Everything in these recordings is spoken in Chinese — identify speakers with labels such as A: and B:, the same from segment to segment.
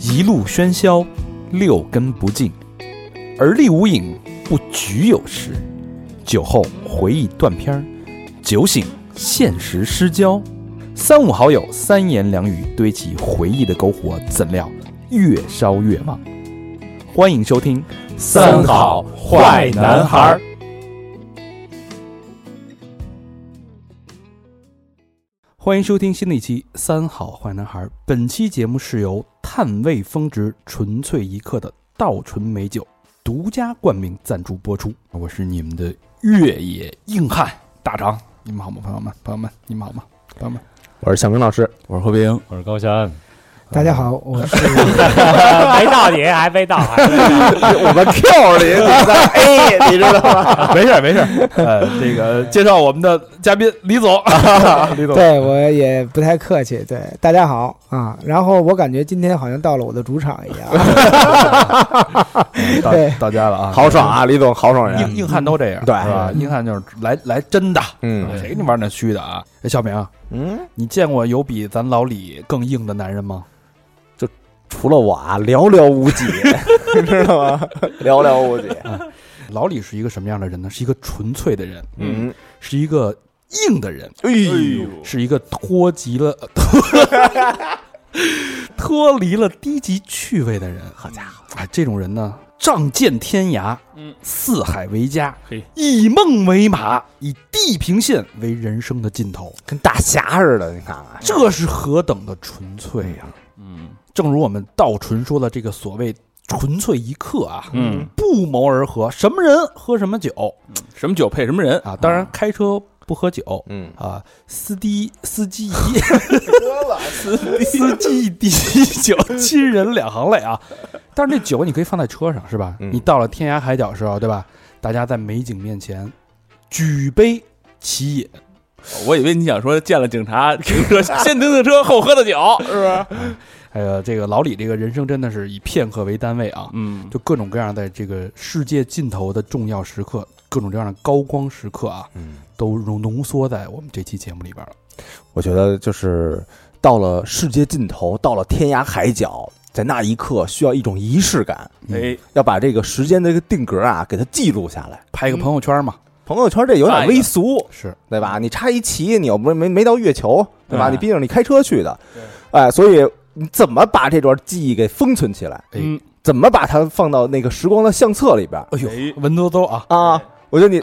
A: 一路喧嚣，六根不净，而立无影，不局有时。酒后回忆断片儿，酒醒现实失焦。三五好友三言两语堆起回忆的篝火，怎料越烧越旺。欢迎收听《
B: 三好坏男孩儿》。
A: 欢迎收听新的一期《三好坏男孩》。本期节目是由探味峰值纯粹一刻的稻醇美酒独家冠名赞助播出。我是你们的越野硬汉大长，你们好吗？朋友们，朋友们，你们好吗？朋友们，
C: 我是小明老师，
B: 我是何冰，
D: 我是高翔，
E: 大家好，我是
D: 呃没到你还没到，还没到
C: 我们 Q 里你在 A，你知道吗？
A: 没事儿没事儿。呃，这个介绍我们的嘉宾李 总，李总，
E: 对我也不太客气，对大家好啊。然后我感觉今天好像到了我的主场一样，
A: 到
E: 对
A: 到家了啊，
C: 豪爽啊，李总，豪爽
A: 硬
C: 人，
A: 硬汉都这样，
C: 对
A: 是吧？硬汉就是来来真的，
C: 嗯
A: 谁跟你玩那虚的啊？哎，小明啊，
C: 嗯，
A: 你见过有比咱老李更硬的男人吗？
C: 除了我啊，寥寥无 几，你知道吗？ 嗯寥寥无几，
A: 老李是一个什么样的人呢？是一个纯粹的人，
C: 嗯，
A: 是一个硬的人，
C: 哎呦，
A: 是一个脱级了呃脱离了低级趣味的人。好家伙，哎，这种人呢，仗剑天涯，
B: 嗯，
A: 四海为家
B: 嘿，
A: 以梦为马，以地平线为人生的尽头，
C: 跟大侠似的，你看看，
A: 这是何等的纯粹呀、
B: 哎嗯
A: 正如我们道纯说的这个所谓纯粹一刻啊，
B: 嗯，
A: 不谋而合，什么人喝什么酒
B: 什么酒配什么人？嗯
A: 啊？当然，开车不喝酒，
C: 嗯，
A: 啊，司机司机一， 司机一滴酒，亲人两行泪啊。但是这酒你可以放在车上是吧？
C: 嗯
A: 你到了天涯海角的时候，对吧？大家在美景面前举杯齐饮，
B: 我以为你想说见了警察停 车先停的车后喝的酒，是吧？
A: 哎呀，这个老李这个人生真的是以片刻为单位啊，
B: 嗯，
A: 就各种各样在这个世界尽头的重要时刻，各种各样的高光时刻啊，
C: 嗯，
A: 都浓浓缩在我们这期节目里边了。
C: 我觉得就是到了世界尽头，到了天涯海角，在那一刻需要一种仪式感，
D: 嗯
B: 哎，
C: 要把这个时间的这个定格啊，给它记录下来。
A: 拍个朋友圈嘛，
C: 朋友圈这有
B: 发
C: 点
B: 一个
C: 微俗，
A: 是
C: 对吧？你插一旗，你又不是没没到月球，嗯对吧？
B: 对
C: 你毕竟你开车去的，哎，所以你怎么把这段记忆给封存起来？
A: 哎
B: 嗯，
C: 怎么把它放到那个时光的相册里边
A: 哎
B: 哎
A: 呦，文绉绉啊，
C: 啊？我觉得你，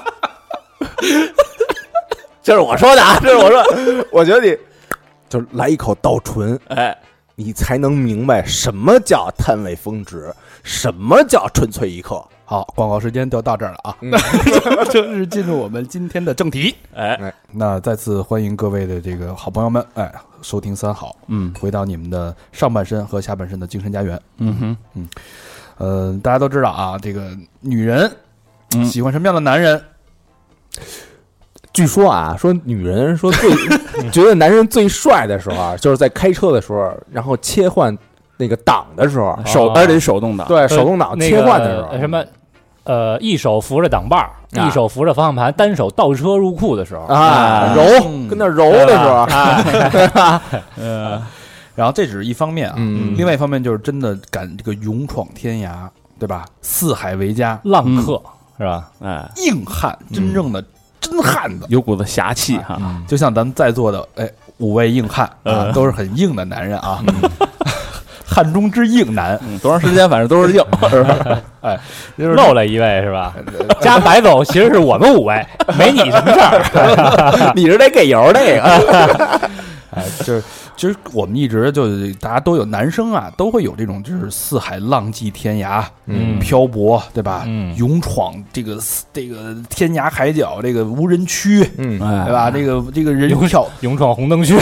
C: 这是我说的啊，这是我说， 我觉得你就是来一口稻醇，
B: 哎，
C: 你才能明白什么叫探味峰值，什么叫纯粹一刻。
A: 好，广告时间就到这儿了 啊，
C: 嗯
A: 正式进入我们今天的正 题。
B: 哎，
A: 那再次欢迎各位的这个好朋友们，哎，收听三好，
B: 嗯
A: 回到你们的上半身和下半身的精神家园。
B: 嗯哼，
A: 呃，大家都知道啊，这个女人
B: 嗯
A: 喜欢什么样的男人？
C: 据说啊，说女人 说最觉得男人最帅的时候啊，就是在开车的时候，然后切换那个档的时候，
B: 手
D: 啊
B: 而且手动挡，
C: 对手动挡
D: 那
C: 切
D: 个
C: 换的时候，
D: 什么？呃，一手扶着挡把儿，
B: 啊
D: 一手扶着方向盘，单手倒车入库的时候，
C: 啊
B: 啊
C: 揉
A: 嗯
C: 跟那揉的时
D: 啊
C: 候，
B: 呃，
A: 然后这只是一方面啊，
C: 嗯
A: 另外一方面就是真的敢这个勇闯天涯，对吧？四海为家，
D: 浪客是吧？
B: 哎，
A: 硬汉，真正的真汉子。
B: 有股子侠气
D: 啊嗯
B: 哈，
A: 就像咱们在座的哎五位硬汉啊，
B: 呃
A: 都是很硬的男人啊，汉中之硬男。
B: 嗯多长时间反正都是硬，是吧？
A: 就是
D: 漏了一位是吧？ 加白总其实是我们五 位，没你什么事儿。
C: 你是得给油那个，
A: 哎，就是其实我们一直就是大家都有男生啊，都会有这种就是四海浪迹天涯，
D: 嗯
A: 漂泊，对吧？
D: 嗯
A: 勇闯这个这个天涯海角，这个无人区，
C: 嗯，
B: 哎
A: 对吧？这个这个人
D: 勇
A: 少，
D: 勇闯红灯区，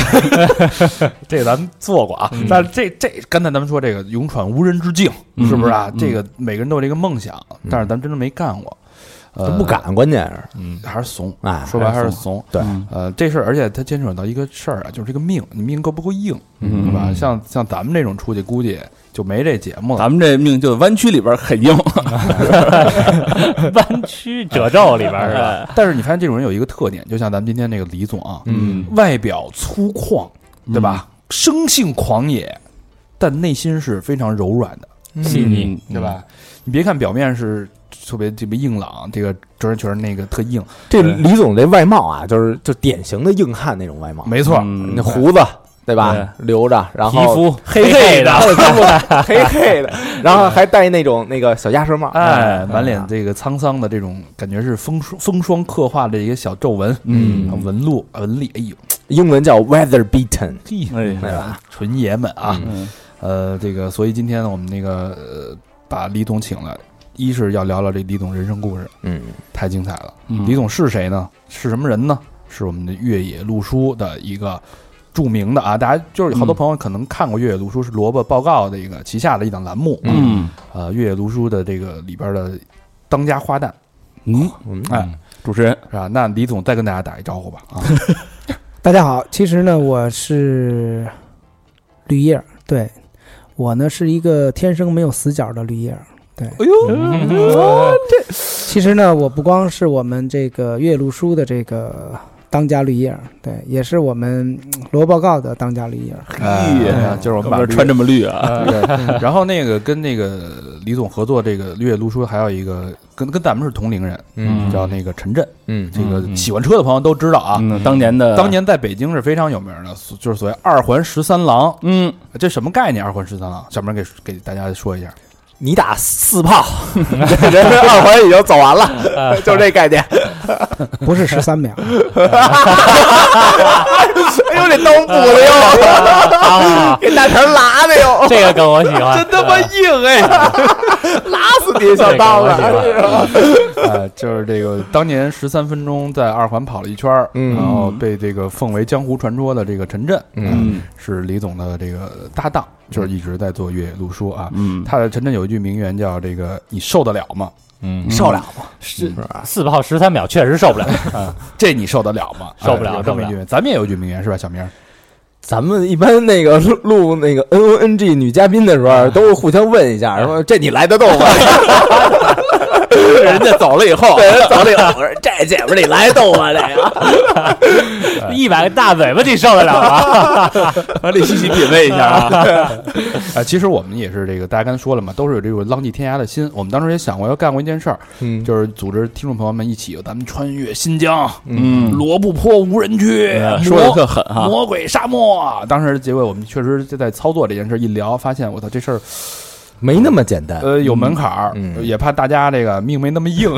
A: 这个咱们做过啊。但是这这刚才咱们说这个勇闯无人之境，
B: 嗯
A: 是不是啊？
B: 嗯
A: 这个每个人都有这个梦想，但是咱们真的没干过，呃，
C: 不，
D: 嗯
C: 敢，关键是，
A: 还是怂。
C: 哎，
A: 说白了还是怂，
C: 对
B: 嗯
A: 呃，这事儿，而且它牵扯到一个事儿啊，就是这个命，你命够不够硬，
B: 嗯
A: 对吧？像像咱们这种出去，估计就没这节目了。
B: 咱们这命就弯曲里边 很硬，
D: 弯曲褶皱里边儿是吧？
B: 哎
A: 但是你发现
D: 嗯
A: 这种人有一个特点，就像咱们今天那个李总啊，
C: 嗯
A: 外表粗犷，对吧？生性狂野，但内心是非常柔软的，
D: 细
E: 嗯
D: 腻，
B: 嗯
A: 对吧？你别看表面是特别特别硬朗，这个周仁全那个特硬，
C: 这李总这外貌啊，就是就典型的硬汉那种外貌，
A: 没错，
B: 嗯？
C: 那胡子对吧，留着，然
D: 皮
C: 后
D: 肤黑黑的，
C: 黑黑的，然后还戴那种那个小鸭舌帽，
A: 哎，满脸这个沧桑的这种感觉是风霜风霜刻画的一个小皱纹，
D: 嗯
A: 啊纹路纹理，哎呦，
C: 英文叫 weather beaten，
A: 嘿，
B: 哎
C: 对吧？
A: 纯爷们啊，
B: 嗯
A: 呃，这个，所以今天呢，我们那个呃，把李总请来，一是要聊聊这李总人生故事，
C: 嗯，
A: 太精彩了。
B: 嗯
A: 李总是谁呢？是什么人呢？是我们的越野路书的一个著名的啊，大家就是好多
B: 嗯
A: 朋友可能看过越野路书，是萝卜报告的一个旗下的一档栏目，
B: 嗯
A: 呃，越野路书的这个里边的当家花旦
B: 嗯，
C: 嗯
A: 哎
B: 主持人，
A: 是吧？那李总再跟大家打一招呼吧啊，
E: 大家好，其实呢，我是绿叶儿，对我呢是一个天生没有死角的绿叶儿。
A: 哎呦，
E: 其实呢，我不光是我们这个岳麓书的这个当家绿叶儿，对，也是我们嗯罗报告的当家绿 叶儿。
A: 哎就是我们
B: 要不
A: 把
B: 然穿这么绿
D: 哎
B: 啊，
A: 对，然后那个跟那个李总合作这个越野路书，还有一个跟跟咱们是同龄人，
C: 嗯
A: 叫那个陈震。
C: 嗯
A: 这个
B: 嗯嗯
A: 喜欢车的朋友都知道啊，
B: 嗯，当年的
A: 当，年在北京是非常有名的，所就是所谓二环十三郎。
B: 嗯，
A: 这什么概念？二环十三郎，小明给给大家说一下。
C: 你打 四炮，人家二环已经走完了，
D: 啊
C: 就这概念。
E: 不是十三秒，
C: 哎呦，这刀补的
D: 啊
C: 哟，给大肠拉的哟，
D: 这个梗我喜欢，
C: 硬哎，拉死你小刀
D: 啊
C: 子。
D: 哎
A: 呃，就是这个当年十三分钟在二环跑了一圈儿，
C: 嗯
A: 然后被这个奉为江湖传说的这个陈震，
C: 嗯
B: 嗯
A: 是李总的这个搭档，就是一直在做越野路书啊。
B: 嗯，
A: 他的陈震有一句名言叫“这个你受得了吗？
D: 嗯，
C: 受了吗？
D: 是
B: 嗯
D: 四炮十三秒确实受不了，
A: 这你受得了吗？
B: 嗯
D: 受不了
A: 哎有这么一句名言，咱们也有一句名言是吧，小明？
C: 咱们一般那个录录那个 N O N G 女嘉宾的时
D: 啊
C: 候，都互相问一下，说这你来得动吗？
D: 人家走了以后，
C: 人走了以后，我说这姐们儿你来得动吗？这个
B: 哎
D: 一百个大嘴巴你受得了啊吗？
B: 得细细品味一下啊，
A: 啊，其实我们也是这个，大家刚才说了嘛，都是有这种浪迹天涯的心。我们当时也想过要干过一件事儿，
C: 嗯
A: 就是组织听众朋友们一起，咱们穿越新疆、
B: 嗯，哎
A: 罗布泊无人区，魔
B: 说的特狠啊哈，
A: 魔鬼沙漠。当时结果我们确实就在操作这件事，一聊发现，我操，这事儿
C: 没那么简单。
A: 呃有门槛儿，
C: 嗯
A: 也怕大家这个命没那么 硬，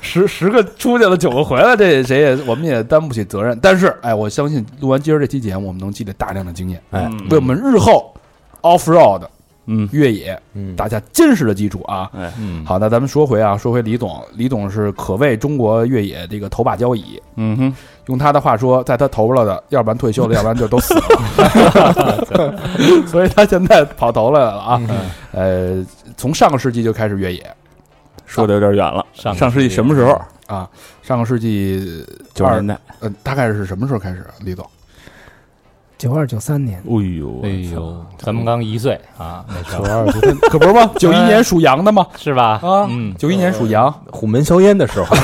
A: 十十个出去了，九个回来，这谁也我们也担不起责任。但是，哎，我相信录完今儿这期节目，我们能积累大量的经验，
C: 哎，
D: 嗯
A: 为我们日后 off road
B: 嗯
A: 越野
C: 嗯
A: 打下坚实的基础啊。
D: 嗯，
A: 好，那咱们说回啊，说回李总，李总是可谓中国越野这个头把交椅。
B: 嗯哼，
A: 用他的话说，在他头了的，要不然退休了，要不然就都死了。 所以他现在跑头来了
D: 嗯
A: 啊。呃，从上个世纪就开始越野
B: 说的有点远了，
D: 上
B: 上世纪什么时候？
A: 啊，上个世纪
B: 九十年代，
A: 呃，大概是什么时候开始？啊李总，
E: 九二九三年，
B: 哎呦，
D: 哎呦，咱们刚一岁啊，那时候
A: 二九三，可不是吗？ 九一年属羊的吗？
D: 是吧？
A: 啊
D: 嗯，
A: 九一年属羊，
C: 虎门销烟的时候，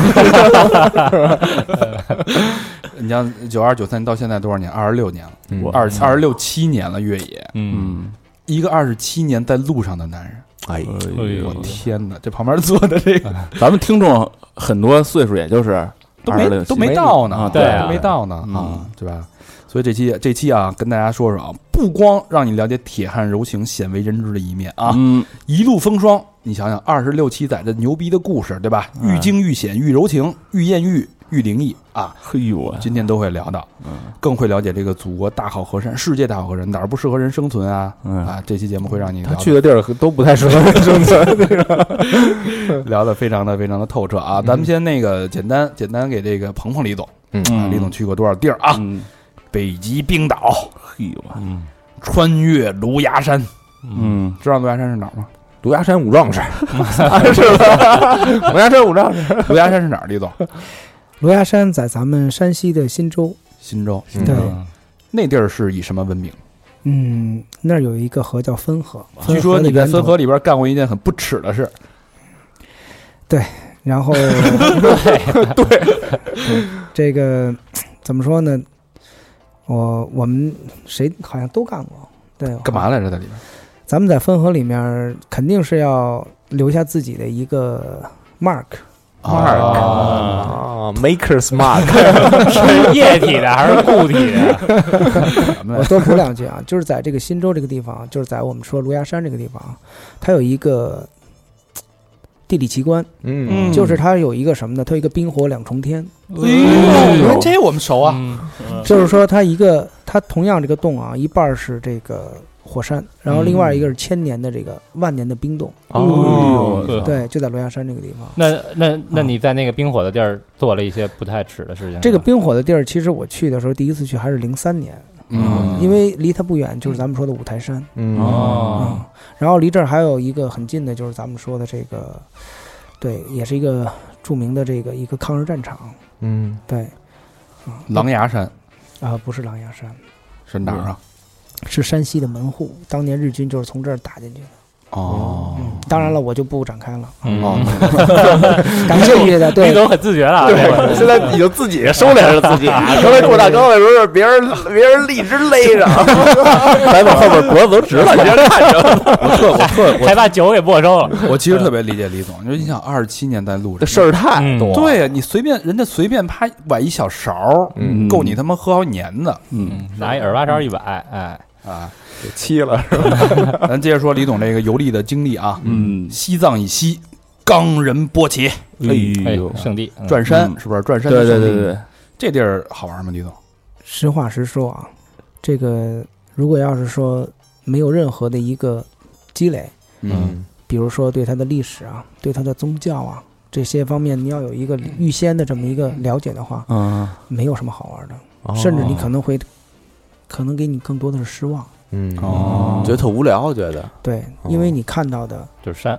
A: 你像九二九三到现在多少年？二十六年了，
B: 我
A: 二二十六七年了越野，
D: 嗯，
B: 嗯，
A: 一个二十七年在路上的男人。
C: 哎，
B: 哎
D: 哎
B: 呦
D: 呦，
A: 天哪，这旁边坐的这个
B: 咱们听众很多岁数也就是啊
A: 都
B: 二十
A: 没
B: 六
A: 都没到呢，
B: 啊
A: 对，
D: 对啊
A: 都没到呢
B: 嗯
A: 啊，对吧？所以这期这期啊，跟大家说说啊，不光让你了解铁汉柔情、鲜为人知的一面啊，
B: 嗯，
A: 一路风霜，你想想二十六七载的牛逼的故事，对吧？
B: 嗯
A: 愈经愈险，愈柔情，愈艳遇，愈灵异啊，
B: 嘿呦
D: 嗯
B: 啊，
A: 今天都会聊到，更会了解这个祖国大好河山、世界大好河山哪儿不适合人生存啊
B: 嗯
A: 啊！这期节目会让你
C: 他
A: 聊
C: 去的地儿都不太适合生存。
A: 聊得非常的非常的透彻啊。咱们先那个简单简单给这个鹏鹏李总，啊
B: 嗯，
A: 李总去过多少地儿啊？
B: 嗯，
A: 北极冰岛，
B: 嘿呦啊，
D: 嗯
A: 穿越芦芽山，
B: 嗯，
A: 知道芦芽山是哪儿 吗？
C: 芦芽山五壮士，是吧？芦芽山五壮士，
A: 芦芽山是哪儿？李总，
E: 芦芽山在咱们山西的忻州，
A: 忻州
E: 对，
C: 嗯
D: 嗯
A: 那地儿是以什么闻名？
E: 嗯，那儿有一个河叫汾河，
A: 据啊说你在汾
E: 汾
A: 河，里边干过一件很不耻的事，
E: 然后 对这个怎么说呢？我我们谁好像都干过，对，
C: 干嘛来着？在里边
E: 咱们在分合里面肯定是要留下自己的一个 mark，
C: 啊，Maker's Mark，
D: 是液体的还是固体的？
E: 我多补两句啊，就是在这个新州这个地方，就是在我们说芦芽山这个地方，它有一个嘖地理奇观，
C: 嗯
E: 就是它有一个什么呢？它有一个冰火两重天，
B: 哎
A: 哎这我们熟啊，
D: 嗯
E: 就是说它一个它同样这个洞啊，一半儿是这个火山，然后另外一个是千年的这个万年的冰洞，
C: 哦，
D: 嗯对
E: 对，就在芦芽山这个地方。
C: 嗯
D: 那那那你在那个冰火的地儿做了一些不太耻的事情吗？
E: 这个冰火的地儿，其实我去的时候，第一次去还是零三年，
C: 嗯
E: 因为离它不远就是咱们说的五台山，
C: 嗯
D: 哦，
E: 嗯，然后离这儿还有一个很近的，就是咱们说的这个，对，也是一个著名的这个一个抗日战场，
C: 嗯，
E: 对，
A: 狼牙山
E: 啊、不是狼牙山，
A: 是哪儿啊？
E: 是山西的门户，当年日军就是从这儿打进去的。
A: 哦，
E: 嗯，当然了，我就不展开了，
D: 嗯，
E: 感兴趣 的，
D: 李
E: 对，
D: 总很自觉了啊，
F: 对，现在已经自己收敛着自己。刚才郭大刚的时候是别人别人一直勒着，
C: 白把后边脖子都直了，
A: 我特我特
D: 害怕酒给没收了。
A: 我我其实特别理解李总，就是 你想二十七年代录
C: 这
A: 这
C: 事儿太多，
A: 对呀，你随便人家随便啪崴一小勺儿，
C: 嗯
A: 够你他妈喝好几年 的
B: 嗯，
D: 嗯，拿一耳挖勺一崴，哎，
A: 啊！
C: 给七了，
A: 咱接着说李总这个游历的经历啊，
B: 嗯
A: 西藏以西，冈仁波齐
D: 哎
C: 嗯
B: 哎，
D: 圣地，嗯
A: 转山
B: 嗯
A: 是不是？转山的
B: 对对
A: 圣地
B: 对对，
A: 这地儿好玩吗？李总？
E: 实话实说啊，这个如果要是说没有任何的一个积累，
A: 嗯
E: 比如说对它的历史啊，对它的宗教啊这些方面，你要有一个预先的这么一个了解的话，
A: 嗯，
E: 没有什么好玩的，
C: 哦
E: 甚至你可能会，可能给你更多的是失望。
C: 嗯
A: 哦
F: 觉得特无聊，觉得
E: 对，
C: 哦
E: 因为你看到的
D: 就是山，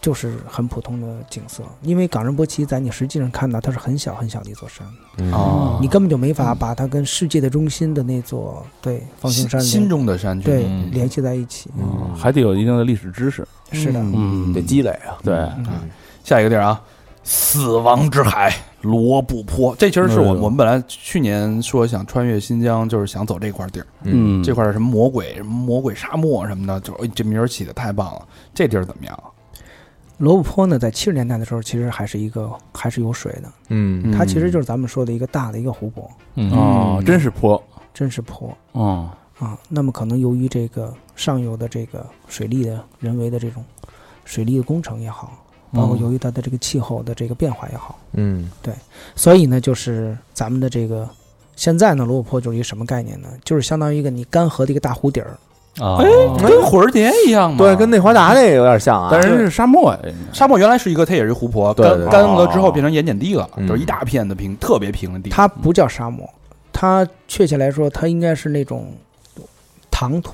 E: 就是很普通的景色，因为冈仁波齐在你实际上看到它是很小很小的一座山，
A: 哦，
E: 你根本就没法把它跟世界的中心的那座对方形
A: 心
E: 山
A: 心
E: 联
A: 中的山区，
E: 对
B: 嗯
E: 联系在一起。
B: 嗯还得有一定的历史知识。
E: 是的，
A: 嗯
F: 得积累啊。
B: 对，
E: 嗯
A: 下一个地儿啊，死亡之海罗布泊，这其实是我
B: 嗯
A: 我们本来去年说想穿越新疆，就是想走这块地儿，
B: 嗯
A: 这块儿什么魔鬼什么魔鬼沙漠什么的，就是哎这名儿起的太棒了。这地儿怎么样？
E: 罗布泊呢，在七十年代的时候，其实还是一个还是有水的，
C: 嗯
E: 它其实就是咱们说的一个大的一个湖泊，
D: 嗯
B: 哦，真是坡，
E: 真是坡。
B: 嗯
E: 啊，那么可能由于这个上游的这个水利的人为的这种水利的工程也好，包括
B: 嗯
E: 由于它的这个气候的这个变化也好，
C: 嗯
E: 所以呢，就是咱们的这个现在呢，罗布泊就是一个什么概念呢？就是相当于一个你干涸的一个大湖底儿，
B: 哦
D: 啊，
A: 哎跟火人节一样嘛，
C: 对，跟内华达那个有点像啊，
B: 但是是沙漠哎，
A: 沙漠原来是一个，它也是一湖泊，
C: 对
A: 干
C: 对对
A: 干了之后变成盐碱地了，
C: 嗯
A: 就是一大片的平，特别平的地。
E: 它不叫沙漠，它确切来说，它应该是那种糖土，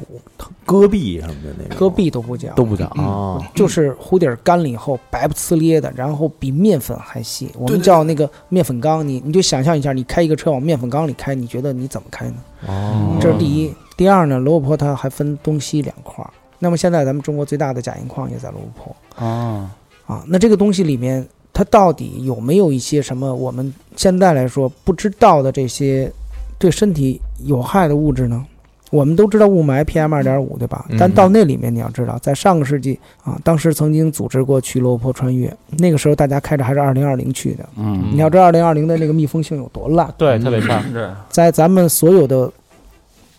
C: 戈壁什么的那个
E: 戈壁都不叫，
C: 都不叫啊，
E: 就是湖底儿干了以后白不呲咧的，然后比面粉还细，我
A: 对
E: 们
A: 对
E: 叫那个面粉缸。你你就想象一下，你开一个车往面粉缸里开，你觉得你怎么开呢？
C: 哦
E: 这是第一。第二呢，罗布泊它还分东西两块儿。那么现在咱们中国最大的假银矿也在罗布
A: 啊，
E: 泊啊。那这个东西里面，它到底有没有一些什么我们现在来说不知道的这些对身体有害的物质呢？我们都知道雾霾 PM 二点五，对吧？但到那里面，你要知道，在上个世纪啊，当时曾经组织过去罗布泊穿越，那个时候大家开着还是二零二零去的。
A: 嗯
E: 你要知道二零二零的那个密封性有多烂，
D: 对，特别差，
B: 对，
E: 在咱们所有的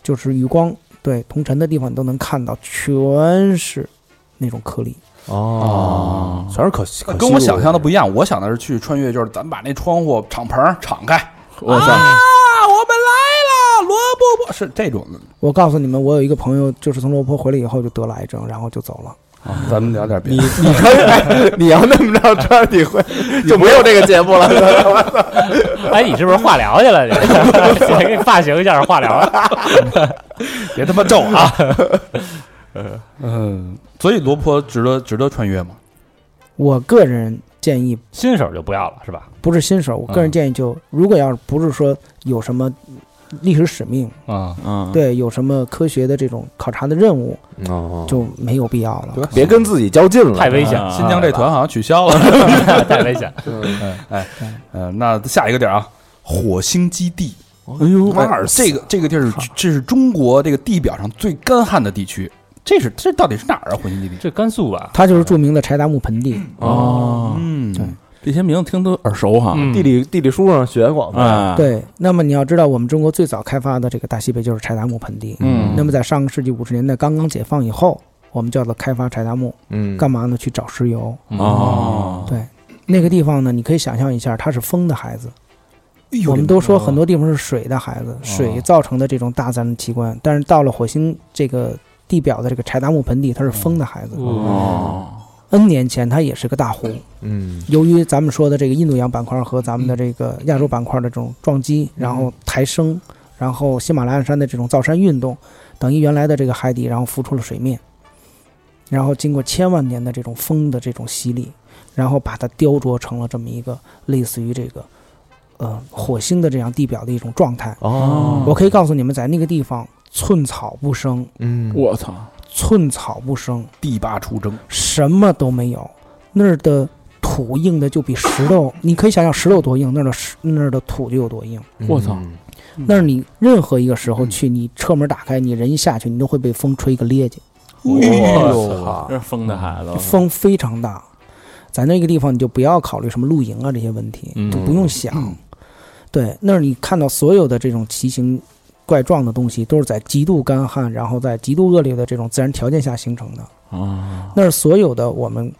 E: 就是余光对同尘的地方，你都能看到全是那种颗粒。
C: 哦，全是可可
A: 跟我想象的不
C: 一
A: 一样，我想的是去穿越，就是咱们把那窗户敞篷儿敞开啊，
B: 我操，
A: 我们来了，罗布泊是这种的。
E: 我告诉你们，我有一个朋友就是从罗布泊回来以后就得了癌症，然后就走了。
A: 咱们聊点别
C: 你
A: 的，
C: 你看，你要那么着穿，你会
F: 就没有这个节目了。
D: 哎，你是不是化疗去了？ 你先给你发型一下化疗了，
A: 别他妈咒啊！嗯，所以罗布泊值得值得穿越吗？
E: 我个人建议，
D: 新手就不要了，是吧？
E: 不是新手，
B: 嗯
E: 我个人建议就，如果要是不是说有什么历史使命，
D: 嗯，
A: 啊
B: 嗯，
E: 对，有什么科学的这种考察的任务，
C: 哦，
E: 就没有必要了。
A: 对吧哎
C: 别跟自己较劲了
D: 太，危险了，
A: 新疆这团好像取消了。哎呃
D: 太危险了。
A: 嗯，那下一个点儿啊，火星基地哎呦，
F: 马尔萨
A: 这个这个地儿，这是中国这个地表上最干旱的地区。这是这到底是哪儿啊？混凝土地
D: 这甘肃吧，
E: 它就是著名的柴达木盆地。
B: 哦，
A: 嗯
E: 对
B: 这些名字听都耳熟哈。
D: 嗯
C: 地理地理书上学过嘛，
B: 啊，，
E: 对，那么你要知道，我们中国最早开发的这个大西北就是柴达木盆地。
B: 嗯
E: 那么在上个世纪五十年代刚刚解放以后，我们叫做开发柴达木，
C: 嗯，
E: 干嘛呢？去找石油。
B: 哦，
E: 对，那个地方呢，你可以想象一下，它是风的孩子。
A: 哎
E: 我们都说很多地方是水的孩子，水造成的这种大自然的奇观，但是到了火星这个地表的这个柴达木盆地，它是风的孩
D: 嗯
E: 子。
B: 哦，
E: N 年前它也是个大湖，
C: 嗯
E: 由于咱们说的这个印度洋板块和咱们的这个亚洲板块的这种撞击，然后抬升，然后喜马拉雅山的这种造山运动，等于原来的这个海底，然后浮出了水面，然后经过千万年的这种风的这种洗礼，然后把它雕琢成了这么一个类似于这个，呃，火星的这样地表的一种状态。
C: 哦
E: 我可以告诉你们，在那个地方寸草不生，
C: 嗯
B: 我操，
E: 寸草不生，
A: 地坝出征，
E: 什么都没有。那儿的土硬的就比石头，你可以想想石头多硬，那儿的石那儿的土就有多硬。
B: 我操
C: 嗯
E: 那儿你任何一个时候去，你车门打开，你人一下去，你都会被风吹个趔趄，
D: 哎
C: 我操
B: 这是疯的孩子，
E: 风非常大。在那个地方，你就不要考虑什么露营啊这些问题，
B: 嗯
E: 就不用想。对，那儿你看到所有的这种奇形怪状的东西，都是在极度干旱，然后在极度恶劣的这种自然条件下形成的。
B: 啊，
E: 那儿所有的我们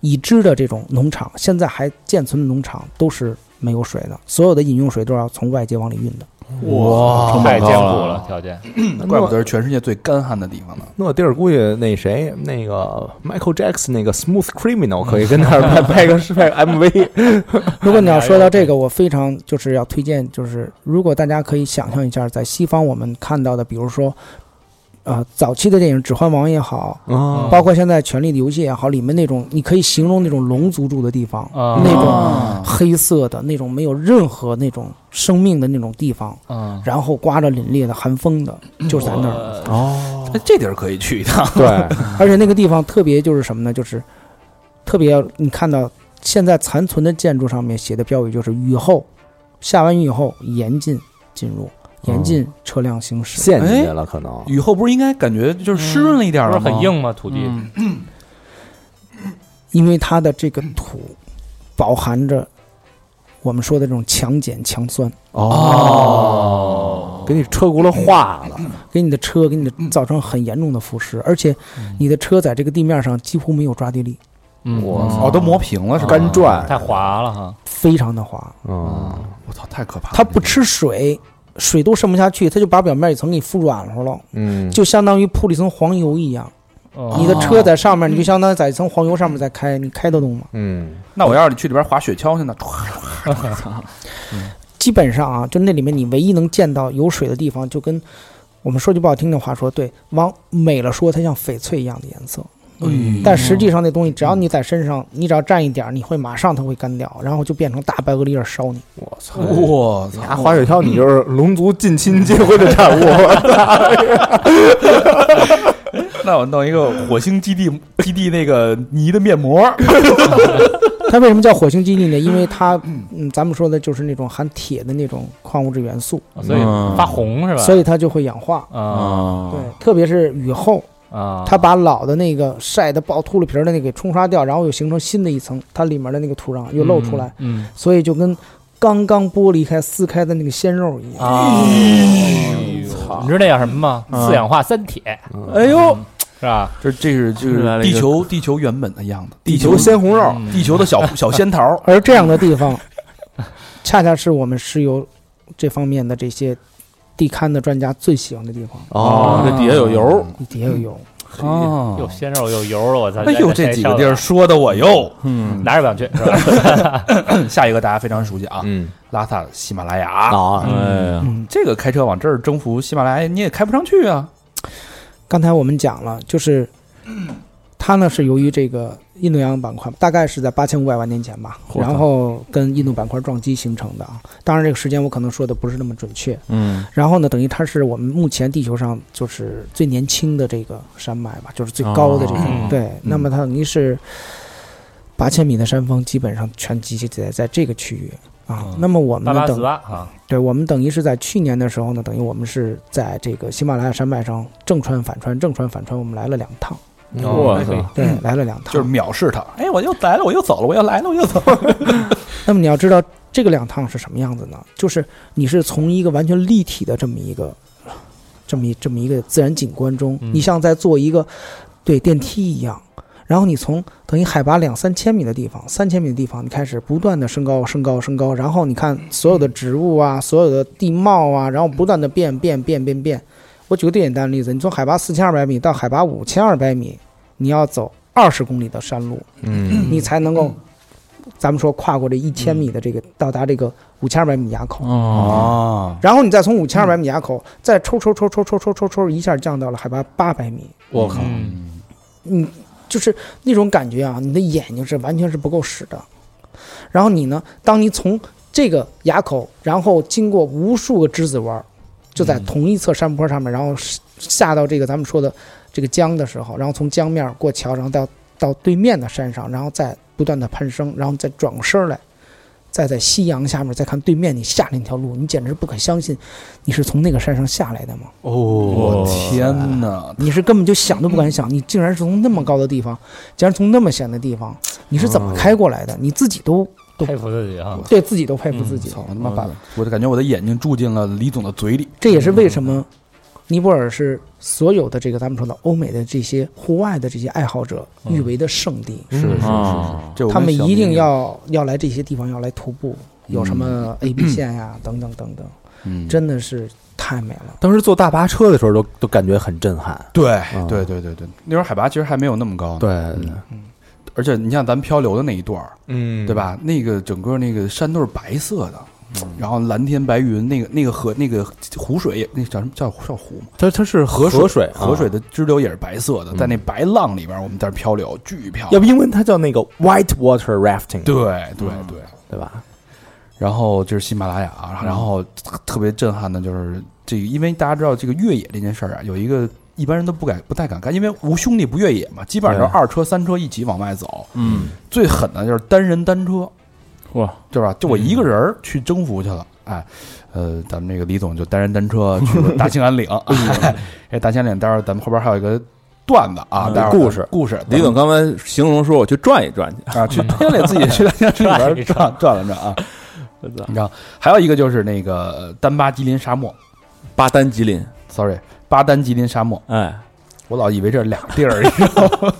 E: 已知的这种农场，现在还建存的农场都是没有水的，所有的饮用水都要从外界往里运的。
B: 哇
D: 太艰苦了，，条件
A: 嗯怪不得是全世界最干旱的地方呢。
C: 那地儿估计那谁那个 Michael Jackson 那个 Smooth Criminal 可以跟那儿拍拍个拍个 MV，
E: 如果你要说到这个，我非常就是要推荐，就是如果大家可以想象一下，在西方我们看到的，比如说，呃，早期的电影《指环王》也好，
C: 啊
E: 包括现在《权力的游戏》也好，里面那种你可以形容那种龙族住的地方，
D: 啊
E: 那种黑色的那种没有任何那种生命的那种地方，
D: 啊，
E: 然后刮着凛冽的寒风的，就是在那儿。
D: 儿
C: 哦，
A: 哎，这地儿可以去一 趟。
C: 对，
E: 而且那个地方特别就是什么呢？就是特别要你看到现在残存的建筑上面写的标语就是“雨后下完雨以后严禁进入，严
C: 哦
E: 禁车辆行驶”
C: 陷进去了可能，
A: 雨后不是应该感觉就是湿润了一点
D: 不
A: 儿
D: 是
A: 吗？
D: 嗯很硬吗？土地
A: 嗯
E: 因为它的这个土饱含着我们说的这种强碱强酸，
C: 哦，给你车轱辘化了，
E: 给你的车给你的造成很严重的腐蚀，而且
C: 嗯
E: 你的车在这个地面上几乎没有抓地力，
D: 嗯，
C: 我操
A: 哦，都磨平了是吧？
C: 干转，
D: 太滑了哈，
E: 非常的滑，
C: 嗯，
A: 我操，太可怕了！
E: 它不吃水，水都渗不下去，它就把表面一层给你敷软和了。
C: 嗯，
E: 就相当于铺了一层黄油一样，
D: 哦
E: 你的车在上面，你就相当于在一层黄油上面在开，你开得动吗？
C: 嗯，
A: 那我要是去里边滑雪橇去呢？
E: 基本上啊，就那里面你唯一能见到有水的地方，就跟我们说句不好听的话说，对，往美了说，它像翡翠一样的颜色，
A: 嗯
E: 但实际上那东西只要你在身上，你只要沾一点儿，你会马上它会干掉，然后就变成大白鹅粒儿烧你。
C: 我操，
A: 我
C: 你
A: 操，
C: 拿滑雪橇，你就是龙族近亲结婚的产物，
A: 嗯那我弄一个火星基地 基地那个泥的面膜，
E: 它为什么叫火星基地呢？因为它，嗯，咱们说的就是那种含铁的那种矿物质元素，
D: 哦所以
B: 嗯
D: 发红是吧？
E: 所以它就会氧化。
D: 啊
B: 啊
A: 哦
E: 对，特别是雨后，
D: 啊，
E: 它把老的那个晒得爆秃噜皮儿的那个给冲刷掉，然后又形成新的一层，它里面的那个土壤又露出来，
D: 嗯，
E: 所以就跟刚刚剥离开、撕开的那个鲜肉一样。
D: 嗯啊，你知道那叫什么吗？四氧化三铁
A: 哎呦，
D: 是吧？
A: 这这是就
B: 来
A: 是
B: 了一
A: 地
B: 个
A: 球地球原本的样子，
C: 地球鲜红肉，
D: 嗯
A: 地球的小 小仙桃，
E: 而这样的地方，恰恰是我们石油这方面的这些地勘的专家最喜欢的地方。
B: 哦，这底下有油
E: 你底下有油，
A: 啊
D: 又鲜肉又油了，我操！
A: 哎呦，这几个地儿说的我又
B: 嗯，
D: 哪儿也不想去是吧？
A: 下一个大家非常熟悉啊，
C: 嗯，
A: 拉萨的喜马拉雅，
C: 啊，
B: 哎呀，
E: 嗯，
A: 这个开车往这儿征服喜马拉雅，你也开不上去啊。
E: 刚才我们讲了，就是它呢是由于这个印度洋板块，大概是在八千五百万年前吧，
A: 嚯
E: 然后跟印度板块撞击形成的啊。当然，这个时间我可能说的不是那么准确。
B: 嗯，
E: 然后呢，等于它是我们目前地球上就是最年轻的这个山脉吧，就是最高的这种。
D: 哦
E: 对，那么它等于是八千米的山峰，基本上全集结在在这个区域。啊
D: 嗯。
E: 那么我们
D: 八
E: 呢
D: 八四
E: 等
D: 八啊，
E: 对，我们等于是在去年的时候呢，等于我们是在这个喜马拉雅山脉上正穿反穿正穿反穿，我们来了两趟，
C: 我
D: 可以
C: 操，
E: 对，来了两趟。
A: 嗯就是藐视他。哎，我又来了，我又走了，我又来了，我又走了。
E: 那么你要知道这个两趟是什么样子呢？就是你是从一个完全立体的这么一个，这么一这么一个自然景观中，
D: 嗯
E: 你像在坐一个对电梯一样，然后你从等于海拔两三千米的地方，三千米的地方，你开始不断的升高、升高、升高，然后你看所有的植物啊，所有的地貌啊，然后不断的变变变变变。我举个最简单的例子，你从海拔四千二百米到海拔五千二百米，你要走二十公里的山路，
C: 嗯
E: 你才能够，咱们说跨过这一千米的这个到达这个五千二百米垭口，
D: 哦，
C: 嗯
A: 哦，
E: 然后你再从五千二百米垭口再抽抽抽抽抽抽抽抽一下降到了海拔八百米，
C: 我靠，
D: 嗯
E: 你就是那种感觉啊，你的眼睛是完全是不够使的。然后你呢，当你从这个垭口，然后经过无数个之子湾儿，就在同一侧山坡上面，然后下下到这个咱们说的这个江的时候，然后从江面儿过桥，然后到到对面的山上，然后再不断的攀升，然后再转过身儿来。再在夕阳下面再看对面你下来那条路，你简直不可相信，你是从那个山上下来的吗？
C: 哦
A: 我天哪！
E: 你是根本就想都不敢想，你竟然是从那么高的地方，竟然从那么险的地方，你是怎么开过来的？你自己都
D: 佩服自己啊，
E: 对自己都佩服自己。
A: 操，他妈把我就感觉我的眼睛住进了李总的嘴里。
E: 这也是为什么尼泊尔是所有的这个咱们说的欧美的这些户外的这些爱好者
D: 嗯
E: 誉为的圣地，
C: 是是
D: 哦
A: 这我跟
E: 他们
A: 小
E: 一定
A: 明
E: 要要来这些地方要来徒步，有什么 A B 线呀、等等等等，
A: 嗯
E: 真的是太美了。
C: 当时坐大巴车的时候都都感觉很震撼，
A: 对
C: 嗯
A: 对对对对，那时候海拔其实还没有那么高呢。
C: 对，
A: 而且你像咱们漂流的那一段儿，
C: 嗯
A: 对？吧？那个整个那个山都是白色的，
C: 嗯
A: 然后蓝天白云，那个那个河那个湖水也那叫什么叫叫湖吗？
C: 它它是河
A: 河
C: 水
A: 河水
C: 啊，嗯
A: 的支流也是白色的，在那白浪里边儿，我们在那儿漂流，巨漂
C: 要
A: 亮。
C: 不英嗯文它叫那个 white water rafting，
A: 对对对，
C: 对吧？
A: 然后就是喜马拉雅啊，
C: 嗯
A: 然后特特别震撼的就是这个，因为大家知道这个越野这件事儿啊，有一个一般人都不敢不太敢干，因为无兄弟不越野嘛，基本上就是
C: 对
A: 二车三车一起往外走。
D: 嗯，
A: 最狠的就是单人单车，
B: 哇，
A: 对吧？就我一个人儿去征服去了，哎，呃，咱们这个李总就单人单车去了大兴安岭，哎， 哎大兴安岭，待会儿咱们后边还有一个段子啊，
D: 嗯
A: 待会儿
C: 故事
A: 故事，咱们
G: 李总刚才形容说，我去转一转去，
A: 啊，去天里自己去大兴安岭里边转转了转啊，
D: 我操
A: 你知道，还有一个就是那个呃丹巴吉林沙漠
G: 巴丹吉林，
A: ，sorry，巴丹吉林沙漠，
G: 哎，
A: 我老以为这是俩地儿，你知道吗？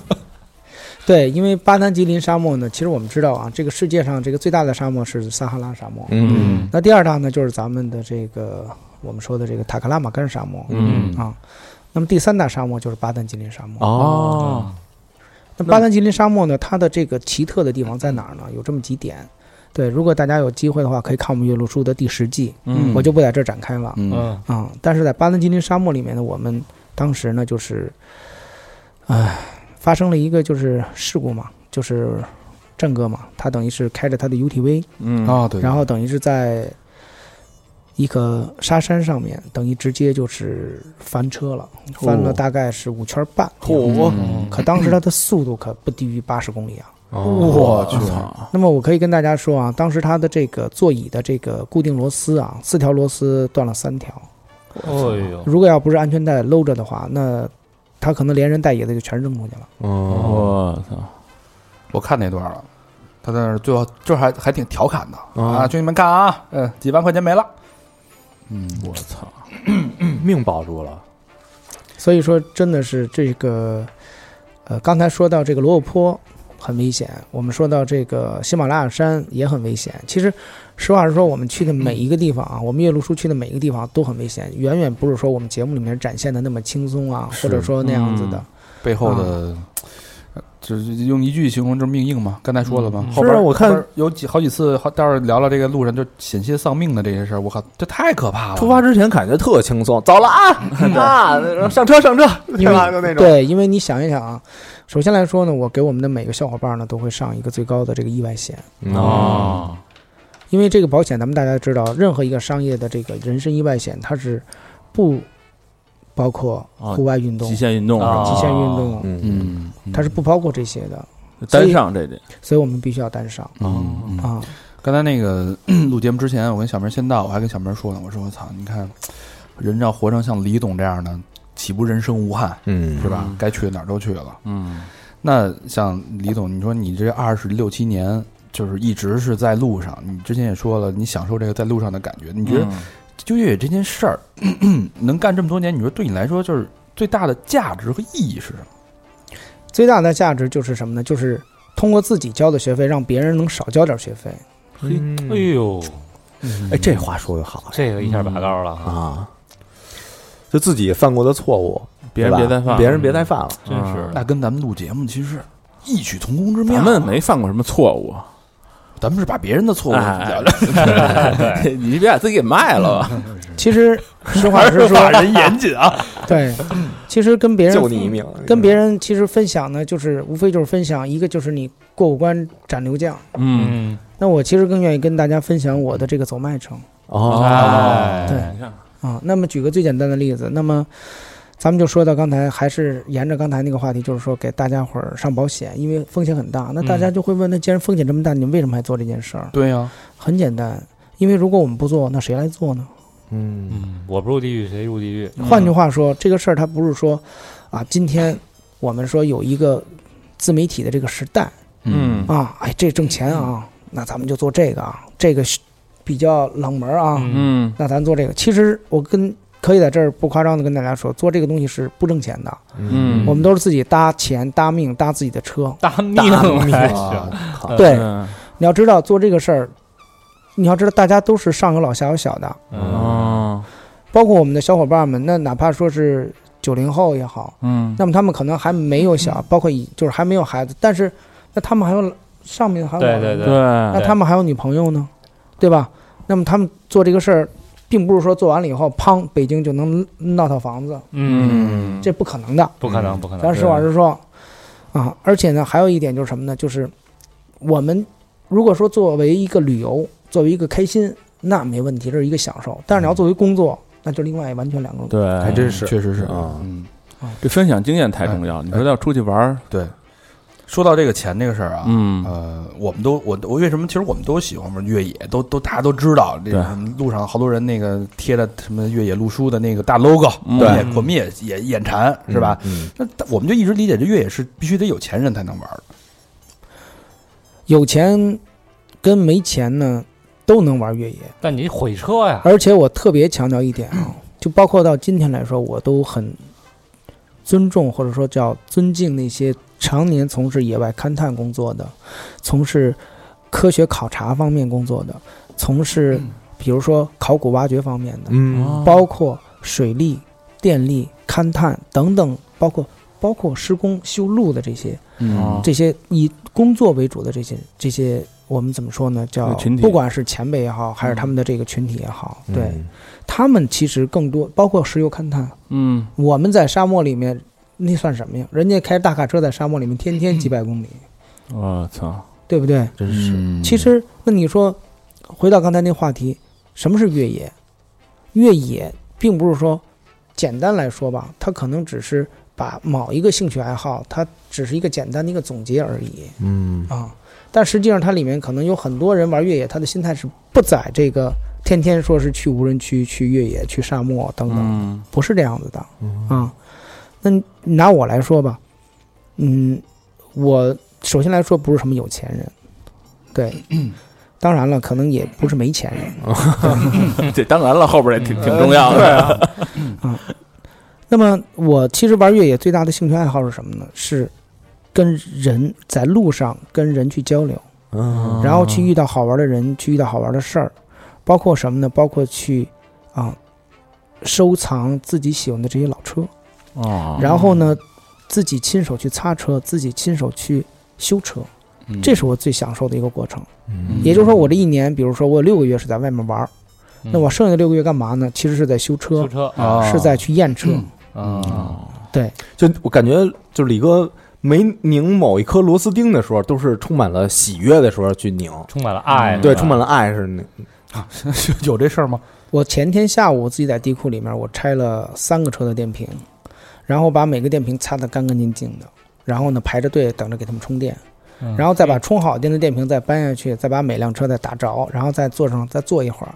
E: 对，因为巴丹吉林沙漠呢，其实我们知道啊，这个世界上这个最大的沙漠是撒哈拉沙漠，
C: 嗯
E: 那第二大呢，就是咱们的这个我们说的这个塔克拉玛干沙漠、
C: 嗯
E: 啊。那么第三大沙漠就是巴丹吉林沙漠。
D: 嗯
C: 哦，
E: 那巴丹吉林沙漠呢，它的这个奇特的地方在哪儿呢？有这么几点。对，如果大家有机会的话，可以看我们岳麓书的第十季，
A: 嗯
E: 我就不在这儿展开了
A: 嗯，
D: 嗯
E: 啊、但是在巴丹吉林沙漠里面呢，我们当时呢就是，唉，发生了一个就是事故嘛，就是郑哥嘛，他等于是开着他的 UTV，
G: 嗯，
A: 啊对，
E: 然后等于是在一个沙山上面，等于直接就是翻车了，翻了大概是五圈半。
C: 哦
A: 嗯
G: 嚯，
C: 嗯
E: 可当时它的速度可不低于八十公里啊！
C: 哦
A: 我去，
E: 那么我可以跟大家说啊，当时它的这个座椅的这个固定螺丝啊，四条螺丝断了三条。
D: 哦呦，
E: 如果要不是安全带搂着的话，那它可能连人带椅子就全扔出去了。
C: 哦
G: 我操，
A: 我看那段了。他在那儿最后就是还还挺调侃的啊，
C: 啊
A: 兄弟们看啊，嗯，几万块钱没了，嗯，我操，
C: 命保住了，
E: 所以说，真的是这个，呃，刚才说到这个罗布泊很危险，我们说到这个喜马拉雅山也很危险。其实，实话实说，我们去的每一个地方
C: 嗯
E: 啊，我们岳麓书去的每一个地方都很危险，远远不是说我们节目里面展现的那么轻松啊，
A: 是
E: 或者说那样子的。
A: 背后的。就是嗯用一句形容，就是命硬嘛。刚才说了嘛，后
C: 是
A: 边
C: 啊我看
A: 后边有几好几次，好待会儿聊聊这个路上就险些丧命的这些事儿。我靠，这太可怕了！
C: 出发之前感觉特轻松，走了啊啊，上车上车，
E: 因
C: 对
E: 为
C: 吧？就那种，
E: 对，因为你想一想啊，首先来说呢，我给我们的每个小伙伴呢都会上一个最高的这个意外险。
C: 嗯
G: 哦，
E: 因为这个保险，咱们大家知道，任何一个商业的这个人身意外险，它是不包括
C: 哦
E: 户外运动、
G: 极限运动是吧
D: 啊
E: 极限运动，
C: 嗯，
A: 嗯，
E: 它是不包括这些的，
G: 单上这点，
E: 所以我们必须要单上
A: 嗯，嗯
E: 啊。
A: 刚才那个 录节目之前，我跟小明先到，我还跟小明说呢，我说我操，你看人要活成像李总这样的，岂不人生无憾
C: 嗯
A: 是吧？该去哪儿都去了。
G: 嗯，
A: 那像李总，你说你这二十六七年，就是一直是在路上，你之前也说了，你享受这个在路上的感觉。你
G: 你
A: 觉得
D: 嗯
A: 就越野这件事儿， 能干这么多年，你说对你来说就是最大的价值和意义是什么？
E: 最大的价值就是什么呢？就是通过自己交的学费，让别人能少交点学费。嗯
D: 哎
C: 嗯
D: 呦，
C: 哎，这话说的好
D: 这个一下拔高了
E: 嗯
D: 啊！
C: 啊，就自己犯过的错误，
G: 别人别
C: 对吧
G: 再犯了，
C: 别人别再犯了。
D: 真
E: 嗯
D: 是
A: 啊
G: 嗯
A: 那跟咱们录节目其实异曲同工之妙。
G: 咱们
C: 嗯
G: 没犯过什么错误，
A: 咱们是把别人的错误
G: 哎 你别把自己给卖了
C: 嗯
G: 吧？
E: 其实实话 实说，
B: 人严谨啊，
E: 对，其实跟别人
C: 救你一命，
E: 跟别人其实分享呢，就是无非就是分享，一个就是你过五关斩六将。
G: 嗯，
D: 嗯，
E: 那我其实更愿意跟大家分享我的这个走麦城
C: 哦，
D: 哎，
E: 对啊。那么举个最简单的例子，那么咱们就说到刚才，还是沿着刚才那个话题，就是说给大家伙儿上保险，因为风险很大。那大家就会问，那既然风险这么大，你们为什么还做这件事儿？
A: 对呀、
E: 很简单，因为如果我们不做，那谁来做呢？
C: 嗯，
D: 嗯，我不入地狱谁入地狱？
E: 嗯换句话说，这个事儿它不是说啊，今天我们说有一个自媒体的这个时代
G: 嗯
E: 啊，哎，这挣钱啊，那咱们就做这个啊，这个是比较冷门啊，
G: 嗯
E: 那咱做这个。其实我跟可以在这儿不夸张的跟大家说，做这个东西是不挣钱的，
G: 嗯
E: 我们都是自己搭钱、搭命、搭自己的车。
D: 大命
E: 嗯
D: 还行，
C: 啊靠
E: 对，
G: 嗯
E: 你要知道做这个事儿，你要知道大家都是上有老下有小的，
D: 嗯
G: 哦
E: 包括我们的小伙伴们，那哪怕说是九零后也好。
G: 嗯
E: 那么他们可能还没有小，包括以就是还没有孩子，但是那他们还有上面还有
D: 对对
E: 老人
D: 对
G: 对，
E: 那他们还有女朋友呢，对吧？那么他们做这个事儿，并不是说做完了以后，砰，北京就能闹套房子，
D: 嗯，
E: 这不可能的。
D: 不可能，不可能，
E: 咱实话实说啊，而且呢，还有一点就是什么呢？就是我们如果说作为一个旅游，作为一个开心，那没问题，这是一个享受。但是你要作为工作，那就另外完全两个。
G: 对，
C: 还真是
A: 确实是
C: 啊
A: 嗯，
G: 这分享经验太重
D: 哎
G: 要。你说要出去玩儿，
A: 对。说到这个钱这个事儿啊，
G: 嗯
A: 呃，我们都我我为什么其实我们都喜欢玩越野，都都大家都知道，这
G: 对
A: 什么路上好多人那个贴的什么越野路书的那个大 logo，
G: 嗯
A: 我们也我们也也眼馋是吧？？
C: 嗯
A: 那但我们就一直理解这越野是必须得有钱人才能玩儿
E: 有钱跟没钱呢，都能玩越野。
D: 但你毁车呀，
E: 而且我特别强调一点
G: 嗯
E: 啊，就包括到今天来说，我都很尊重或者说叫尊敬那些常年从事野外勘探工作的，从事科学考察方面工作的，从事
G: 嗯
E: 比如说考古挖掘方面的，
C: 嗯
G: 哦
E: 包括水利、电力勘探等等，包括包括施工修路的这些
G: 嗯
E: 这些以工作为主的这些这些，我们怎么说呢？叫
G: 群体嗯
E: 不管是前辈也好，还是他们的这个群体也好，
C: 嗯
E: 对他们其实更多包括石油勘探。
G: 嗯
E: 我们在沙漠里面，那算什么呀？人家开大卡车在沙漠里面天天几百公里，
D: 嗯
G: 我操，
E: 对不对？
C: 真是
G: 是
E: 其实，那你说，回到刚才那话题，什么是越野？越野并不是说，简单来说吧，它可能只是把某一个兴趣爱好，它只是一个简单的一个总结而已。
C: 嗯
E: 啊，但实际上它里面可能有很多人玩越野，他的心态是不在这个天天说是去无人区、去越野、去沙漠等等，
G: 嗯
E: 不是这样子的啊。那你拿我来说吧，嗯，我首先来说不是什么有钱人，对，当然了，可能也不是没钱人。
G: 嗯这当然了，后边也挺挺重
A: 嗯
G: 要
A: 啊
G: 的。
E: 那么我其实玩越野最大的兴趣爱好是什么呢？是跟人在路上跟人去交流。
C: 嗯
E: 然后去遇到好玩的人，去遇到好玩的事儿，包括什么呢？包括去啊、收藏自己喜欢的这些老车，
G: 哦
E: 然后呢，自己亲手去擦车，自己亲手去修车，这是我最享受的一个过程。
C: 嗯
E: 也就是说，我这一年，比如说我有六个月是在外面玩儿，那我哦剩下的六个月干嘛呢？其实是在修
D: 嗯修
E: 车，
D: 车
A: 哦
E: 是在去验车。
G: 嗯
D: 啊，
C: 就我感觉，就李哥没拧某一颗螺丝钉的时候，都是充满了喜悦的时候去拧，
D: 充满了爱，
C: 对，充满了爱是那，
A: 啊有这事儿吗？
E: 我前天下午自己在地库里面，我拆了三个车的电瓶，然后把每个电瓶擦得干干净净的，然后呢排着队等着给他们充电。
D: 嗯
E: 然后再把充好电的电瓶再搬下去，再把每辆车再打着，然后再坐上再坐一会儿，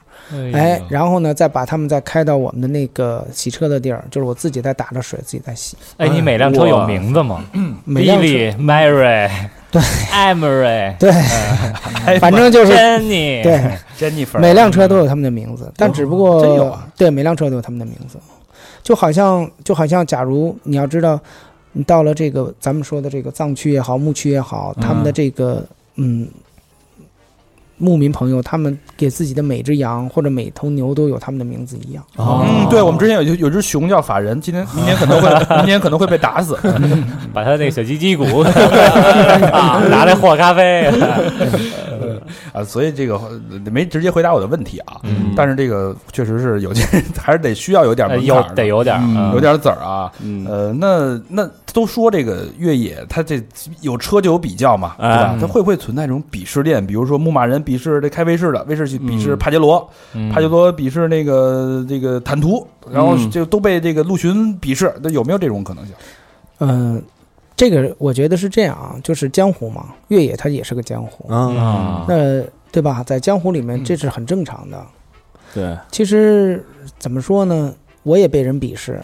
E: 哎，然后呢，再把它们再开到我们的那个洗车的地儿，就是我自己再打着水自己再洗。
D: 哎，你每辆车有名字吗？
E: 每辆车
D: Lily、Mary、
E: 对
D: Emery、
E: 对，反正就是
D: Jenny，
E: 对，
B: Jennifer，
E: 每辆车都有他们的名字，但只不过、
B: 哦真有啊
E: 对每辆车都有他们的名字，就好像就好像，假如你要知道，你到了这个咱们说的这个藏区也好，牧区也好，他们的这个嗯牧民朋友，他们给自己的每只羊或者每头牛都有他们的名字一样。
D: 哦
A: 嗯，对，我们之前有有只熊叫法人，今天明年可能会明年可能会被打死。
D: 把他那小鸡鸡 骨啊拿来和咖啡，
A: 啊，所以这个呃没直接回答我的问题啊，
D: 嗯
A: 但是这个确实是有些人 还是得需要有点
D: 呃
A: 门槛
D: 有
A: 儿的
D: 得有点儿，
G: 嗯
D: 嗯
A: 有点籽儿啊。
G: 嗯
A: 呃，那那都说这个越野，它这有车就有比较嘛，对
B: 哎
A: 吧？它会不会存在这种鄙视链？比如说牧马人鄙视这开威士的，威士忌鄙视帕杰罗，
D: 嗯
A: 帕杰罗鄙视那个这个坦途，然后
B: 嗯
A: 就都被这个陆巡鄙视，那有没有这种可能性？
E: 嗯、这个我觉得是这样啊，就是江湖嘛，越野它也是个江湖，
C: 嗯，
B: 啊，
E: 那对吧？在江湖里面这是很正常的。
G: 对，
E: 其实怎么说呢，我也被人鄙视。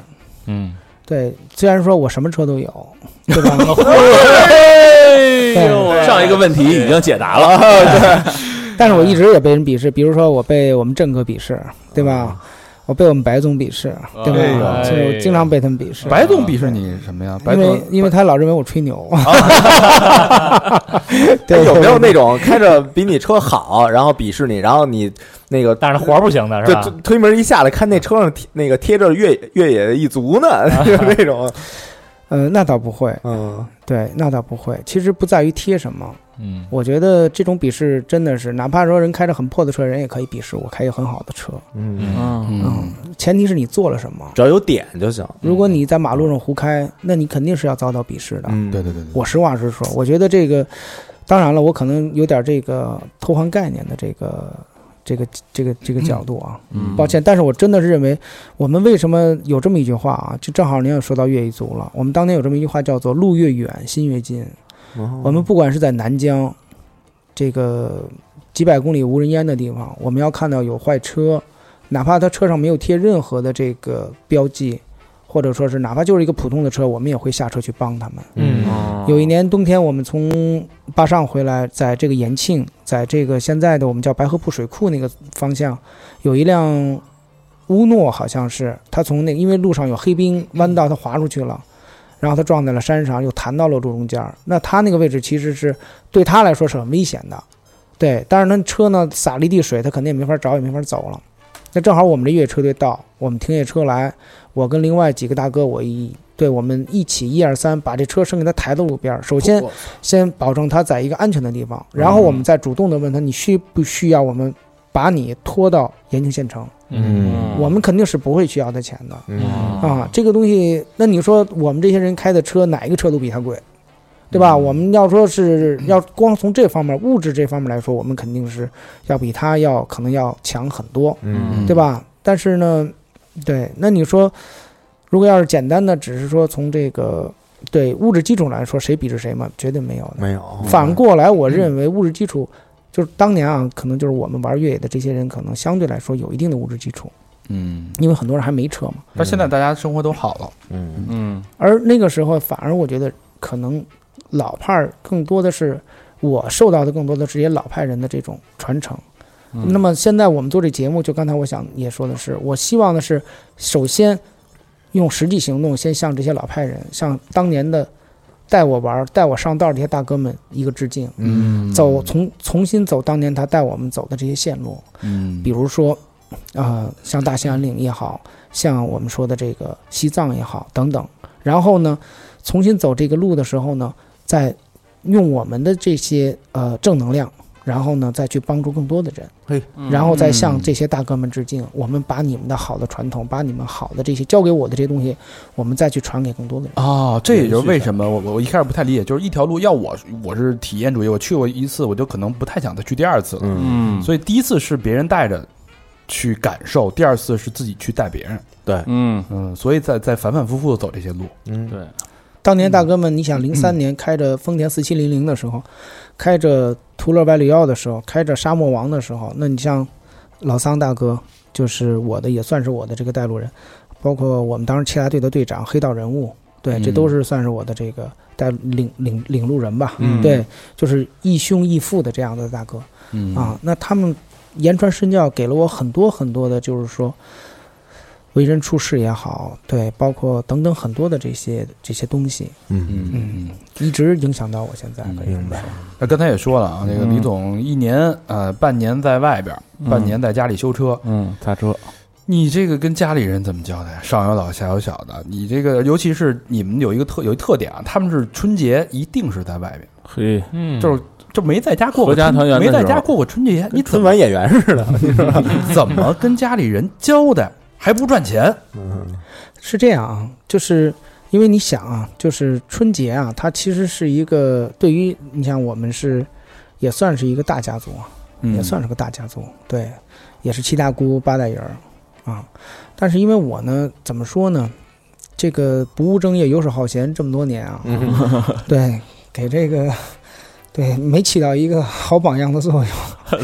D: 嗯，
E: 对，虽然说我什么车都有，对吧？
D: 哎
E: 对，
G: 上一个问题已经解答了，
C: 啊
E: 但是我一直也被人鄙视，比如说我被我们郑哥鄙视，对吧？我被我们白总鄙视，对吧？
D: 哎
E: 就
D: 呦
E: 经常被他们鄙视。
A: 白总鄙视你什么呀？白
E: 因
A: 总
E: 为因为他老认为我吹牛， 对，
C: 哎有没有那种开着比你车好，然后鄙视你，然后你那 个
D: 但是活儿不行的是
C: 就
D: 吧
C: 推？推门一下来，看那车上贴那个贴着越野越野一族呢， 就是那种，
E: 呃，那倒不会，
C: 嗯
E: 对，那倒不会。其实不在于贴什么，
D: 嗯
E: 我觉得这种鄙视真的是，哪怕说人开着很破的车，人也可以鄙视我开一个很好的车。
C: 嗯，
B: 嗯，
E: 嗯，前提是你做了什么。
C: 只要有点就行。
E: 如果你在马路上胡开，那你肯定是要遭到鄙视的。
C: 嗯，
A: 对对对对，
E: 我实话实说，我觉得这个，当然了，我可能有点这个偷换概念的这个这个这个这个角度啊，
A: 嗯
E: 抱歉，但是我真的是认为，我们为什么有这么一句话啊？就正好您也说到越一族了，我们当年有这么一句话叫做“路越远，心越近”。
C: 哦
E: 我们不管是在南疆这个几百公里无人烟的地方，我们要看到有坏车，哪怕他车上没有贴任何的这个标记，或者说是哪怕就是一个普通的车，我们也会下车去帮他们。
D: 嗯
C: 哦
E: 有一年冬天，我们从坝上回来，在这个延庆，在这个现在的我们叫白河铺水库那个方向，有一辆乌诺，好像是它从那因为路上有黑冰弯道，它滑出去了，然后它撞在了山上，又弹到了路中间儿。那它那个位置其实是对它来说是很危险的，对。但是那车呢撒了一地水，它肯定也没法找，也没法走了。那正好我们这越野车队到，我们停下车来，我跟另外几个大哥，我一对我们一起一二三把这车身给他抬到路边儿。首先先保证他在一个安全的地方，然后我们再主动的问他，你需不需要我们把你拖到延庆县城？
C: 嗯
E: 我们肯定是不会需要他钱的
C: 嗯
E: 啊。这个东西，那你说我们这些人开的车，哪一个车都比他贵，对吧？我们要说是要光从这方面物质这方面来说，我们肯定是要比他要可能要强很多。
C: 嗯
E: 对吧？但是呢，对，那你说，如果要是简单的，只是说从这个对物质基础来说，谁鄙视谁嘛？绝对没有的。
C: 没有，
E: 反过来，我认为物质基础就是当年啊，可能就是我们玩越野的这些人，可能相对来说有一定的物质基础，
A: 嗯，
E: 因为很多人还没车嘛。
A: 但现在大家生活都好了，
C: 嗯
B: 嗯
E: 而那个时候，反而我觉得可能老派儿更多的是我受到的更多的是这些老派人的这种传承。那么现在我们做这节目，就刚才我想也说的是，我希望的是，首先用实际行动先向这些老派人，向当年的带我玩儿、带我上道儿这些大哥们一个致敬，
C: 嗯
E: 走从重新走当年他带我们走的这些线路，
A: 嗯
E: 比如说，呃，像大兴安岭也好像我们说的这个西藏也好等等。然后呢，重新走这个路的时候呢，再用我们的这些呃正能量，然后呢再去帮助更多的人，
D: 嗯
E: 然后再向这些大哥们致敬。我们把你们的好的传统，把你们好的这些交给我的这些东西，我们再去传给更多的人。
A: 哦，这也就是为什么我我我一开始不太理解，就是一条路，要我我是体验主义，我去过一次，我就可能不太想再去第二次了。
C: 嗯
B: 嗯，
A: 所以第一次是别人带着去感受，第二次是自己去带别人。
B: 以嗯
A: 嗯，所以在在反反复复的走这些路。
C: 嗯
B: 对
E: 当年大哥们，你想零三年开着丰田四七零零的时候，开着途乐 Y 六幺的时候，开着沙漠王的时候，那你像老桑大哥，就是我的也算是我的这个带路人，包括我们当时切拉队的队长黑道人物，对，这都是算是我的这个带领领领路人吧，
C: 嗯
E: 对，就是义兄义父的这样的大哥，
A: 嗯
E: 啊，那他们言传身教给了我很多很多的，就是说为人处事也好，对，包括等等很多的这些这些东西，
C: 嗯，
A: 嗯嗯嗯。
E: 一直影响到我现在。可以
C: 明白。
A: 那刚才也说了啊，那个李总一年呃半年在外边，半年在家里修车，
D: 嗯，擦车，
A: 你这个跟家里人怎么交代？上有老下有小的，你这个尤其是你们有一个特有一特点啊，他们是春节一定是在外边，
B: 嘿，
D: 嗯
A: 就是就没在家过过
B: 合家
A: 春
B: 团圆的
A: 没在
B: 时候
A: 家过过春节，你怎
C: 春
A: 么
C: 晚演员似的，
A: 怎么跟家里人交代？还不赚钱，
E: 是这样啊，就是因为你想啊，就是春节啊，它其实是一个对于你像我们是也算是一个大家族啊，
A: 嗯
E: 也算是个大家族，对，也是七大姑八大姨儿啊。但是因为我呢，怎么说呢，这个不务正业、游手好闲这么多年啊，对，给这个对没起到一个好榜样的作用。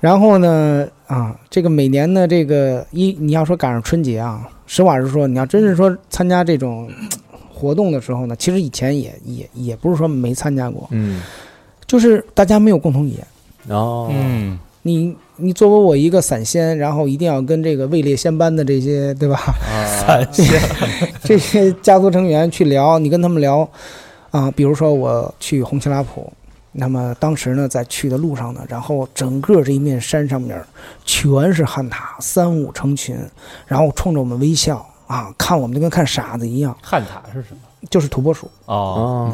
E: 然后呢，啊，这个每年的这个一，你要说赶上春节啊，实话实说，你要真是说参加这种呃活动的时候呢，其实以前也也也不是说没参加过，
C: 嗯，
E: 就是大家没有共同语言。
C: 然后
D: 嗯，
E: 你你作为我一个散仙，然后一定要跟这个位列仙班的这些对吧？ 散仙这些家族成员去聊，你跟他们聊啊、比如说我去红旗拉普，那么当时呢在去的路上呢，然后整个这一面山上面儿全是汉塔，三五成群，然后冲着我们微笑啊，看我们就跟看傻子一样，
D: 汉塔是什么？
E: 就是土拨鼠。
D: 哦，
C: 哦，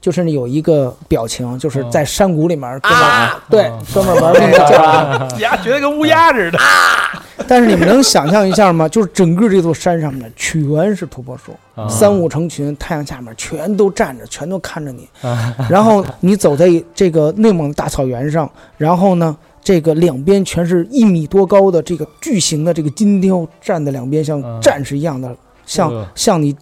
E: 就是有一个表情，就是在山谷里面，哥们儿、
F: 啊，
E: 对哥们儿玩那个叫
F: 牙觉得跟乌鸦似的。
E: 但是你们能想象一下吗？就是整个这座山上面全是土拨鼠，
D: 啊
E: 三五成群，太阳下面全都站着，全都看着你。然后你走在这个内蒙大草原上，然后呢，这个两边全是一米多高的这个巨型的这个金雕站在两边，像
D: 嗯
E: 战士一样的，像
D: 嗯
E: 像你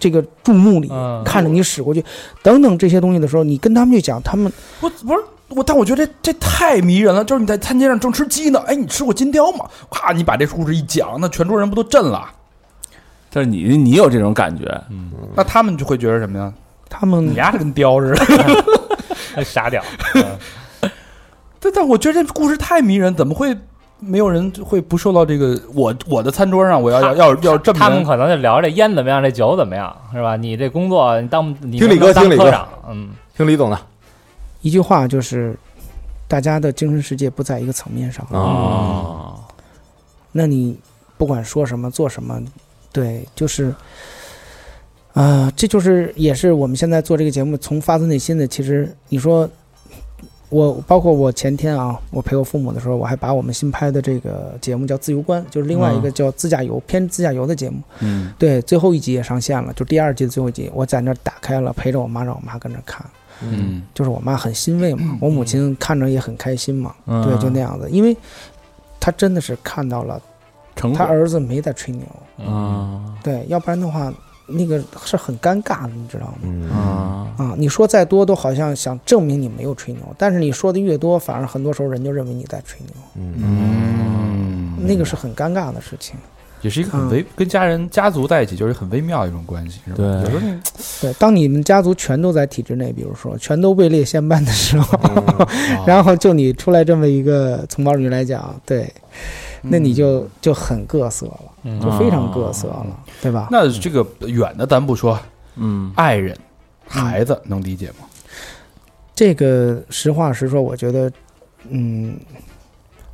E: 这个注目礼
D: 嗯
E: 看着你驶过去，等等这些东西的时候，你跟他们去讲，他们
A: 不不是我，但我觉得这这太迷人了。就是你在餐街上正吃鸡呢，哎，你吃过金雕吗？咔，你把这故事一讲，那全桌人不都震了？
B: 但是你你有这种感觉，
A: 那他们就会觉得什么呀？
E: 他们
A: 你丫是跟雕似的。
D: 傻屌，
A: 但但我觉得这故事太迷人，怎么会没有人会不受到这个？我我的餐桌上，我要要要要这么
D: 他们
A: 人
D: 可能就聊这烟怎么样，这酒怎么样，是吧？你这工作，你当你
C: 听李哥
D: 能不能当
C: 听李哥
D: 科长，嗯，
C: 听李总的
E: 一句话就是，大家的精神世界不在一个层面上。
C: 啊，
E: 那你不管说什么做什么，对，就是，啊、这就是也是我们现在做这个节目，从发自内心的。其实你说我，包括我前天啊，我陪我父母的时候，我还把我们新拍的这个节目叫《自由观》，就是另外一个叫自驾游、偏自驾游的节目，
B: 嗯，
E: 对，最后一集也上线了，就第二季的最后一集，我在那儿打开了，陪着我妈，让我妈跟着看。
B: 嗯，
E: 就是我妈很欣慰嘛，我母亲看着也很开心嘛，
D: 嗯
E: 对，就那样子，因为她真的是看到了
B: 成
E: 他
B: 果
E: 儿子没在吹牛，
A: 嗯
B: 啊
E: 对，要不然的话，那个是很尴尬的，你知道吗？
C: 嗯，
B: 啊，
E: 啊，你说再多都好像想证明你没有吹牛，但是你说的越多，反而很多时候人就认为你在吹牛，
A: 嗯，
E: 那个嗯是很尴尬的事情。
A: 也是一个很微跟家人家族在一起，就是很微妙的一种关系，是吧？
B: 对
A: 有时候那
E: 对，当你们家族全都在体制内，比如说全都位列仙班的时候， 然后就你出来这么一个从保女来讲，对，
A: 嗯
E: 那你就就很各色了，
D: 嗯
E: 就非常各色了，对吧？
A: 那这个远的咱不说，
B: 嗯，
A: 爱人、孩子能理解吗？
E: 这个实话实说，我觉得，嗯，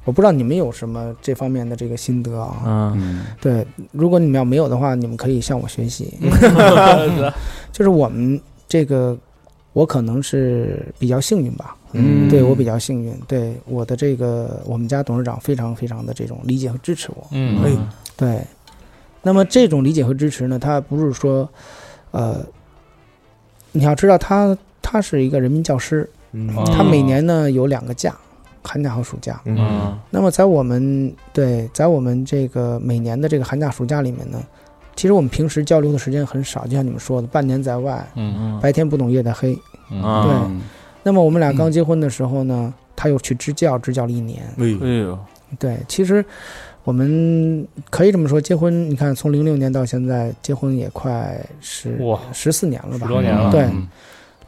E: 我不知道你们有什么这方面的这个心得啊。
D: 嗯
A: 嗯，
E: 对，如果你们要没有的话，你们可以向我学习。
D: 嗯
E: 就是我们这个，我可能是比较幸运吧。
A: 嗯
E: 对我比较幸运，对我的这个我们家董事长非常非常的这种理解和支持我。
D: 嗯
E: 哎对，那么这种理解和支持呢，他不是说，呃，你要知道他他是一个人民教师，
C: 嗯
D: 嗯
E: 他每年呢有两个假，寒假和暑假。那么在我们对在我们这个每年的这个寒假暑假里面呢，其实我们平时交流的时间很少，就像你们说的，半年在外，
D: 嗯
E: 白天不懂夜的黑。
D: 嗯
E: 对
B: 啊，
E: 那么我们俩刚结婚的时候呢，他又去支教，支教了一年。
B: 哎呦，
E: 对，其实我们可以这么说，结婚，你看从零六年到现在，结婚也快十
D: 哇，
E: 十四年了
D: 十
E: 吧？
D: 多年了，
E: 对，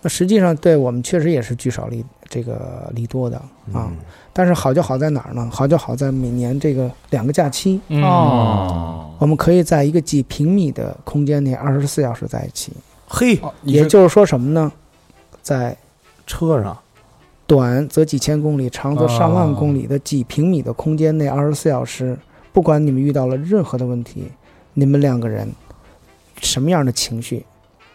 E: 那实际上对我们确实也是聚少离这个离多的
C: 嗯
E: 啊。但是好就好在哪儿呢？好就好在每年这个两个假期，
D: 嗯
B: 哦，
E: 我们可以在一个几平米的空间内二十四小时在一起。
C: 嘿，
A: 哦
E: 也就是说什么呢？在
C: 车上
E: 短则几千公里，长则上万公里的几平米的空间内，二十四小时，不管你们遇到了任何的问题，你们两个人什么样的情绪，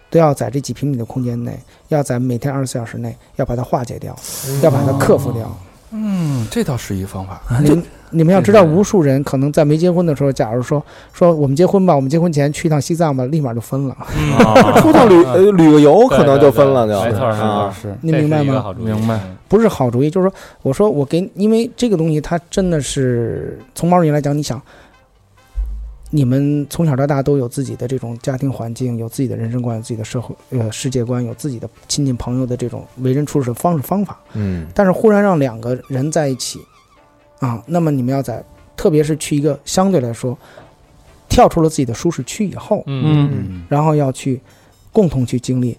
E: 都要在这几平米的空间内，要在每天二十四小时内要把它化解掉，要把它克服掉。
G: 嗯，这倒是一方法。
E: 你们你们要知道，无数人可能在没结婚的时候，假如说说我们结婚吧，我们结婚前去一趟西藏吧，立马就分了。
D: 嗯
C: 出趟旅呃旅个游可能就分了，就
D: 对对对没错没错
C: 啊，
B: 是
E: 你明白吗？
D: 吗
B: 明白，
E: 不是好主意，就是说，我说我给，因为这个东西它真的是从毛主义来讲，你想，你们从小到大都有自己的这种家庭环境，有自己的人生观，有自己的社会呃世界观，有自己的亲戚朋友的这种为人处事的方式方法，
C: 嗯
E: 但是忽然让两个人在一起，啊，那么你们要在，特别是去一个相对来说跳出了自己的舒适区以后，
D: 嗯
C: 嗯
E: 然后要去共同去经历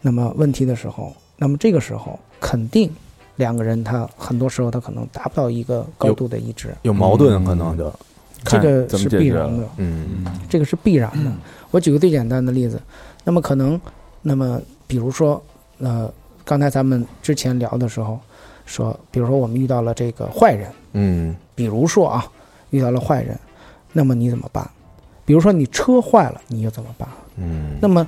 E: 那么问题的时候，那么这个时候肯定两个人他很多时候他可能达不到一个高度的一致，
C: 有矛盾可能就
E: 这个
A: 看怎么
E: 是
A: 解
E: 必
A: 决嗯
E: 然
A: 了
E: 的，
C: 嗯
E: 这个是必然的。我举个最简单的例子，那么可能，那么比如说，呃，刚才咱们之前聊的时候说，比如说我们遇到了这个坏人，
C: 嗯
E: 比如说啊，遇到了坏人，那么你怎么办？比如说你车坏了，你又怎么办？
C: 嗯，
E: 那么，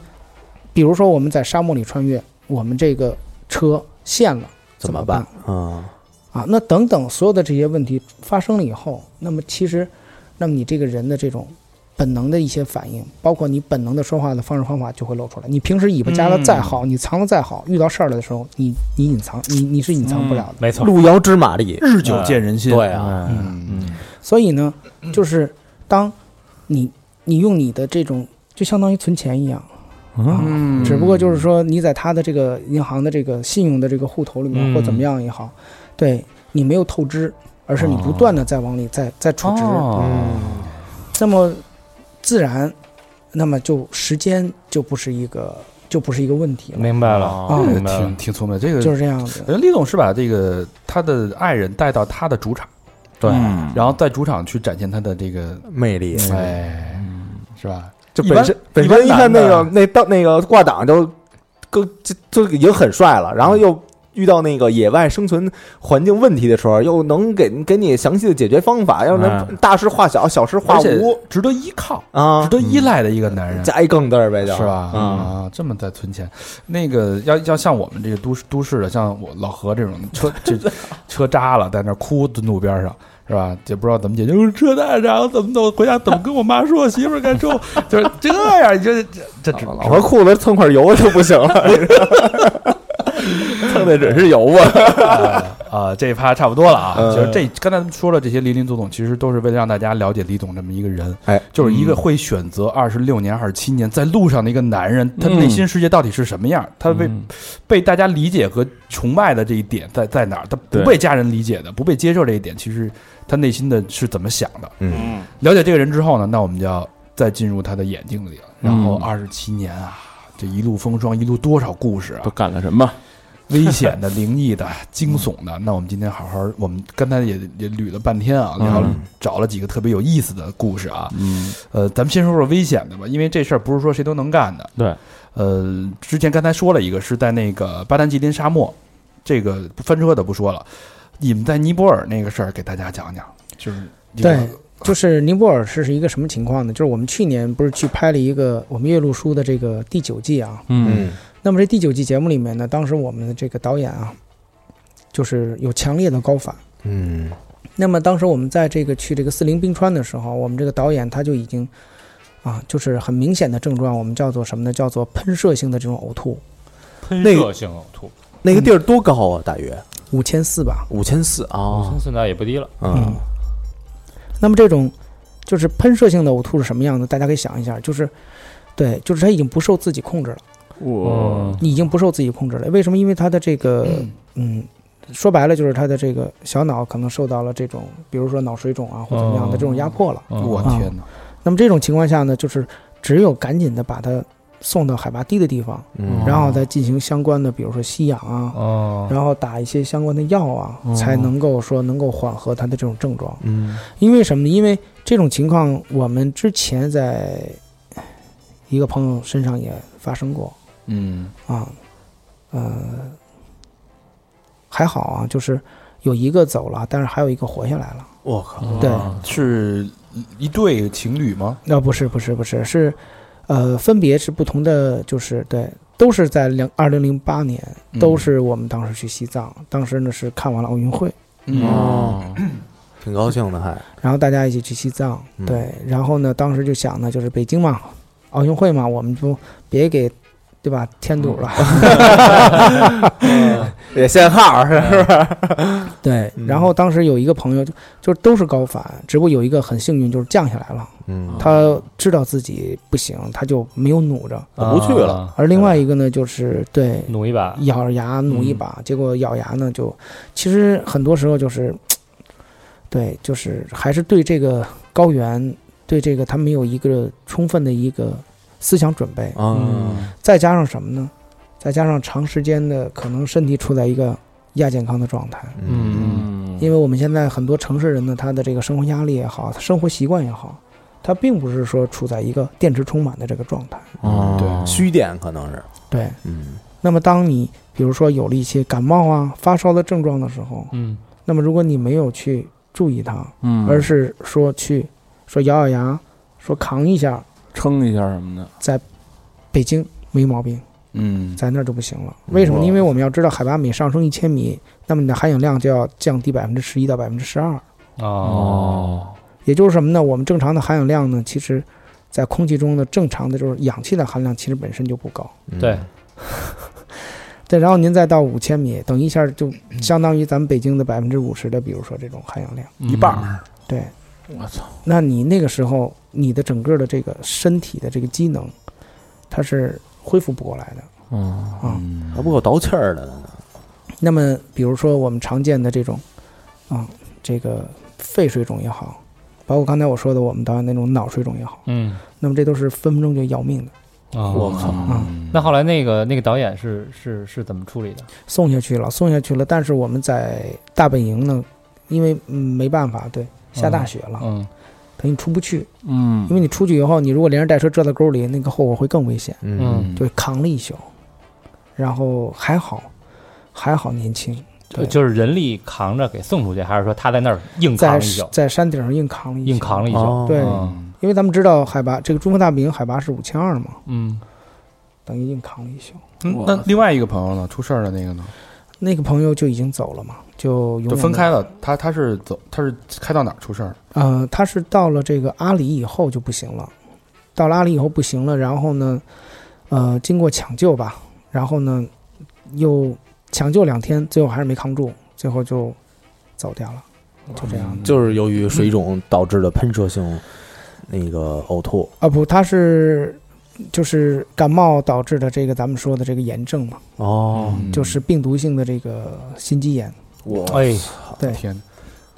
E: 比如说我们在沙漠里穿越，我们这个车陷了，
C: 怎
E: 么
C: 么办？啊？
E: 啊？那等等所有的这些问题发生了以后，那么其实，那么你这个人的这种本能的一些反应，包括你本能的说话的方式方法就会露出来。你平时尾巴夹的再好，你藏的再好，遇到事儿了的时候，你你隐藏，你你是隐藏不了的。
D: 没错，
C: 路遥知马力，
A: 日久见人心。嗯
C: 对
D: 嗯
C: 啊，
E: 所以呢，
B: 嗯
E: 就是当你你用你的这种，就相当于存钱一样。
B: 嗯
E: 只不过
A: 哦
E: 就是说你在他的这个银行的这个信用的这个户头里面、
D: 嗯
E: 或怎么样也好，对你没有透支，而是你不断的在往里再再储值，
B: 哦，
E: 那么自然，那么就时间就不是一个就不是一个问题了，
D: 嗯明白了，
E: 啊
A: 哦这个
D: 明白了
A: 挺挺聪明的，这个
E: 就是这样子。
A: 呃李总是把这个他的爱人带到他的主场，嗯
G: 对
A: 然后在主场去展现他的这个，
C: 魅力。
A: 哎，是吧？
C: 就
A: 一
C: 本
A: 般
C: 身本
A: 一般
C: 身一看那
A: 男
C: 个
A: 的
C: 那到那个挂档就更就就已经很帅了，然后又遇到那个野外生存环境问题的时候，又能给给你详细的解决方法，要能大事化小，小事化
A: 而且
C: 无
A: 值得依靠、值
C: 啊，嗯
A: 得依赖的一个男人，
C: 加一更字儿呗，就是
A: 吧？
C: 嗯，
A: 啊，这么在存钱，那个要要像我们这个都市都市的，像我老何这种车这 车扎了，在那儿哭蹲路边上。是吧？也不知道怎么解决，就是车太长，怎么弄？回家怎么跟我妈说？媳妇儿该说， 就是这样，这这这这
C: 老婆裤子蹭块油就不行了， 蹭的准是油 啊，
A: 啊，这一趴差不多了啊。
C: 嗯
A: 就是这刚才咱们说了这些林林总总，其实都是为了让大家了解李总这么一个人。
C: 哎，
A: 就是
G: 嗯
A: 一个会选择二十六年、二十七年在路上的一个男人，他
G: 嗯
A: 内心世界到底是什么样？他被被大家理解和崇拜的这一点在在哪儿？他不
G: 对
A: 被家人理解的，不被接受这一点，其实他内心的是怎么想的？
C: 嗯，
B: 嗯，
A: 了解这个人之后呢，那我们就要再进入他的眼睛里了。
G: 嗯
A: 然后二十七年啊，这一路风霜，一路多少故事啊
G: 都！干了什么？嗯
A: 危险的、灵 异的、惊悚的。那我们今天好好，我们刚才也也捋了半天啊，聊了找了几个特别有意思的故事啊。
G: 嗯，
A: 呃，咱们先说说危险的吧，因为这事儿不是说谁都能干的。
G: 对，
A: 呃，之前刚才说了一个是在那个巴丹吉林沙漠，这个翻车的不说了，你们在尼泊尔那个事儿给大家讲讲，就是这个
E: 对，就是尼泊尔是是一个什么情况呢？就是我们去年不是去拍了一个我们岳麓书的这个第九季啊，
C: 嗯
E: 那么这第九季节目里面呢，当时我们的这个导演啊，就是有强烈的高反。
C: 嗯
E: 那么当时我们在这个去这个四零冰川的时候，我们这个导演他就已经啊，就是很明显的症状，我们叫做什么呢？叫做喷射性的这种呕吐，
D: 喷
C: 那个
D: 射性呕吐，
C: 那个地儿多高啊？大约
E: 五千四吧。嗯
C: 五千四啊
D: 五，千寸大也不低了，
C: 嗯，
E: 那么这种就是喷射性的呕吐是什么样的，大家可以想一下，就是对，就是它已经不受自己控制了。
C: 嗯
B: 我
E: 已经不受自己控制了。为什么？因为他的这个，嗯，说白了就是他的这个小脑可能受到了这种，比如说脑水肿啊或怎么样的这种压迫了。
D: 嗯
G: 我
E: 啊
G: 天哪！
E: 那么这种情况下呢，就是只有赶紧的把它送到海拔低的地方，
C: 嗯
E: 然后再进行相关的，比如说吸氧啊，
D: 哦，
E: 然后打一些相关的药啊，才能够说能够缓和他的这种症状。
C: 嗯
E: 因为什么呢？因为这种情况我们之前在一个朋友身上也发生过。
G: 嗯
E: 啊，呃，还好啊，就是有一个走了，但是还有一个活下来了。
C: 我靠，
E: 对，
D: 哦
A: 是一对情侣吗？
E: 那、啊不是不是不是是，呃，分别是不同的，就是对，都是在两二零零八年，
A: 嗯
C: 嗯
E: 都是我们当时去西藏，当时呢是看完了奥运会，
A: 嗯
D: 嗯
C: 哦，挺高兴的还，
E: 然后大家一起去西藏，
C: 嗯
E: 对，然后呢，当时就想呢，就是北京嘛，奥运会嘛，我们就别给。对吧？添
C: 嗯
E: 堵了，
D: 嗯
C: 也限号是吧？
E: 对。
C: 嗯
E: 然后当时有一个朋友，就就都是高反，只不过有一个很幸运，就是降下来了。
C: 嗯
E: 他知道自己不行，他就没有努着。
C: 不去了，
E: 而另外一个呢，就是对
D: 啊努一把，
E: 咬着牙努一把，结果咬牙呢就，其实很多时候就是，对，就是还是对这个高原，对这个他没有一个充分的一个思想准备，
C: 嗯，
E: 再加上什么呢？再加上长时间的可能身体处在一个亚健康的状态，
C: 嗯
G: 嗯
E: 因为我们现在很多城市人呢，他的这个生活压力也好，他生活习惯也好，他并不是说处在一个电池充满的这个状态。
C: 哦，对，虚电可能是，
E: 对，
C: 嗯
E: 那么当你比如说有了一些感冒啊、发烧的症状的时候，
D: 嗯
E: 那么如果你没有去注意它，
B: 嗯
E: 而是说去说咬咬牙，说扛一下，
B: 撑一下什么的，
E: 北京没毛病，
B: 嗯
E: 在那儿就不行了。为什么？
C: 哇
E: 因为我们要知道海拔每上升一千米，那么你的含氧量就要降低百分之十一到百分之十二。
D: 哦，
E: 也就是什么呢？我们正常的含氧量呢，其实，在空气中的正常的就是氧气的含量其实本身就不高。
C: 嗯
D: 对，
E: 对，然后您再到五千米，等一下就相当于咱们北京的百分之五十的，比如说这种含氧量。
D: 一半儿，
E: 对，我操！那你那个时候，你的整个的这个身体的这个机能，它是恢复不过来的。
D: 嗯
E: 啊
A: 嗯
C: 还不够倒气儿的呢，
E: 那么，比如说我们常见的这种，啊、这个肺水肿也好，包括刚才我说的我们导演那种脑水肿也好，
D: 嗯，
E: 那么这都是分分钟就要命的。
D: 我
C: 靠，
E: 啊
D: 那后来那个那个导演是是是怎么处理的？
E: 送下去了，送下去了。但是我们在大本营呢，因为、嗯、没办法，对，下大雪了，
D: 嗯
E: 等你出不去，
B: 嗯
E: 因为你出去以后，你如果连人带车折到沟里，那个后果会更危险。
C: 嗯
E: 对，扛了一宿，然后还好，还好年轻，对
D: 就是人力扛着给送出去，还是说他在那儿硬扛
E: 在
D: 了一宿，
E: 在山顶上硬扛了一宿
D: 硬扛了一宿？
C: 哦，
E: 对，
D: 嗯
E: 因为咱们知道海拔，这个中国大本营海拔是五千二嘛，
D: 嗯，
E: 等于硬扛了一宿。
A: 嗯那另外一个朋友呢？出事儿的那个呢？
E: 那个朋友就已经走了嘛，就永
A: 就
E: 远
A: 分
E: 没
A: 开。了。他他是走，他是开到哪儿出事儿？
E: 呃，他是到了这个阿里以后就不行了，到了阿里以后不行了，然后呢，呃，经过抢救吧，然后呢，又抢救两天，最后还是没扛住，最后就走掉了，就这样。
C: 就是由于水肿导致的喷射性那个呕吐，
E: 啊，不，他是就是感冒导致的这个咱们说的这个炎症嘛，
C: 哦，
A: 嗯
E: 就是病毒性的这个心肌炎。
C: 我
D: 哎，
A: 天，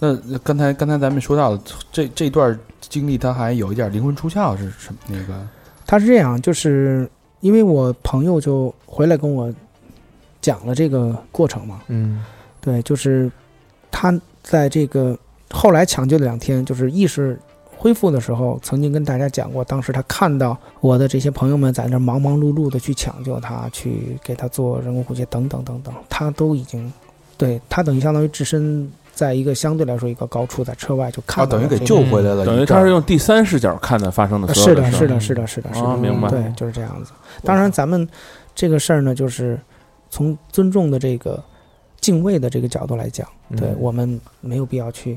A: 那那刚才刚才咱们说到了这这段经历，他还有一点灵魂出窍是什么？那个
E: 他是这样，就是因为我朋友就回来跟我讲了这个过程嘛，
C: 嗯
E: 对，就是他在这个后来抢救的两天，就是意识。恢复的时候，曾经跟大家讲过，当时他看到我的这些朋友们在那忙忙碌碌的去抢救他，去给他做人工呼吸等等等等，他都已经，对他等于相当于置身在一个相对来说一个高处，在车外就看
A: 啊，
E: 到
A: 等于
E: 了
A: 给
E: 这个呃
A: 救回来了，
B: 等于他是用第三视角看的发生的所
E: 是
B: 有
E: 的，
B: 事儿，
E: 是的，是的，是的，是的
B: 啊，，明白，
E: 对，就是这样子。当然，咱们这个事儿呢，就是从尊重的这个敬畏的这个角度来讲，对
C: 嗯
E: 我们没有必要去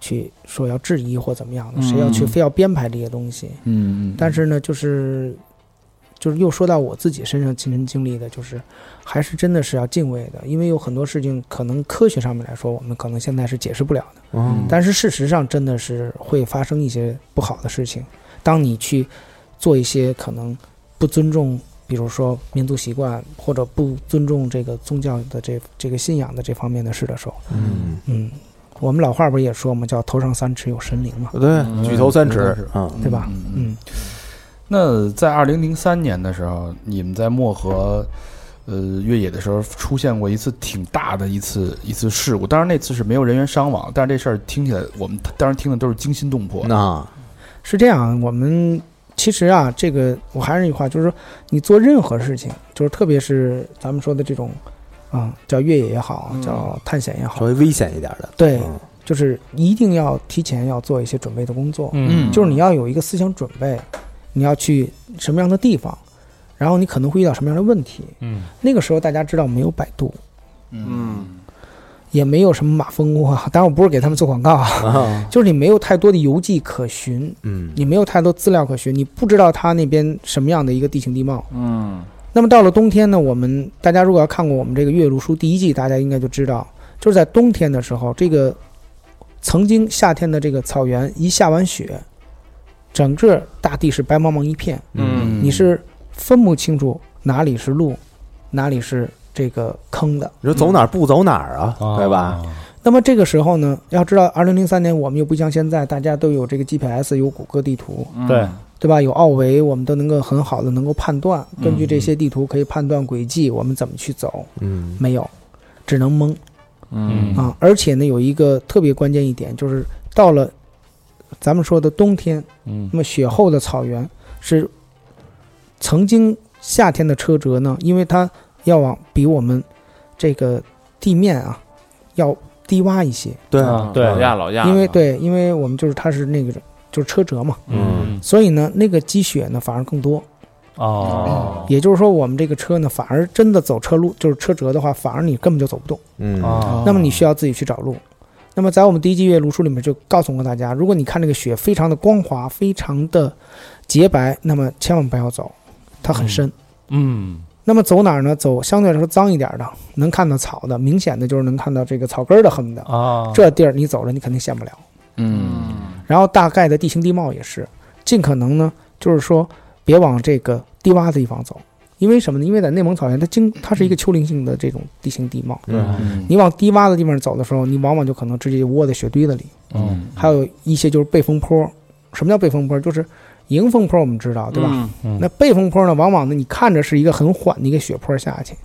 E: 去说要质疑或怎么样的，
C: 嗯
E: 嗯
B: 嗯
A: 嗯
E: 谁要去非要编排这些东西。
B: 嗯，嗯
E: 但是呢，就是就是又说到我自己身上亲身经历的，就是还是真的是要敬畏的，因为有很多事情可能科学上面来说，我们可能现在是解释不了的，
C: 嗯
E: 但是事实上真的是会发生一些不好的事情。当你去做一些可能不尊重，比如说民族习惯或者不尊重这个宗教的这这个信仰的这方面的事的时候，
C: 嗯，
E: 嗯，我们老话不是也说嘛，叫头上三尺有神灵嘛，
C: 嗯对，举头三尺啊，
E: 对吧？
A: 嗯
E: 嗯，
A: 那在二零零三年的时候，你们在漠河，呃，越野的时候出现过一次挺大的一次一次事故。当然那次是没有人员伤亡，但是这事儿听起来，我们当时听的都是惊心动魄。
C: 那
E: 是这样，我们其实啊，这个我还是那句话，就是说你做任何事情，就是特别是咱们说的这种，啊、叫越野也好，叫探险也
C: 稍
E: 好，
C: 微危险一点的，
E: 对
C: 嗯
E: 就是一定要提前要做一些准备的工作，
D: 嗯
E: 就是你要有一个思想准备，你要去什么样的地方，然后你可能会遇到什么样的问题。
D: 嗯，
E: 那个时候大家知道没有百度，
F: 嗯
E: 也没有什么马蜂窝啊，当然我不是给他们做广告啊，
C: 啊，
E: 就是你没有太多的游记可循，
C: 嗯，
E: 你没有太多资料可循，你不知道它那边什么样的一个地形地貌。
B: 嗯
E: 那么到了冬天呢，我们大家如果要看过我们这个《岳麓书》第一季，大家应该就知道，就是在冬天的时候，这个曾经夏天的这个草原一下完雪，整个大地是白茫茫一片，
C: 嗯
E: 你是分不清楚哪里是路，哪里是这个坑的。
C: 你说走哪儿不走哪儿啊，
D: 啊
C: 对吧？？
E: 那么这个时候呢，要知道，二零零三年我们又不像现在，大家都有这个 GPS，有谷歌地图，
B: 嗯
D: 对，
E: 对吧？有奥维，我们都能够很好的能够判断，根据这些地图可以判断轨迹，我们怎么去走。
C: 嗯
E: 没有，只能蒙
B: 嗯
E: 啊！而且呢，有一个特别关键一点，就是到了咱们说的冬天，
B: 嗯
E: 那么雪后的草原是曾经夏天的车辙呢，因为它要往比我们这个地面啊要低洼一些，
C: 对
D: 啊对
B: 老亚老亚，
E: 因为对，因为我们就是它是那个就是车辙嘛，
D: 嗯
E: 所以呢，那个积雪呢反而更多。
D: 哦
E: 也就是说，我们这个车呢，反而真的走车路，就是车辙的话，反而你根本就走不动。
C: 嗯
D: 哦，
E: 那么你需要自己去找路。那么在我们第一季阅读书里面就告诉过大家，如果你看这个雪非常的光滑，非常的呃洁白，那么千万不要走，它很深。
D: 嗯
E: 那么走哪儿呢？走相对来说脏一点的，能看到草的，明显的就是能看到这个草根儿的，恨不得
D: 啊
E: 这地儿你走了你肯定陷不了。
A: 嗯
E: 然后大概的地形地貌也是，尽可能呢，就是说别往这个低洼的地方走，因为什么呢？因为在内蒙草原，它经它是一个丘陵性的这种地形地貌，
C: 嗯
A: 嗯
E: 你往低洼的地方走的时候，你往往就可能直接窝在雪堆子里。
A: 嗯
E: 哦还有一些就是背风坡。什么叫背风坡？就是迎风坡，我们知道，对吧？
B: 嗯
D: 嗯
E: 那背风坡呢，往往呢，你看着是一个很缓的一个雪坡下去，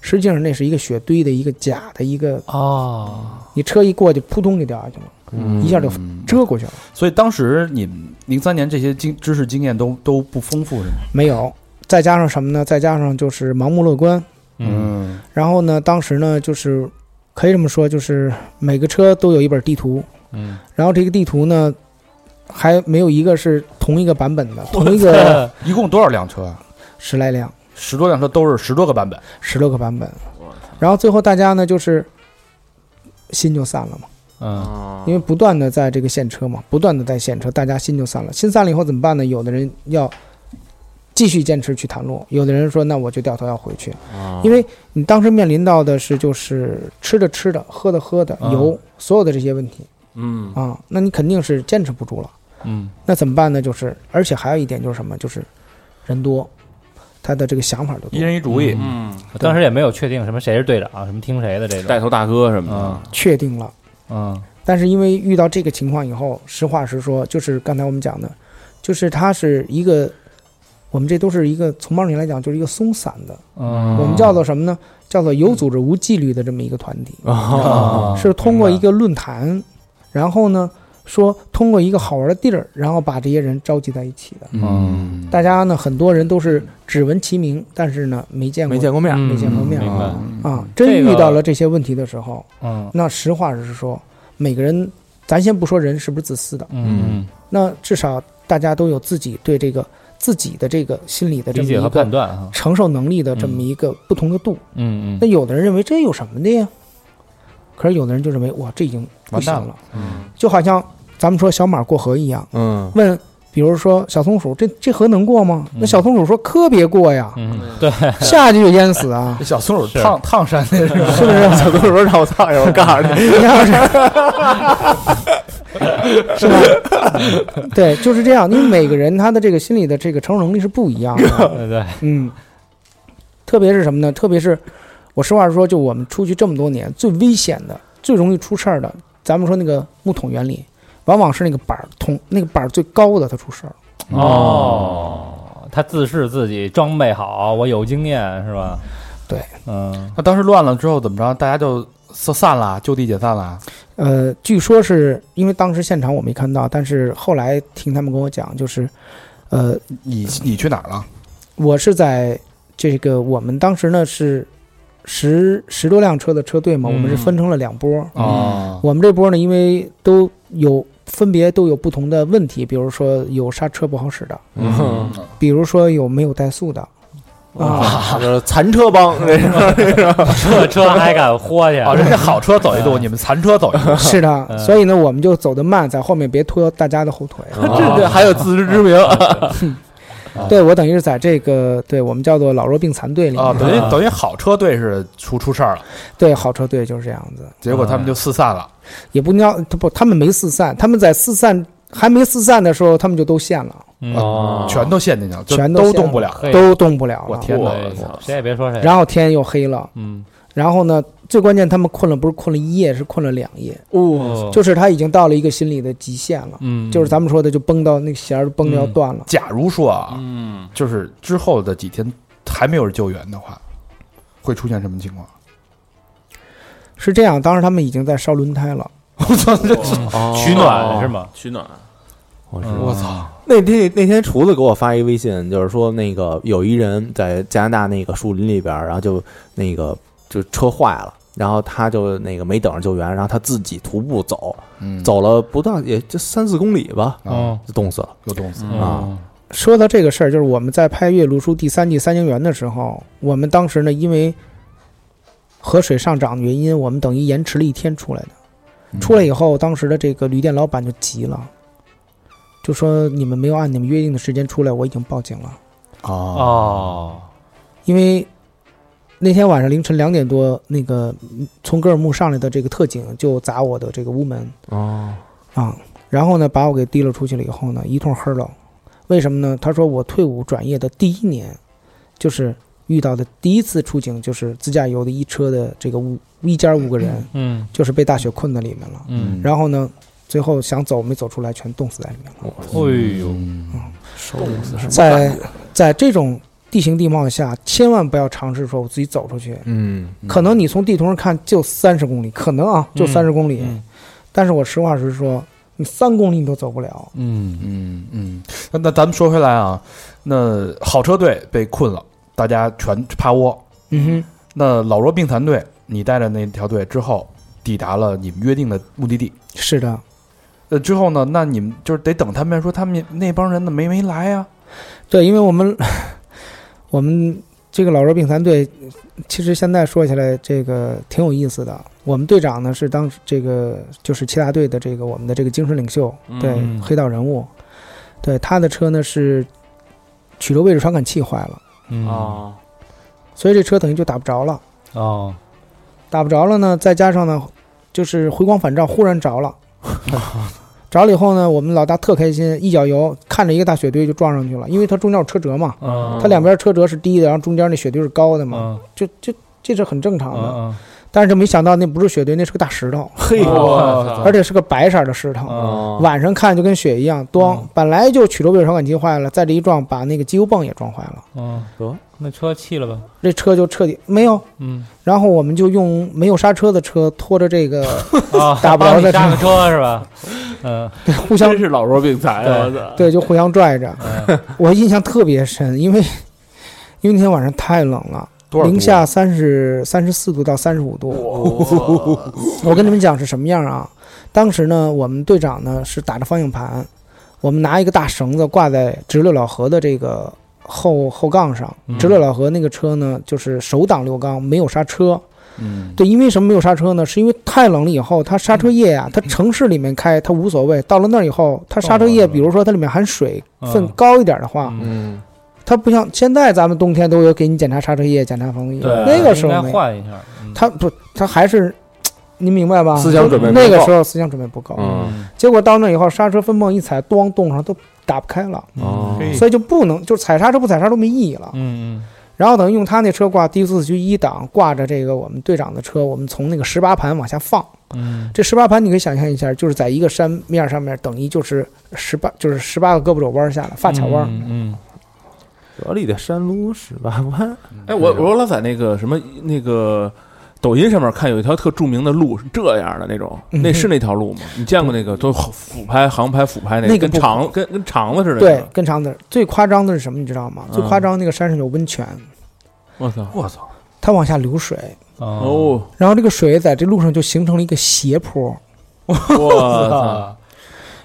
E: 实际上那是一个雪堆的一个假的一个，
D: 哦
E: 你车一过去，扑通就掉下去了，一下就
A: 嗯
E: 遮过去了。
A: 所以当时你们零三年这些经知识经验都都不丰富是吗？
E: 没有，再加上什么呢？再加上就是盲目乐观。
D: 嗯
E: 然后呢，当时呢，就是可以这么说，就是每个车都有一本地图，
D: 嗯，
E: 然后这个地图呢，还没有一个是同一个版本的，同一个
D: 这
A: 一共多少辆车啊？
E: 十来辆。
A: 十多辆车都是十多个版本。
E: 十多个版本，然后最后大家呢就是心就散了嘛，
D: 嗯
B: 哦啊
E: 因为不断的在这个现车嘛，不断的在现车，大家心就散了。心散了以后怎么办呢？有的人要继续坚持去探路，有的人说那我就掉头要回去，
B: 哦
D: 啊
E: 因为你当时面临到的是就是吃的吃的，喝的喝的，
D: 嗯
E: 油所有的这些问题
B: 嗯
E: 啊，那你肯定是坚持不住了。
D: 嗯
E: 那怎么办呢？就是而且还有一点就是什么？就是人多，他的这个想法就多
A: 一。人一主意，
B: 嗯，
D: 我 当时也没有确定什么谁是队长，什么听谁的这种。
B: 带头大哥什么的，
E: 确定了。
D: 嗯
E: 但是因为遇到这个情况以后，实话实说，就是刚才我们讲的，就是它是一个，我们这都是一个从某种意义来讲，就是一个松散的，
D: 嗯，
E: 我们叫做什么呢？叫做有组织无纪律的这么一个团体，
D: 啊
E: 是通过一个论坛，然后呢说通过一个好玩的地儿，然后把这些人召集在一起的。
A: 嗯，
E: 大家呢，很多人都是只闻其名，但是呢没见过，
C: 没见过面儿，
D: 嗯
E: 没见过面
D: 明白
E: 啊啊！
D: 嗯这
E: 真
D: 个
E: 遇到了这些问题的时候，
D: 嗯
E: 那实话实说，每个人，咱先不说人是不是自私的，
D: 嗯，
E: 那至少大家都有自己对这个自己的这个心理的这
D: 理
E: 么
D: 解
E: 一
D: 和判
E: 个
D: 断 嗯哈。
E: 承受能力的这么一个不同的度。
D: 嗯
E: 那有的人认为这有什么的呀？可是有的人就认为哇，这已经不行了，
A: 嗯
E: 就好像咱们说小马过河一样，
C: 嗯
E: 问。比如说小松鼠，这这河能过吗？
D: 嗯
E: 那小松鼠说：“可别过呀，
D: 嗯，对，
E: 下去就淹死啊！
H: 小松鼠
D: 是
H: 烫烫山那是
E: 是不是？
C: 啊小哥说让我操一 下，我告诉你，
E: 你要是，是吧？对，就是这样。因为每个人他的这个心理的这个承受能力是不一样 的。
D: 对对，
E: 嗯，特别是什么呢？特别是我实话实说，就我们出去这么多年，最危险的、最容易出事儿的，咱们说那个木桶原理，往往是那个板儿桶，那个板儿最高的它出事儿。
D: 哦，他自视自己装备好，我有经验是吧？
E: 对，
D: 嗯，
H: 那当时乱了之后怎么着？大家就散散了，就地解散了。
E: 呃，据说是因为当时现场我没看到，但是后来听他们跟我讲，就是，呃，
H: 你你去哪儿了？
E: 我是在这个我们当时呢是十十多辆车的车队嘛，
D: 嗯
E: 我们是分成了两波。
H: 哦，
E: 我们这波呢，因为都有分别都有不同的问题，比如说有刹车不好使的，
H: 嗯
E: 比如说有没有怠速 的，啊，
C: 就是残车帮，那是
D: 这车还敢豁去？
H: 哦，人家好车走一路，你们残车走 一路。
E: 啊是的，
D: 嗯啊
E: 所以呢，我们就走得慢，在后面别拖大家的后腿。
H: 这这还有自知之明啊！
E: 对我等于是在这个对我们叫做老弱病残队里
D: 啊
E: 面，
H: 啊等于等于好车队是出出事儿了，
E: 对好车队就是这样子。
H: 结果他们就四散了。
E: 也不尿，他不，他们没四散，他们在四散还没四散的时候，他们就都陷了，
D: 哦，
H: 全都陷进去了，就
E: 全都
H: 都
E: 陷
H: 动不了。
D: 嘿
E: 都动不了
H: 我
E: 了。
H: 天哪！
D: 我操谁也别说谁。
E: 然后天又黑了，
D: 嗯，
E: 然后呢，最关键他们困了，不是困了一夜，是困了两夜，
D: 哦
E: 就是他已经到了一个心理的极限了，
D: 嗯，
E: 就是咱们说的就崩到那个弦儿崩的要断了。
H: 假如说啊，
G: 嗯，
H: 就是之后的几天还没有人救援的话，会出现什么情况？
E: 是这样，当时他们已经在烧轮胎了，
H: 我
D: 哦
H: 操！这
D: 取暖是吗？
G: 取暖，
C: 哦
H: 我操！
C: 那天那天厨子给我发一微信，就是说那个有一人在加拿大那个树林里边儿，然后就那个就车坏了，然后他就那个没等着救援，然后他自己徒步走，
H: 嗯，
C: 走了不到也就三四公里吧，
A: 哦
D: 哦
H: 啊，
C: 就冻死了。
H: 有冻死
G: 嗯
C: 啊
E: 说到这个事儿，就是我们在拍《月如书》第三季《三清园》的时候，我们当时呢，因为河水上涨的原因，我们等于延迟了一天出来的。
H: 嗯
E: 出来以后，当时的这个旅店老板就急了，就说：“你们没有按你们约定的时间出来，我已经报警了。
H: 啊，
D: 哦，”
E: 因为那天晚上凌晨两点多，那个嗯从格尔木上来的这个特警就砸我的这个屋门，
C: 哦，
E: 啊，然后呢，把我给提溜出去了以后呢，一通黑了。为什么呢？他说我退伍转业的第一年，就是遇到的第一次出警，就是自驾游的一车的这个五一家五个人，
D: 嗯
E: 就是被大雪困在里面了。
D: 嗯，
E: 然后呢，最后想走没走出来，全冻死在里面了。
D: 哎呦，
H: 嗯
E: 在在这种地形地貌下，千万不要尝试说我自己走出去。
C: 嗯，
E: 可能你从地图上看就三十公里，可能啊就
D: 嗯
E: 三十公里，
D: 嗯
E: 但是我实话实说，你三公里你都走不了。
D: 嗯，
H: 嗯嗯。那那咱们说回来啊，那好车队被困了，大家全趴窝。
E: 嗯哼。
H: 那老弱病残队，你带着那条队之后，抵达了你们约定的目的地。
E: 是的，
H: 呃，之后呢？那你们就是得等他们说，他们那帮人呢没没来啊呀、
E: 对，因为我们 我们这个老弱病残队，其实现在说起来这个挺有意思的。我们队长呢是当时这个就是七大队的这个我们的这个精神领袖，对、
D: 嗯
E: 黑道人物，对他的车呢是曲轴位置传感器坏了，
D: 嗯
G: 哦，
E: 所以这车等于就打不着了，
D: 哦，
E: 打不着了呢，再加上呢就是回光返照，忽然着了。 着了以后呢，我们老大特开心，一脚油看着一个大雪堆就撞上去了，因为它中间有车辙嘛，
D: 嗯，
E: 它两边车辙是低的，然后中间那雪堆是高的嘛，
D: 嗯
E: 就就这是很正常的。
D: 嗯
E: 但是就没想到那不是雪堆，那是个大石头，
C: 嘿
H: 啊
D: 哦
E: 而且是个白色的石头。
D: 嗯，
B: 啊
E: 晚上看就跟雪一样，咣、本来就曲轴位传感器坏了，再这一撞，把那个机油泵也撞坏了，
D: 嗯，
C: 得
D: 那车弃了吧？
E: 这车就彻底没有。
D: 嗯
E: 然后我们就用没有刹车的车拖着这个，
D: 啊，
E: 打不着
D: 帮你
E: 的
D: 刹个车是吧？嗯，
E: 互相
G: 真是老弱病残啊，我操，
E: 对就互相拽着。我印象特别深，因为因为那天晚上太冷了，
H: 多少度
C: 啊
E: 零下三十三十四度到三十五度。 我跟你们讲是什么样啊？当时呢，我们队长呢是打着方向盘，我们拿一个大绳子挂在直六老河的这个后后杠上
D: 嗯。
E: 直六老河那个车呢，就是手挡六缸，没有刹车，
H: 嗯，
E: 对，因为什么没有刹车呢？是因为太冷了以后，它刹车液啊，它城市里面开它无所谓，到了那儿以后，它刹车液，
D: 哦
E: 比如说它里面含水分
D: 嗯
E: 高一点的话，
C: 嗯，
E: 它不像现在咱们冬天都有给你检查刹车液、检查防冻液，
D: 对，
E: 嗯那个时
D: 应该
E: 候没有，
D: 换一下。嗯
E: 它不，它还是，您明白吧？
C: 思想准备不够
E: 啊那个时候思想准备不够，
C: 嗯
E: 结果到那以后刹车分泵一踩，咣冻上都打不开了，
C: 哦
D: 嗯
E: 所以就不能就是踩刹车不踩刹都没意义了。
D: 嗯
E: 然后等于用他那车挂第四局一档，挂着这个我们队长的车，我们从那个十八盘往下放。
D: 嗯
E: 这十八盘你可以想象一下，就是在一个山面上面，等于就是十八就是十八个胳膊肘弯下来，发卡弯儿。
D: 嗯
C: 河里的山路十八弯，
B: 哎，我我老在那个什么那个抖音上面看有一条特著名的路是这样的那种，
E: 嗯
B: 那是那条路吗？你见过那个都俯拍、航拍、俯拍那
E: 那个
B: 跟
E: 不
B: 肠跟跟肠子似的？
E: 对，，跟长子最夸张的是什么？你知道吗？最夸张那个山上有温泉，
B: 我操！
H: 我操，
E: 它往下流水，
D: 哦，
B: 哦，
E: 然后这个水在这路上就形成了一个斜坡。
B: 我操！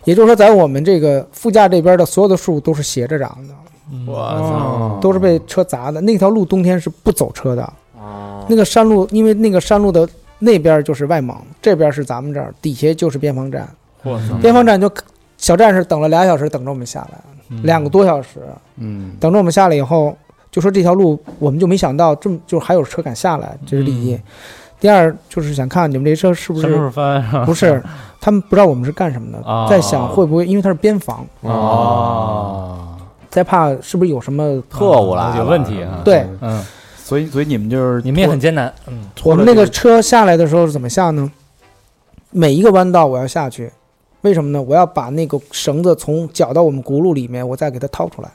E: 也就是说，在我们这个副驾这边的所有的树都是斜着长的，
D: 嗯
H: 啊
B: 我
D: 哦
B: 操！
A: 嗯
E: 都是被车砸的。那条路冬天是不走车的。
B: 嗯哦
E: 那个山路，因为那个山路的那边就是外蒙，这边是咱们这儿，底下就是边防站。
D: 嗯
B: 我操！
E: 边防站就小战士等了俩小时，等着我们下来，
D: 嗯
E: 两个多小时，
H: 嗯
E: 等着我们下来以后，就说这条路我们就没想到这么就是还有车敢下来，这是第一。第二就是想看你们这车是不
D: 嗯什么时
E: 是
D: 候翻啊上？
E: 不是，他们不知道我们是干什么的，
D: 啊
E: 在想会不会因为它是边防，
H: 嗯哦，
E: 在怕是不是有什么
C: 特务来了
D: 有问题啊？
E: 对。
D: 嗯，
H: 所以所以你们就是
D: 你们也很艰难。嗯
E: 我们那个车下来的时候是怎么下呢？每一个弯道我要下去，为什么呢？我要把那个绳子从绞到我们轱辘里面，我再给它掏出来，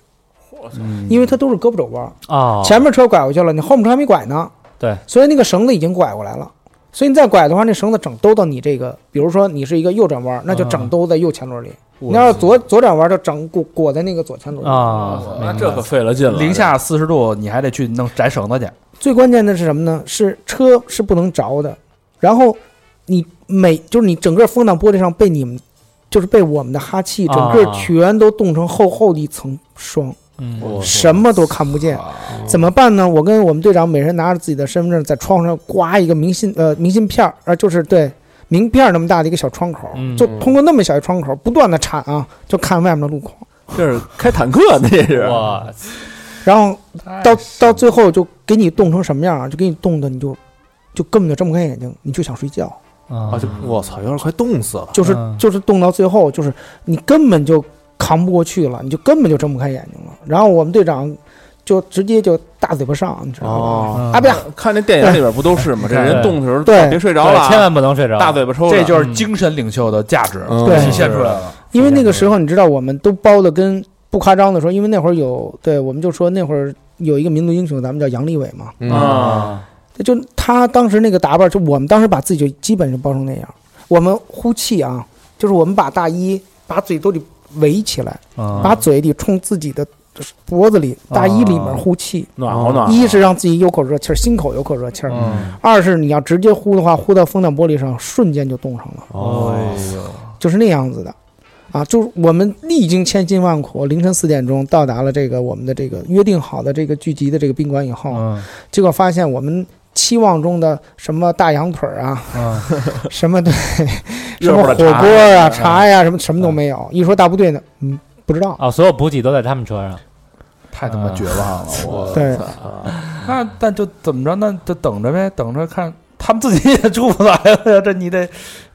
E: 因为它都是胳膊肘弯儿，
D: 哦，
E: 前面车拐过去了，你后面车还没拐呢。
D: 对，
E: 所以那个绳子已经拐过来了。所以你再拐的话，那绳子整兜到你这个，比如说你是一个右转弯，那
D: 嗯
E: 就整兜在右前轮里；你要是左左转弯，就整裹裹在那个左前轮里。
D: 啊，
B: 那这可费了劲了，
H: 零下四十度，你还得去弄摘绳子去。
E: 最关键的是什么呢？是车是不能着的，然后你每就是你整个风挡玻璃上被你们，就是被我们的哈气整个
D: 啊
E: 全都冻成厚厚的一层霜，
D: 嗯
E: 什么都看不见。
C: 啊
D: 哦
E: 怎么办呢？我跟我们队长每人拿着自己的身份证，在窗户上刮一个明信呃明信片儿，呃就是对名片儿那么大的一个小窗口，
D: 嗯
E: 就通过那么小一窗口不断的铲啊，就看外面的路况。
B: 这是开坦克呢，这是
D: 哇，
E: 然后到到最后就给你冻成什么样啊？就给你冻的你就就根本就睁不开眼睛，你就想睡觉，
D: 啊
C: 哦就我操，有点快冻死了。
E: 就是、
D: 嗯
E: 就是冻到最后，就是你根本就扛不过去了，你就根本就睁不开眼睛了。然后我们队长就直接就大嘴巴上，你知道吗？
C: 哦，
E: 啊不呀，
B: 看那电影里边不都是吗？这人冻的时候
E: 对
B: 别睡着了
D: 对
B: 啊，
D: 千万不能睡着，
B: 大嘴巴抽着，
H: 这就是精神领袖的价值
C: 嗯
E: 对
H: 体现出来了。
E: 因为那个时候你知道，我们都包的跟不夸张的说，因为那会儿有对，我们就说那会儿有一个民族英雄，咱们叫杨利伟嘛，
C: 嗯
B: 啊，
E: 就他当时那个打扮，就我们当时把自己就基本就包成那样。我们呼气啊，就是我们把大衣把嘴都得围起来，把
D: 啊，
E: 嘴里冲自己的脖子里大衣里面呼气。
B: 暖和暖和。
E: 一是让自己有口热气儿，心口有口热气儿；
D: 啊嗯
E: 二是你要直接呼的话，呼到风挡玻璃上，瞬间就冻上了，
C: 哦，
H: 哎
E: 就是那样子的。啊，就是我们历经千辛万苦，凌晨四点钟到达了这个我们的这个约定好的这个聚集的这个宾馆以后，
D: 嗯
E: 结果发现我们期望中的什么大羊腿儿啊，
D: 嗯
E: 什么对，什
B: 热
E: 么
B: 乎的
E: 火
B: 茶
E: 锅啊、茶呀、什么什么
D: 嗯
E: 都没有。一说大部队呢，嗯，不知道。
D: 啊，所有补给都在他们车上，
H: 太
D: 嗯
H: 他妈绝望了，我
E: 对，
H: 那但就怎么着？那就等着呗，等着看他们自己也 出不来了呀。这你得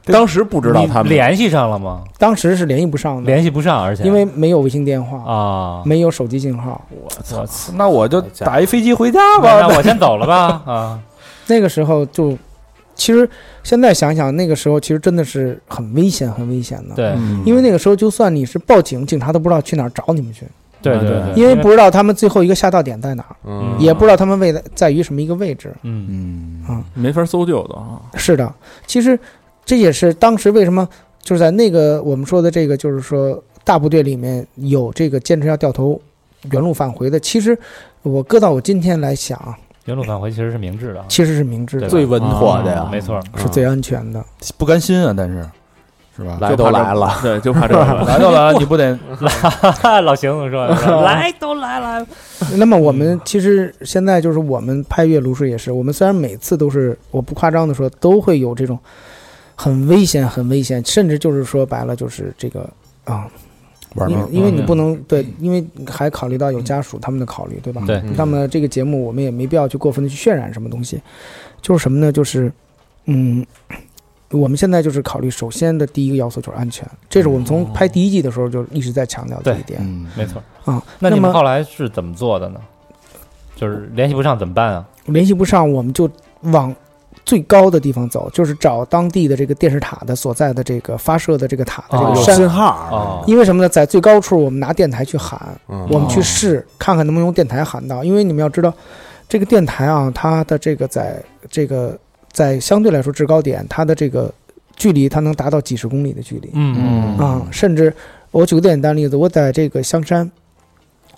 B: 当时不知道
D: 你
B: 他们
D: 联系上了吗？
E: 当时是联系不上的，
D: 联系不上，而且
E: 嗯因为没有卫星电话，
D: 啊，
E: 没有手机信号。
D: 我操，
H: 那我就打一飞机回家吧。
D: 那我先走了吧 啊，
E: 那个时候就，其实现在想想，那个时候其实真的是很危险、很危险的。，
D: 对
B: 嗯
E: 因为那个时候就算你是报警，警察都不知道去哪儿找你们去，
D: 对对
B: 对
D: 对，
E: 嗯因为不知道他们最后一个下到点在哪儿，
C: 嗯
E: 也不知道他们位在在于什么一个位置。
D: 嗯
H: 嗯
B: 没法搜救的啊。
E: 是的，其实这也是当时为什么就是在那个我们说的这个，就是说大部队里面有这个坚持要掉头原路返回的。其实我搁到我今天来想，啊
D: 原路返回其实是明智的啊，
E: 其实是明智的，
C: 最稳妥的
E: 嗯
C: 呀，
D: 嗯没错，
E: 是最安全的。
H: 不甘心啊，但是是吧？
C: 来都来了，
B: 对， 就怕这个。
E: 嗯
H: 来就来了，你不得
D: 老邢总说来都来了，
E: 那么我们其实现在就是我们拍阅炉式也是，我们虽然每次都是我不夸张的说都会有这种很危险、很危险，甚至就是说白了就是这个啊，
A: 玩
E: 因
A: 命。
E: 因为你不能对，因为还考虑到有家属他们的考虑，对吧？
D: 对
E: 那么这个节目我们也没必要去过分的去渲染什么东西，就是什么呢？就是嗯。我们现在就是考虑，首先的第一个要素就是安全，这是我们从拍第一季的时候就一直在强调的
D: 对
E: 一点
H: 嗯，
D: 没错。
E: 啊。
D: 那你
E: 么
D: 们后来是怎么做的呢？就是联系不上怎么办啊？
E: 联系不上，我们就往最高的地方走，就是找当地的这个电视塔的所在的这个发射的这个塔的这
D: 哦
E: 个
C: 有
E: 山。
C: 信号，啊
D: 哦，
E: 因为什么呢？在最高处，我们拿电台去喊，
C: 嗯
E: 我们去
C: 哦
E: 试，看看能不能用电台喊到。因为你们要知道，这个电台啊，它的这个在这个在相对来说制高点，它的这个距离，它能达到几十公里的距离。
B: 嗯
E: 啊，甚至我举个简单例子，我在这个香山，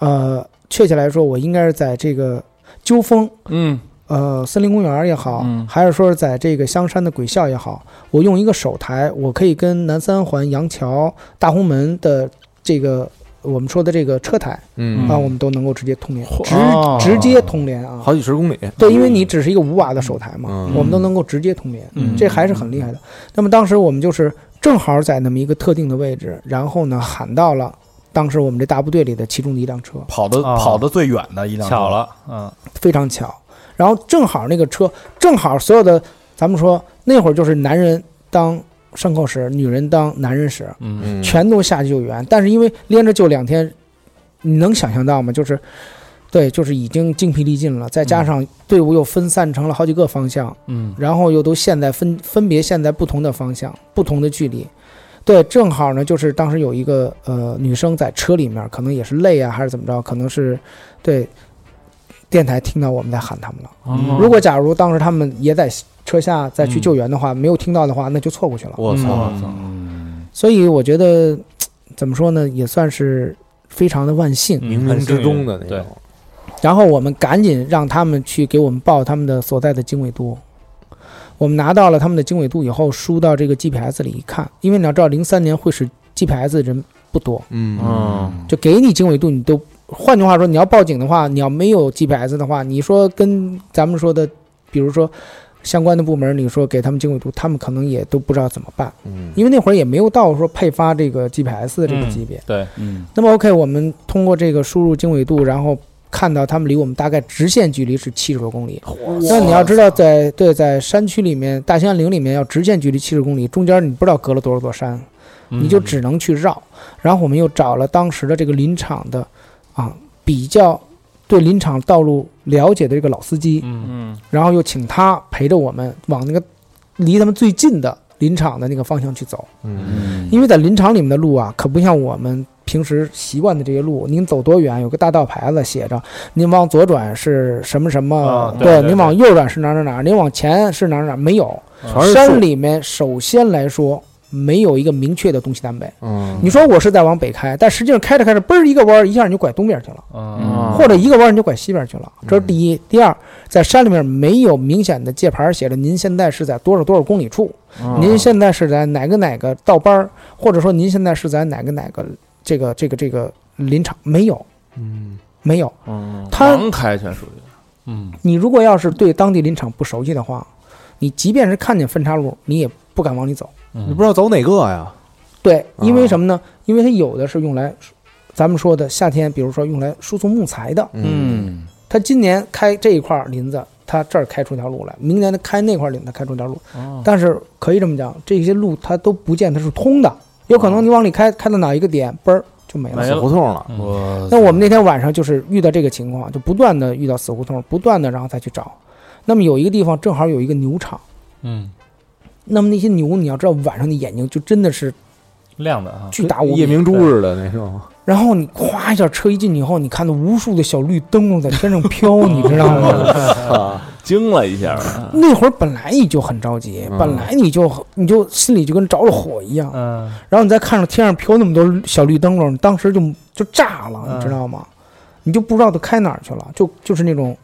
E: 呃，确切来说，我应该是在这个鸠峰
B: 嗯
E: 呃，森林公园儿也好，
B: 嗯
E: 还是说是在这个香山的鬼校也好，我用一个手台，我可以跟南三环、杨桥、大红门的这个我们说的这个车台
C: 嗯
E: 啊，我们都能够直接通联，直、
H: 哦
E: 直接通联啊。
C: 好几十公里，
E: 对，因为你只是一个五瓦的手台嘛，
C: 嗯
E: 我们都能够直接通联，
H: 嗯
E: 这还是很厉害的。那么当时我们就是正好在那么一个特定的位置，然后呢喊到了当时我们这大部队里的其中的一辆车，
H: 跑的
D: 啊
H: 跑的最远的一辆车
D: 巧，了，嗯，
E: 非常巧。然后正好那个车，正好所有的，咱们说那会儿就是男人当牲口使，女人当男人啊使，
C: 嗯
E: 全都下去救援。但是因为连着救两天，你能想象到吗？就是，对，就是已经精疲力尽了，再加上队伍又分散成了好几个方向，
B: 嗯
E: 然后又都现在分分别现在不同的方向、不同的距离。对，正好呢，就是当时有一个呃女生在车里面，可能也是累啊，还是怎么着，可能是对电台听到我们在喊他们了。
B: 嗯
E: 如果假如当时他们也在车下再去救援的话，没有听到的话，那就错过去了。
H: 嗯
C: 我操，嗯
E: 嗯所以我觉得怎么说呢，也算是非常的万幸。
D: 嗯
C: 冥冥之中的那
D: 对
C: 种，
E: 然后我们赶紧让他们去给我们报他们的所在的经纬度。我们拿到了他们的经纬度以后，输到这个 GPS 里一看，因为你要知道，零三年会使 GPS 的人不多，
C: 嗯
B: 嗯
E: 就给你经纬度，你都换句话说，你要报警的话，你要没有 GPS 的话，你说跟咱们说的，比如说相关的部门，你说给他们经纬度，他们可能也都不知道怎么办，
C: 嗯，
E: 因为那会儿也没有到说配发这个 GPS 的这个级别。
D: 对，
H: 嗯
E: 那么 OK，我们通过这个输入经纬度，然后看到他们离我们大概直线距离是七十多公里。那你要知道在，对在山区里面，大兴安岭里面要直线距离七十公里，中间你不知道隔了多少座山，嗯
D: 嗯
E: 你就只能去绕。然后我们又找了当时的这个林场的啊比较对林场道路了解的这个老司机，
D: 嗯，
B: 嗯
E: 然后又请他陪着我们往那个离他们最近的林场的那个方向去走。
H: 嗯
E: 因为在林场里面的路啊，可不像我们平时习惯的这些路。您走多远，有个大道牌子写着，您往左转是什么什么，
B: 啊对
E: 对
B: 对对
E: 您往右转是哪儿哪儿哪儿，您往前是哪儿哪儿哪儿，没有。
C: 全是
E: 山
C: 树，
E: 里面首先来说，没有一个明确的东西南北。
C: 嗯，
E: 你说我是在往北开，但实际上开着开着，嘣儿一个弯儿，一下你就拐东边去了，
B: 嗯
E: 或者一个弯儿你就拐西边去了。这是第一。第二，在山里面没有明显的界牌儿写着您现在是在多少多少公里处。您现在是在哪个哪个倒班儿，或者说您现在是在哪个哪个这个这个这个林场？没有，
C: 嗯，
E: 没有。
B: 嗯
E: 他
B: 盲开全属于嗯
E: 你如果要是对当地林场不熟悉的话，你即便是看见分岔路，你也不敢往里走。
C: 你不知道走哪个呀？
E: 对，
C: 啊
E: 因为什么呢？因为它有的是用来，咱们说的夏天，比如说用来输送木材的。
H: 嗯
E: 它今年开这一块林子，它这儿开出条路来；明年它开那块林子，它开出条路。但是可以这么讲，这些路它都不见它是通的，有可能你往里开，开到哪一个点，嘣儿就没了。
C: 小胡同了，
H: 我
E: 那我们那天晚上就是遇到这个情况，就不断的遇到死胡同，不断的然后再去找。那么有一个地方正好有一个牛场，
D: 嗯，
E: 那么那些牛你要知道晚上你眼睛就真的是
D: 亮的啊，
E: 巨大无
C: 夜
E: 比，
C: 明珠似的那种，
E: 然后你咵一下车一进去以后，你看到无数的小绿灯笼在天上 飘，你知道吗？
C: 啊
B: 惊了一下，
E: 那会儿本来你就很着急，
C: 嗯
E: 本来你就你就心里就跟着了火一样，
D: 嗯，
E: 然后你再看着天上飘那么多小绿灯笼，你当时就就炸了，
D: 嗯
E: 你知道吗？你就不知道都开哪儿去了，就就是那种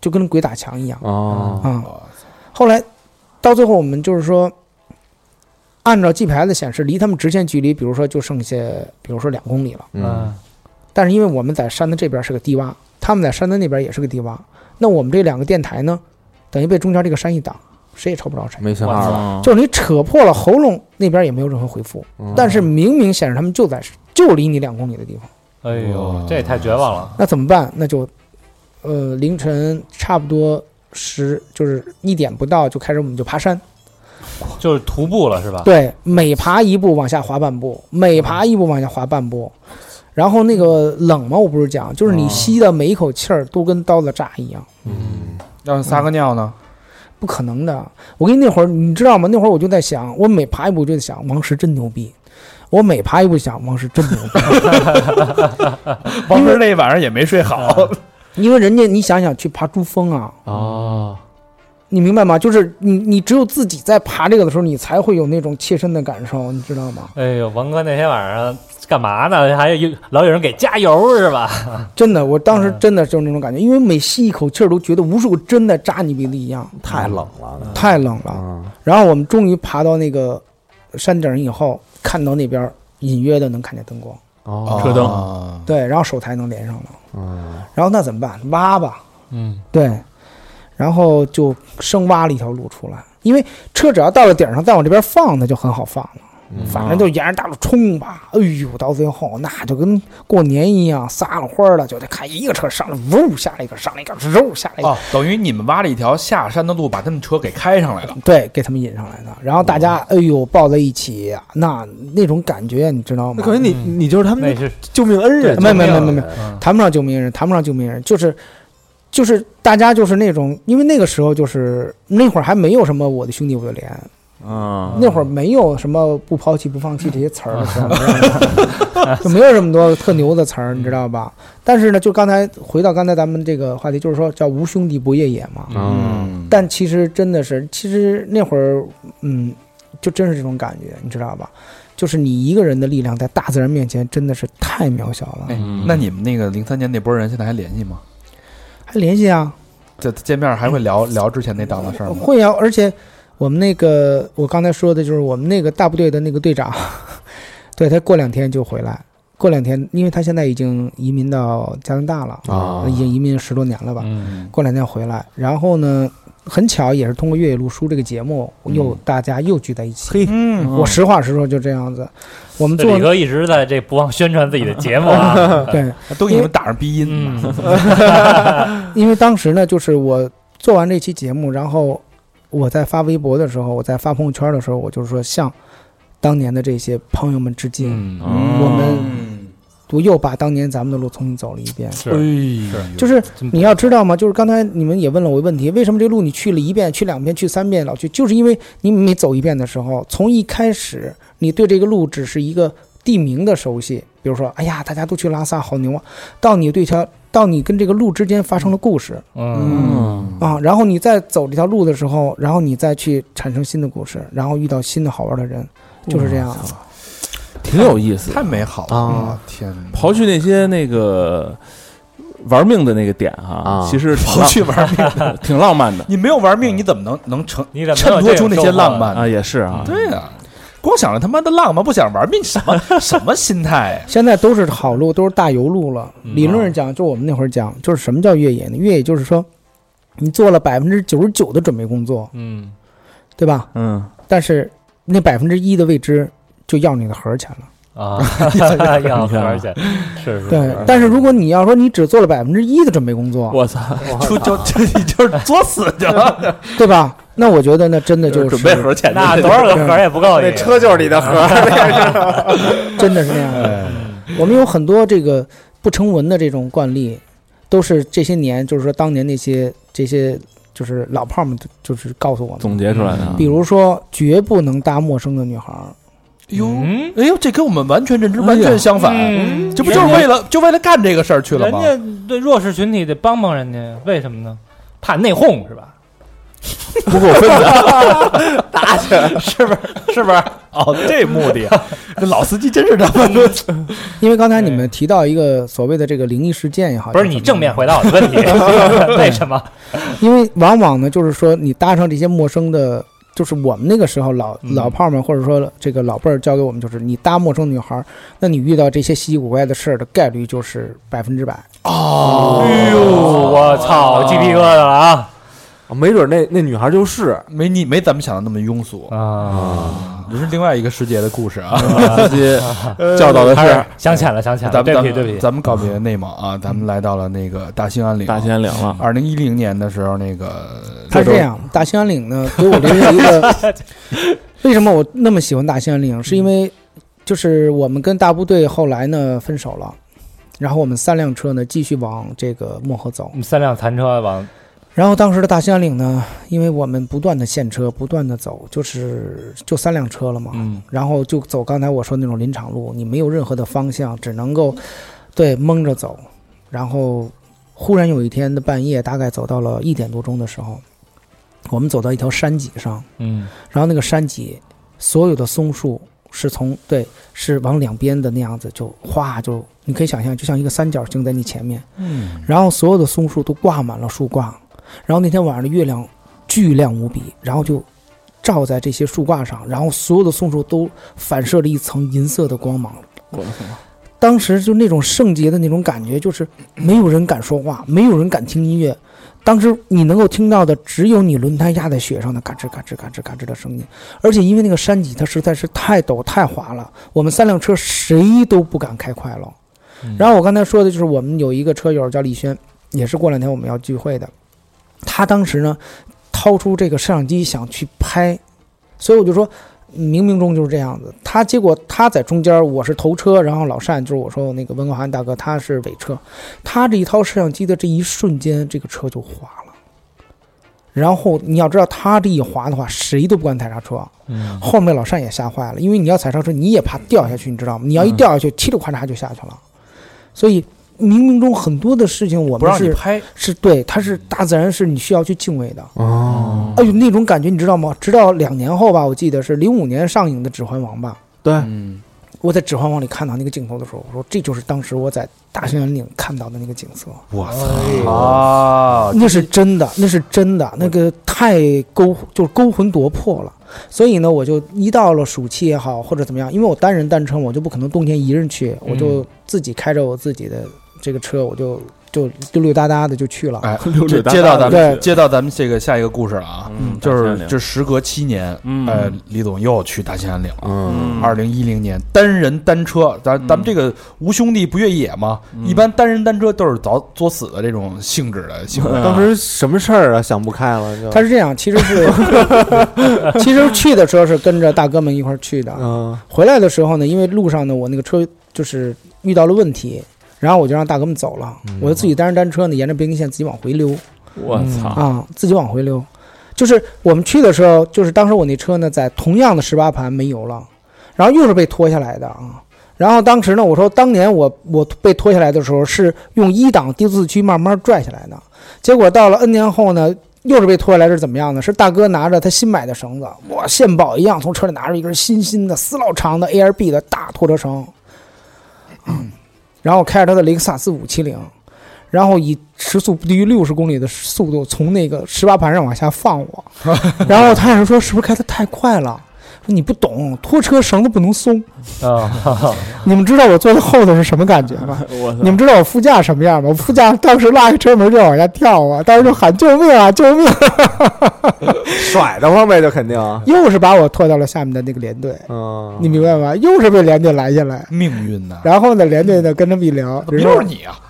E: 就跟鬼打墙一样。
C: 哦，
H: 嗯
E: 啊、后来到最后，我们就是说，按照 GPS 的显示，离他们直线距离，比如说就剩下，比如说两公里了。
C: 嗯，
E: 但是因为我们在山的这边是个低洼，他们在山的那边也是个低洼。那我们这两个电台呢，等于被中间这个山一挡，谁也抽不着谁。
C: 没信号了，啊
B: 啊
E: 就是你扯破了喉咙那边也没有任何回复，但是明明显示他们就在就离你两公里的地方，
D: 哎呦，这也太绝望了。
E: 那怎么办？那就，呃，凌晨差不多十就是一点不到就开始我们就爬山，
D: 就是徒步了是吧？
E: 对，每爬一步往下滑半步，每爬一步往下滑半步。然后那个冷嘛，我不是讲，就是你吸的每一口气儿都跟刀子扎一样，
H: 要是撒个尿呢？
E: 不可能的。我跟你那会儿，你知道吗？那会儿我就在想，我每爬一步我就在想，王石真牛逼。我每爬一步想，王石真牛逼，
H: 王石那晚上也没睡好，
E: 因为人家你想想去爬珠峰啊，
B: 哦，
E: 你明白吗？就是你你只有自己在爬这个的时候，你才会有那种切身的感受，你知道吗？
D: 哎呦，王哥那天晚上干嘛呢？还有老有人给加油是吧？
E: 真的，我当
C: 嗯
E: 时真的就是那种感觉，因为每吸一口气儿都觉得无数个针在扎你鼻子一样，
C: 嗯
E: 嗯
C: 太冷了，
E: 太冷了。
C: 啊，
E: 然后我们终于爬到那个山顶以后，看到那边儿隐约的能看见灯光，啊
C: 哦
B: 车灯
H: 灯，
E: 对，然后手台能连上了，
C: 嗯
E: 然后那怎么办？挖吧，
B: 嗯，
E: 对，然后就生挖了一条路出来，因为车只要到了顶上，再往这边放，那就很好放了。反正就沿着大路冲吧，哎呦，到最后那就跟过年一样，撒了欢儿了，就得看一个车上来，呜下来一个，上来一个，呜下来一
C: 啊
E: 个，
H: 哦，等于你们挖了一条下山的路，把他们车给开上来了。
E: 对，给他们引上来的。然后大
C: 哦
E: 家哎呦抱在一起呀，那那种感觉你知道吗
C: 那？可是你
E: 嗯
C: 你就是他们
D: 那
C: 的
D: 是
C: 救命恩人，
E: 没没没没没，
D: 嗯
E: 谈不上救命人，谈不上救命人，就是就是大家就是那种，因为那个时候就是那会儿还没有什么我的兄弟我的连，
G: 嗯，
E: 那会儿没有什么不抛弃不放弃这些词儿的时候，就没有这么多特牛的词儿，你知道吧？但是呢，就刚才回到刚才咱们这个话题，就是说叫无兄弟不夜也嘛。
C: 嗯，
E: 但其实真的是，其实那会儿，嗯，就真是这种感觉，你知道吧？就是你一个人的力量在大自然面前真的是太渺小了。
H: 哎，那你们那个零三年那波人现在还联系吗？
E: 还联系啊，
H: 这见面还会聊聊之前那档子事儿
A: 嗯
H: 吗？
E: 会啊，而且我们那个我刚才说的就是我们那个大部队的那个队长， 对他过两天就回来，过两天，因为他现在已经移民到加拿大了
C: 啊
E: 已经移民十多年了吧，
B: 嗯，
E: 过两天回来，然后呢，很巧也是通过越野路书这个节目，又大家又聚在一起。
C: 嘿
E: 嗯，我实话实说就这样子，我们
D: 这
E: 做
D: 李哥一直在这不忘宣传自己的节目啊。
E: 对，
H: 都给你们打上鼻音呢。
D: 嗯，
E: 因为当时呢，就是我做完这期节目，然后我在发微博的时候，我在发朋友圈的时候，我就是说向当年的这些朋友们致敬，
D: 嗯
H: 嗯
E: 我们我又把当年咱们的路重新走了一遍。
H: 哎
D: 是嗯
E: 就是你要知道吗？就是刚才你们也问了我一个问题，为什么这路你去了一遍、去两遍、去三遍老去？就是因为你每走一遍的时候，从一开始你对这个路只是一个地名的熟悉，比如说，哎呀，大家都去拉萨，好牛啊！到你对它，到你跟这个路之间发生了故事，
B: 嗯，
E: 啊，然后你再走这条路的时候，然后你再去产生新的故事，然后遇到新的好玩的人，就是这样。啊
B: 挺有意思的。
H: 嗯太美好了
C: 啊！
H: 天哪，
B: 刨去那些那个玩命的那个点哈
C: 啊，
B: 其实挺
H: 刨去玩命，
B: 浪挺浪 漫的
H: 你没有玩命，你怎么能能成
D: 你怎么
H: 衬托出那些浪？漫？
B: 啊，也是啊，
H: 对呀、光想着他妈的浪漫，不想玩命，什么什么心态啊呀、
E: 现在都是好路，都是大油路了。理论上讲，就我们那会儿讲，就是什么叫越野呢？越野就是说，你做了百分之九十九的准备工作，
D: 嗯，
E: 对吧？
B: 嗯，
E: 但是那百分之一的未知就要你的盒儿钱了。
D: 啊， 要喝，而 且是是
E: 对
D: 是，，
E: 但是如果你要说你只做了百分之一的准备工作，
B: 我操，
H: 就就就你就是作死去了，
E: 对吧？那我觉得那真的
A: 呃
E: 就是
H: 准备盒钱去
D: 那多 少个盒也不够你
F: 那车就是你的盒，
E: 真的是那样
B: 哎
E: 的。我们有很多这个不成文的这种惯例，都是这些年，就是说当年那些这些就是老炮儿们就，就是告诉我们，
B: 总结出来的啊，
E: 比如说绝不能搭陌生的女孩儿。
H: 哟
D: 嗯，
H: 哎呦，这跟我们完全认知完全相反，
D: 嗯
H: 这不就是为了就为了干这个事儿去了
D: 人
H: 吗？
D: 家对弱势群体得帮帮人家呀，为什么呢？怕内讧是吧？
C: 不给我分 的，
D: 是不是？是不是？
H: 哦，这 目的，这老司机真是他妈的，
E: 因为刚才你们提到一个所谓的这个灵异事件也好，
D: 不是你正面回答我的问题，为什么？
E: 因为往往呢，就是说你搭上这些陌生的就是我们那个时候老
B: 嗯
E: 老炮儿们或者说这个老辈儿教给我们，就是你搭陌生女孩儿，那你遇到这些稀奇古怪的事儿的概率就是百分之百。
D: 哎呦，我操，鸡皮疙瘩了啊！
C: 没准那那女孩就是
H: 没你没咱们想的那么庸俗，
D: 啊，
H: 这是另外一个世界的故事啊。
B: 自己
C: 教导
A: 哦
C: 的
D: 还
C: 是
D: 是想起来了，想
E: 啊
D: 起来了，
H: 咱们
D: 对不
H: 咱
D: 起，对不
H: 们
D: 起，
H: 咱们告别内蒙
E: 嗯
H: 啊，咱们来到了那个大兴安岭。
B: 大兴安岭 了，
H: 二零一零年的时候，那个
B: 呃
E: 他是这样，大兴安岭呢，给我留下一个。为什么我那么喜欢大兴安岭？是因为就是我们跟大部队后来呢分手了，然后我们三辆车呢继续往这个漠河走
D: 我。们嗯三辆残车往
E: 然后当时的大兴安岭呢，因为我们不断的限车，不断的走，就是就三辆车了嘛，
B: 嗯，
E: 然后就走刚才我说那种林场路，你没有任何的方向，只能够对蒙着走。然后忽然有一天的半夜，大概走到了一点多钟的时候，我们走到一条山脊上，
D: 嗯
E: 然后那个山脊所有的松树是从对是往两边的那样子就哗就你可以想象，就像一个三角形在你前面，
H: 嗯，
E: 然后所有的松树都挂满了树挂，然后那天晚上的月亮巨亮无比，然后就照在这些树挂上，然后所有的松树都反射着一层银色的光芒。当时就那种圣洁的那种感觉，就是没有人敢说话，没有人敢听音乐。当时你能够听到的，只有你轮胎压在雪上的嘎吱嘎吱嘎吱嘎吱的声音。而且因为那个山脊它实在是太陡太滑了，我们三辆车谁都不敢开快了。然后我刚才说的就是我们有一个车友叫李轩，也是过两天我们要聚会的，他当时呢掏出这个摄像机想去拍，所以我就说。冥冥中就是这样子，他结果他在中间，我是头车，然后老单就是我说那个温国涵大哥，他是尾车，他这一掏摄像机的这一瞬间，这个车就滑了。然后你要知道，他这一滑的话，谁都不敢踩刹车，
D: 嗯，
E: 后面老单也吓坏了，因为你要踩刹车，你也怕掉下去，你知道吗？你要一掉下去，嘁里咔嚓就下去了。所以冥冥中很多的事情，我
H: 不
E: 们
H: 让你
E: 是
H: 拍，
E: 是对，它是大自然，是你需要去敬畏的。
C: 哦，
E: 哎呦，那种感觉你知道吗？直到两年后吧，我记得是零五年上映的《指环王》吧。
C: 对
H: 嗯，
E: 我在《指环王》里看到那个镜头的时候，我说这就是当时我在大兴安岭看到的那个景色，
C: 我操，
H: 嗯啊，
E: 那是真的，那是真的，那个太勾就是勾魂夺魄了。所以呢，我就一到了暑期也好，或者怎么样，因为我单人单车嘛，我就不可能冬天一人去，我就自己开着我自己的这个车，我就就溜溜达达的就去了。
A: 啊
H: 哎，
B: 溜
H: 接
B: 溜达达
H: 接到咱
E: 对
H: 们接到咱们这个下一个故事了啊，
B: 嗯
H: 就是这时隔七年，
B: 嗯
H: 呃，李总又去大兴安岭了。
C: 嗯，
B: 嗯
H: 二零一零年单人单车，咱咱
E: 嗯
H: 们这个无兄弟不越野嘛，一般单人单车都是早作死的这种性质的行
B: 嗯
H: 为。
C: 当时什么事儿啊？想不开了就
E: 他是这样，其实是， 其实去的时候是跟着大哥们一块儿去的，
C: 嗯
E: 回来的时候呢，因为路上呢，我那个车就是遇到了问题，然后我就让大哥们走了，我就自己单人单车呢，沿着边境线自己往回溜
B: 我操，
E: 啊，自己往回溜。就是我们去的时候，就是当时我那车呢，在同样的十八盘没油了，然后又是被拖下来的啊。然后当时呢，我说当年我我被拖下来的时候是用一档低速区慢慢拽下来的，结果到了 N 年后呢，又是被拖下来是怎么样呢？是大哥拿着他新买的绳子，哇，献宝一样从车里拿出一根新新的丝老长的 ARB 的大拖车绳， 然后开着他的雷克萨斯五七零，然后以时速不低于六十公里的速度从那个十八盘上往下放 我，然后他也是说是不是开的太快了？说你不懂，拖车绳子不能松。
D: 啊，哈哈
E: 你们知道我坐在后头是什么感觉 吗？
B: 我操
E: 你，们知道我副驾什么样吗？我副驾当时拉开车门就往下跳啊，当时就喊救命啊，救命！
C: 甩得慌呗，就肯定，
E: 又是把我拖到了下面的那个连队，
C: 嗯，
E: 你明白吗？又是被连队拦下来。
H: 命运呐，
E: 嗯然后呢，连队呢跟他们一聊，比如
H: 又
E: 说
H: 是你啊！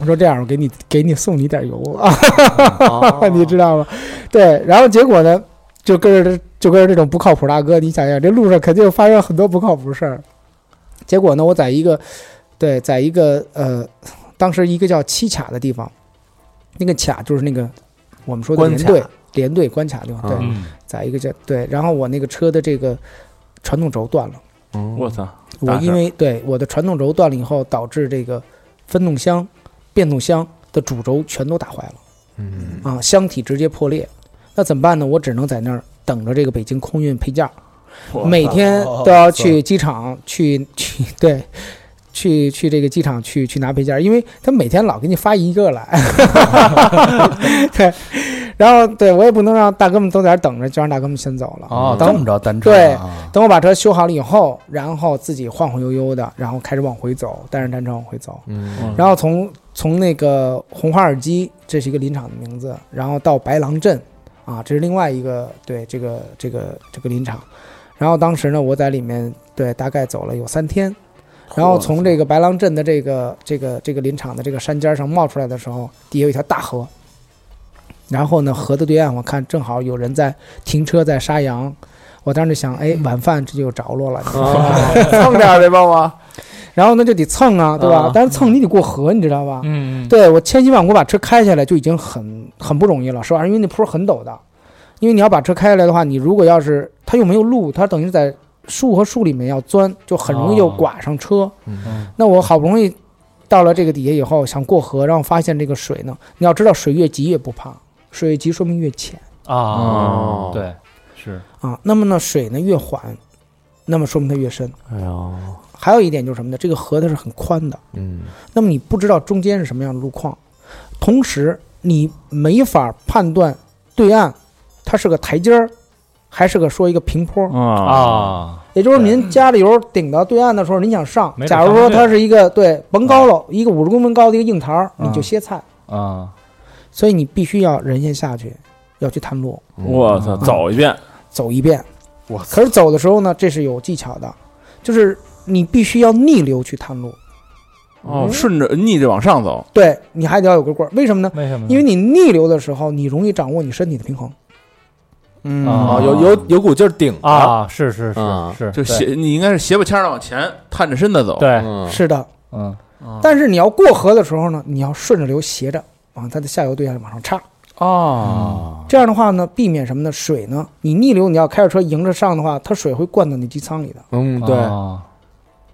E: 我说这样，我给你给你送你点油啊，
C: 哦
E: 你知道吗？对，然后结果呢，就跟着就跟着这种不靠谱大哥，你想想这路上肯定发生很多不靠谱事儿。结果呢，我在一个对，在一个呃，当时一个叫七卡的地方，那个卡就是那个我们说的
C: 关
E: 连
C: 卡
E: 队连队关卡地方，对，
D: 嗯
E: 在一个叫对，然后我那个车的这个传动轴断了。
B: 我操，
E: 我
B: 大事
E: 因为对我的传动轴断了以后，导致这个分动箱、变动箱的主轴全都打坏了，
C: 嗯
E: 啊，箱体直接破裂。那怎么办呢？我只能在那儿等着这个北京空运配件儿，
B: 我
E: 每天都要去机场去去对。去去这个机场去去拿配件儿，因为他每天老给你发一个来，对，然后对我也不能让大哥们都在这儿等着，就让大哥们先走了。
H: 哦，
E: 等
H: 这么着单车
E: 啊对
H: 啊
E: 等我把车修好了以后，然后自己晃晃悠悠的，然后开始往回走，单人单车往回走。
C: 嗯
E: 然后从从那个红花耳机，这是一个林场的名字，然后到白狼镇，啊，这是另外一个对这个这个这个林场。然后当时呢，我在里面对大概走了有三天，然
C: 哦
E: 后从这个白狼镇的这个这个这个林场的这个山尖上冒出来的时候，底下有一条大河。然后呢，河的对岸我看正好有人在停车在杀羊，我当时就想，哎，晚饭这就有着落了。
C: 蹭点儿呗，帮我。
E: 然后呢就得蹭啊，对吧？但是蹭你得过河，你知道吧？
D: 嗯，
E: 对我千辛万苦把车开下来就已经很很不容易了，实话，因为那坡很陡的，因为你要把车开下来的话，你如果要是它又没有路，它等于是在树和树里面要钻，就很容易又刮上车。
D: 嗯
E: 那我好不容易到了这个底下以后，想过河，然后发现这个水呢，你要知道水越急越不怕，水越急说明越浅
C: 哦
B: 哦
D: 啊，对，是
E: 啊。那么呢，水呢越缓，那么说明它越深。
F: 哎呦，
E: 还有一点就是什么呢？这个河它是很宽的，
F: 嗯，
E: 那么你不知道中间是什么样的路况，同时你没法判断对岸它是个台阶儿，还是个说一个平坡。
D: 嗯
B: 啊
D: 啊，
E: 也就是您加了油顶到对岸的时候，您想上
D: 没，准
E: 假如
D: 上不
E: 说
D: 去嗯
E: 它是一个对甭高楼，一个五十公分高的一个硬台儿，
H: 嗯
E: 你就歇菜，
H: 啊，
E: 所以你必须要人先下去，要去探路，
C: 嗯
B: 我操，走一遍，
E: 走一遍。可是走的时候呢，这是有技巧的，就是你必须要逆流去探路，
B: 哦，顺着逆着往上走，
E: 对你还得要有个棍儿，为什么呢？
D: 为什么呢？
E: 因为你逆流的时候，你容易掌握你身体的平衡。
H: 嗯
D: 啊
C: 啊，有
B: 哦
C: 有有股劲儿顶着，
D: 啊，是是
F: 啊
D: 是是，
B: 就
D: 对
B: 斜，你应该是斜不掐的往前，探着身子走。
D: 对，
F: 嗯
E: 是的，
H: 嗯
E: 但是你要过河的时候呢，你要顺着流斜着往它的下游对岸往上插。
A: 嗯
H: 啊，
E: 这样的话呢，避免什么呢？水呢，你逆流，你要开着车迎着上的话，它水会灌到你机舱里的。
C: 嗯，
H: 对
C: 对，
B: 啊
H: 啊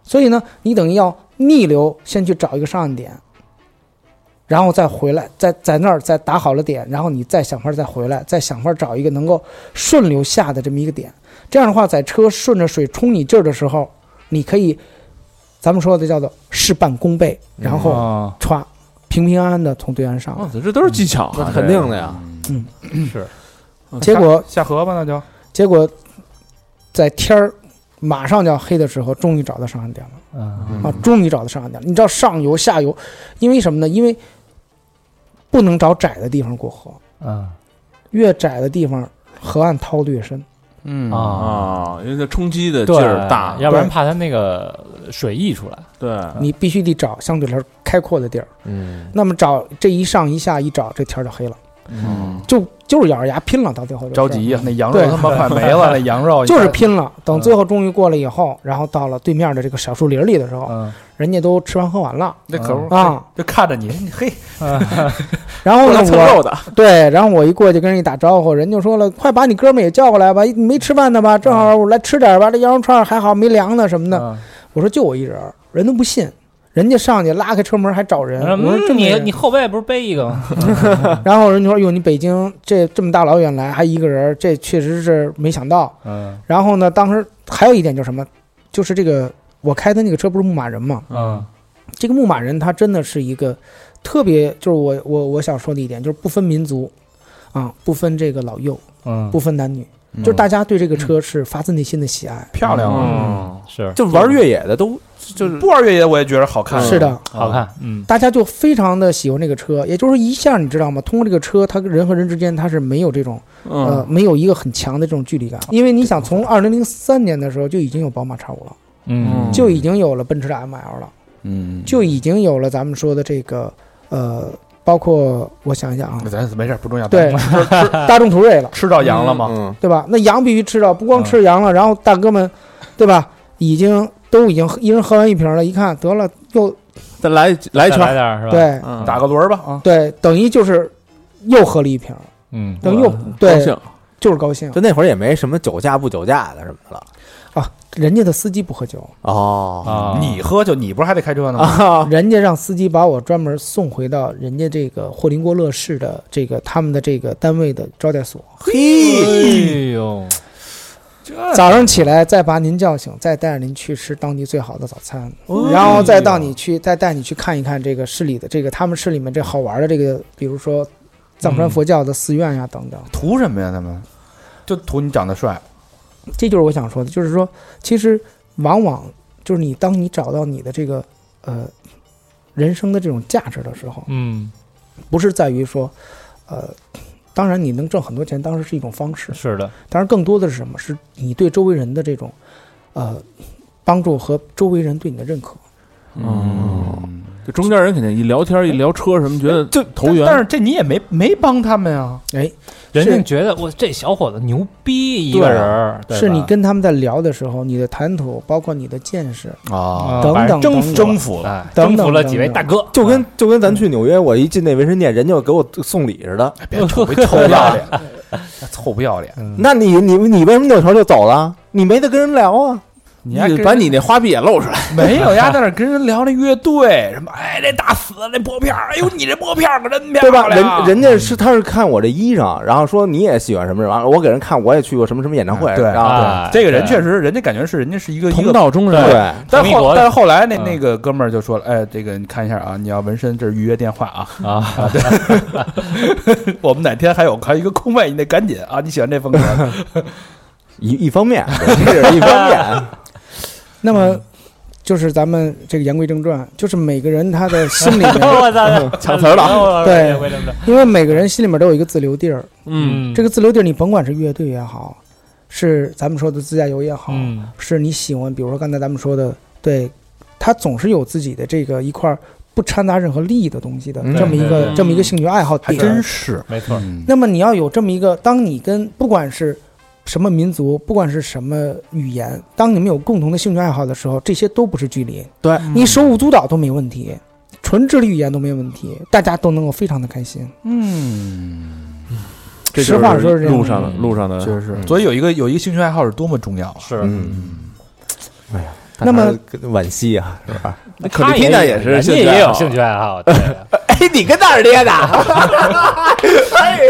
E: 所以呢，你等于要逆流，先去找一个上岸点，然后再回来，再在那儿再打好了点，然后你再想法儿再回来，再想法儿找一个能够顺流下的这么一个点。这样的话，在车顺着水冲你劲儿的时候，你可以，咱们说的叫做事半功倍，然后
A: 哦
H: 啊，
E: 歘，平平安安的从对岸上来。
B: 我操，这都是技巧啊，
C: 那肯
B: 这个
C: 定的呀。
E: 结果
H: 下河吧，那就
E: 结果在天儿马上就要黑的时候，终于找到上岸点了。
H: 嗯
E: 啊，终于找到上岸点了。你知道上游、下游，因为什么呢？因为不能找窄的地方过河，
H: 嗯
E: 越窄的地方河岸掏得越深。
H: 嗯
D: 啊，
B: 啊，因为它冲击的劲
D: 对
B: 儿大，
D: 要不然怕它那个水溢出来。
B: 对，
H: 啊
E: 你必须得找相对来说开阔的地儿。
F: 嗯，
E: 那么找这一上一下一找，这天儿就黑了，
B: 嗯，
E: 就就是咬着牙拼了，到最后就是
H: 着急呀，那羊肉
E: 对
H: 他妈快没 了，那羊肉
E: 就是
H: 一下嗯
E: 拼了。等最后终于过了以后，然后到了对面的这个小树林里的时候，
H: 嗯，
E: 人家都吃完喝完了
H: 那可不，
E: 啊。
H: 就看着你， 嘿，
E: 然后呢，
B: 蹭
E: 我
B: 肉的，
E: 对，然后我一过去跟人一打招呼，人就说了，快把你哥们儿也叫过来吧，你没吃饭呢吧？正好我来吃点儿吧，这羊肉串儿还好没凉呢什么的。
H: 嗯
E: 我说就我一人儿，人都不信，人家上去拉开车门还找人。我说这
D: 嗯，
E: 么一
D: 你
E: 人
D: 你后背不是背一个 吗？
E: 然后人就说哟，你北京这这么大老远来还一个人儿，这确实是没想到。
H: 嗯
E: 然后呢，当时还有一点就是什么，就是这个我开的那个车不是牧马人嘛，
H: 嗯
E: 这个牧马人他真的是一个特别，就是我我我想说的一点就是不分民族，啊，不分这个老幼，
H: 嗯，
E: 不分男女。就是大家对这个车是发自内心的喜爱。
H: 漂亮啊，
D: 嗯，是
C: 就玩越野的都就是
H: 不玩越野我也觉得好看，啊
E: 是的，
D: 好看，嗯
E: 大家就非常的喜欢这个车，也就是说一下你知道吗？通过这个车，它跟人和人之间它是没有这种呃
B: 嗯，
E: 没有一个很强的这种距离感，因为你想从二零零三年的时候就已经有宝马叉五了，
D: 嗯，
E: 就已经有了奔驰的 ML 了，
H: 嗯，
E: 就已经有了咱们说的这个呃，包括我想一想啊，
H: 咱没事不重要，
E: 对， 大众途锐了，
H: 吃到羊了吗？
F: 嗯
E: 对吧？那羊必须吃到，不光吃羊了，然后大哥们，对吧？已经都已经一人喝完一瓶了，一看得了又
B: 再来一来一
D: 再来
B: 圈，
D: 点儿是吧？，
E: 对。
B: 嗯
H: 打个轮儿吧啊，
E: 对，等于就是又喝了一瓶儿，
D: 嗯，
E: 等于又
B: 高
E: 对，
B: 兴
E: 就是高兴
C: 就。那会儿也没什么酒驾不酒驾的什么的了。
E: 人家的司机不喝酒，
C: 哦，
D: 啊，
H: 你喝酒，你不是还得开车呢吗？
C: 啊，
E: 人家让司机把我专门送回到人家这个霍林郭勒市的这个他们的这个单位的招待所。
C: 嘿，
D: 哎呦，
E: 早上起来再把您叫醒，再带着您去吃当地最好的早餐，然后再到你去，再带你去看一看这个市里的这个他们市里面这好玩的这个，比如说藏传佛教的寺院呀、等等。
A: 图什么呀？他们就图你长得帅，
E: 这就是我想说的，就是说，其实往往就是你当你找到你的这个呃人生的这种价值的时候，
D: 嗯，
E: 不是在于说，呃，当然你能挣很多钱，当然是一种方式，
D: 是的，
E: 当然更多的是什么？是你对周围人的这种呃帮助和周围人对你的认可。
B: 嗯，这中间人肯定一聊天一聊车什么，觉得
A: 就
B: 投缘
A: 但是这你也没没帮他们呀，
E: 哎，
D: 人
E: 是
D: 家觉得我这小伙子牛逼，一个
E: 对
D: 人儿对
E: 是你
D: 吧
E: 跟他们在聊的时候，你的谈吐，包括你的见识，
A: 啊，
D: 啊
E: 等
D: 把人
E: 等
D: 征
E: 等
D: 服
E: 等
A: 征服了。
D: 哎
E: 等
D: 征
E: 等
D: 服了几位
E: 等等
D: 大哥，
C: 就跟就跟咱去纽约，我一进那纹身店，人就给我送礼似的。
A: 别臭不臭不要脸，臭不要脸！
C: 那你你你为什么扭头就走了？你没得跟人聊啊！
A: 你还
I: 你
A: 跟
I: 把
A: 人
I: 你那花臂也露出来，
A: 没有呀，在那儿跟人聊那乐队什么，哎，这大死那拨片儿，哎呦，你这拨片儿可真漂
C: 对吧？
A: 亮，
C: 人人家是他是看我这衣裳，然后说你也喜欢什么什么，我给人看我也去过什么什么演唱会，
A: 对
C: 然后
D: 啊
A: 这个人确实，人家感觉是人家是一个一
B: 同
A: 个
B: 道中人。
C: 对，
A: 但
D: 同一
A: 后
D: 国的
A: 但是后来那
D: 嗯
A: 那个哥们儿就说了，哎，这个你看一下啊，你要纹身，这是预约电话啊，
D: 啊，
A: 我们哪天还有还有一个空位，你得赶紧啊，你喜欢这风格，
C: 一一方面，这是一方面。
E: 那
D: 嗯
E: 么就是咱们这个言归正传，就是每个人他的心里 面，
D: 我操，
C: 抢词 儿了
E: 对因为每个人心里面都有一个自留地儿，
B: 嗯，
E: 这个自留地儿你甭管是乐队也好，是咱们说的自驾游也好，
D: 嗯
E: 是你喜欢，比如说刚才咱们说的，对，他总是有自己的这个一块儿不掺杂任何利益的东西的
C: 嗯
E: 这么一
D: 对
E: 个
D: 对
E: 这么一个兴趣爱好点，
A: 是，
D: 没错，
E: 那么你要有这么一个，当你跟不管是什么民族，不管是什么语言，当你们有共同的兴趣爱好的时候，这些都不是距离。
C: 对
E: 你手舞足蹈都没问题，纯智力语言都没问题，大家都能够非常的开心。
A: 嗯，
B: 这
E: 实话说是这样
B: 路上的路上的，
A: 确实，所以有一个有一个兴趣爱好是多么重要啊！
D: 是
C: 嗯，哎呀，
E: 那么
C: 但是惋惜啊，是吧？
I: 可丽缇娜也是
D: 人家
I: 兴趣爱
D: 也 有
I: 好
D: 兴趣爱好， 对
J: 哎，你跟那儿 捏的？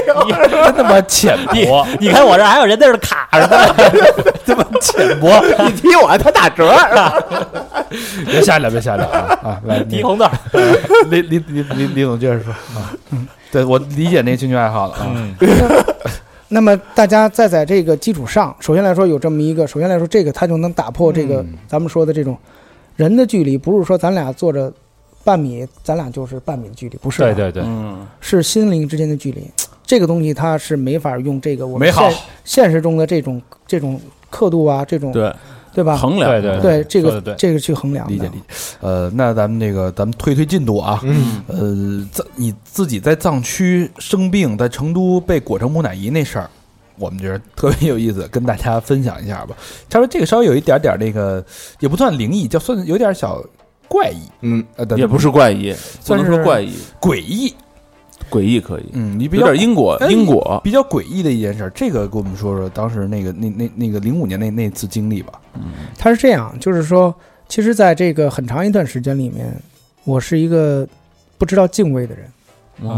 A: 真他妈浅
D: 你你 看我这还有人在这卡着呢，
J: 你踢我，他打折。
A: 别瞎聊，别瞎聊啊！啊， 来，
D: 提
A: 李
D: 红豆，
A: 李李李李李总接着说啊，对我理解那个兴趣爱好了啊，
B: 嗯
E: 那么大家再在这个基础上，首先来说有这么一个，首先来说这个它就能打破这个、咱们说的这种人的距离，不是说咱俩坐着半米，咱俩就是半米的距离，不是、啊
D: 对对对，
B: 嗯，
E: 是心灵之间的距离。这个东西它是没法用这个我们
A: 美好
E: 现现实中的这种这种刻度啊，这种
B: 对，
E: 对吧？
B: 衡量
D: 对对
E: 对这
D: 说
E: 个
D: 得对
E: 这个去衡量的
A: 理解理解。呃，那咱们那个咱们推推进度啊，
C: 嗯，
A: 呃，藏你自己在藏区生病，在成都被裹成木乃伊那事儿，我们觉得特别有意思，跟大家分享一下吧。他说这个稍微有一点点那个，也不算灵异，叫算有点小怪异，
C: 嗯，
A: 呃，但
B: 也不是怪异，不
A: 算
B: 能
A: 是
B: 说怪异，
A: 诡异，
B: 诡异可以，
A: 嗯，你比
B: 有
A: 较
B: 点因果
A: 哎
B: 因果，
A: 比较诡异的一件事儿，这个给我们说说当时那个那那那个零五年那那次经历吧。
E: 它是这样，就是说，其实在这个很长一段时间里面，我是一个不知道敬畏的人，
D: 啊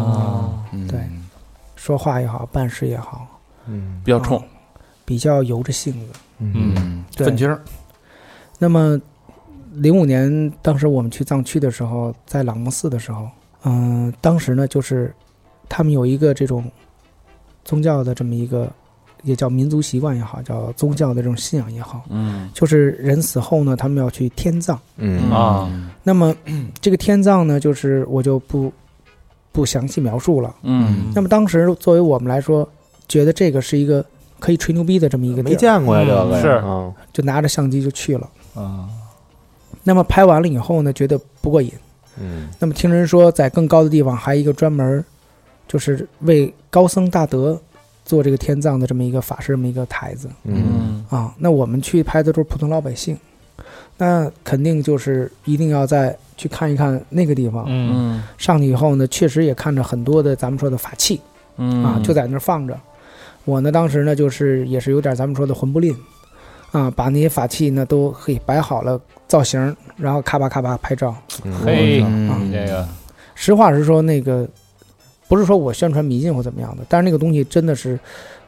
B: 哦，
A: 嗯，
E: 对说话也好，办事也好，啊
C: 嗯，
B: 比较冲，
E: 比较由着性子。
A: 嗯，
E: 对
A: 愤青儿，
E: 那么，零五年当时我们去藏区的时候，在朗木寺的时候，嗯、当时呢就是他们有一个这种宗教的这么一个，也叫民族习惯也好，叫宗教的这种信仰也好，
B: 嗯
E: 就是人死后呢，他们要去天葬。
C: 嗯
D: 啊，
E: 那么 这个天葬呢，就是我就不不详细描述了。
B: 嗯，
E: 那么当时作为我们来说，觉得这个是一个可以吹牛逼的这么一个地
C: 没
E: 儿，
C: 见过呀，这个呀
D: 是
C: 嗯
E: 就拿着相机就去了。
D: 嗯
E: 那么拍完了以后呢，觉得不过瘾。
C: 嗯
E: 那么听人说，在更高的地方还有一个专门儿就是为高僧大德做这个天葬的这么一个法师这么一个台子
C: 嗯
E: 啊。那我们去拍的都是普通老百姓，那肯定就是一定要再去看一看那个地方。
D: 嗯
B: 嗯
E: 上去以后呢，确实也看着很多的咱们说的法器
B: 嗯
E: 啊，就在那儿放着。我呢，当时呢就是也是有点咱们说的魂不吝啊，把那些法器呢都嘿摆好了造型，然后咔吧咔吧拍照。
D: 嘿，
A: 嗯
D: 你这个
E: 实话实说，那个不是说我宣传迷信或怎么样的，但是那个东西真的是，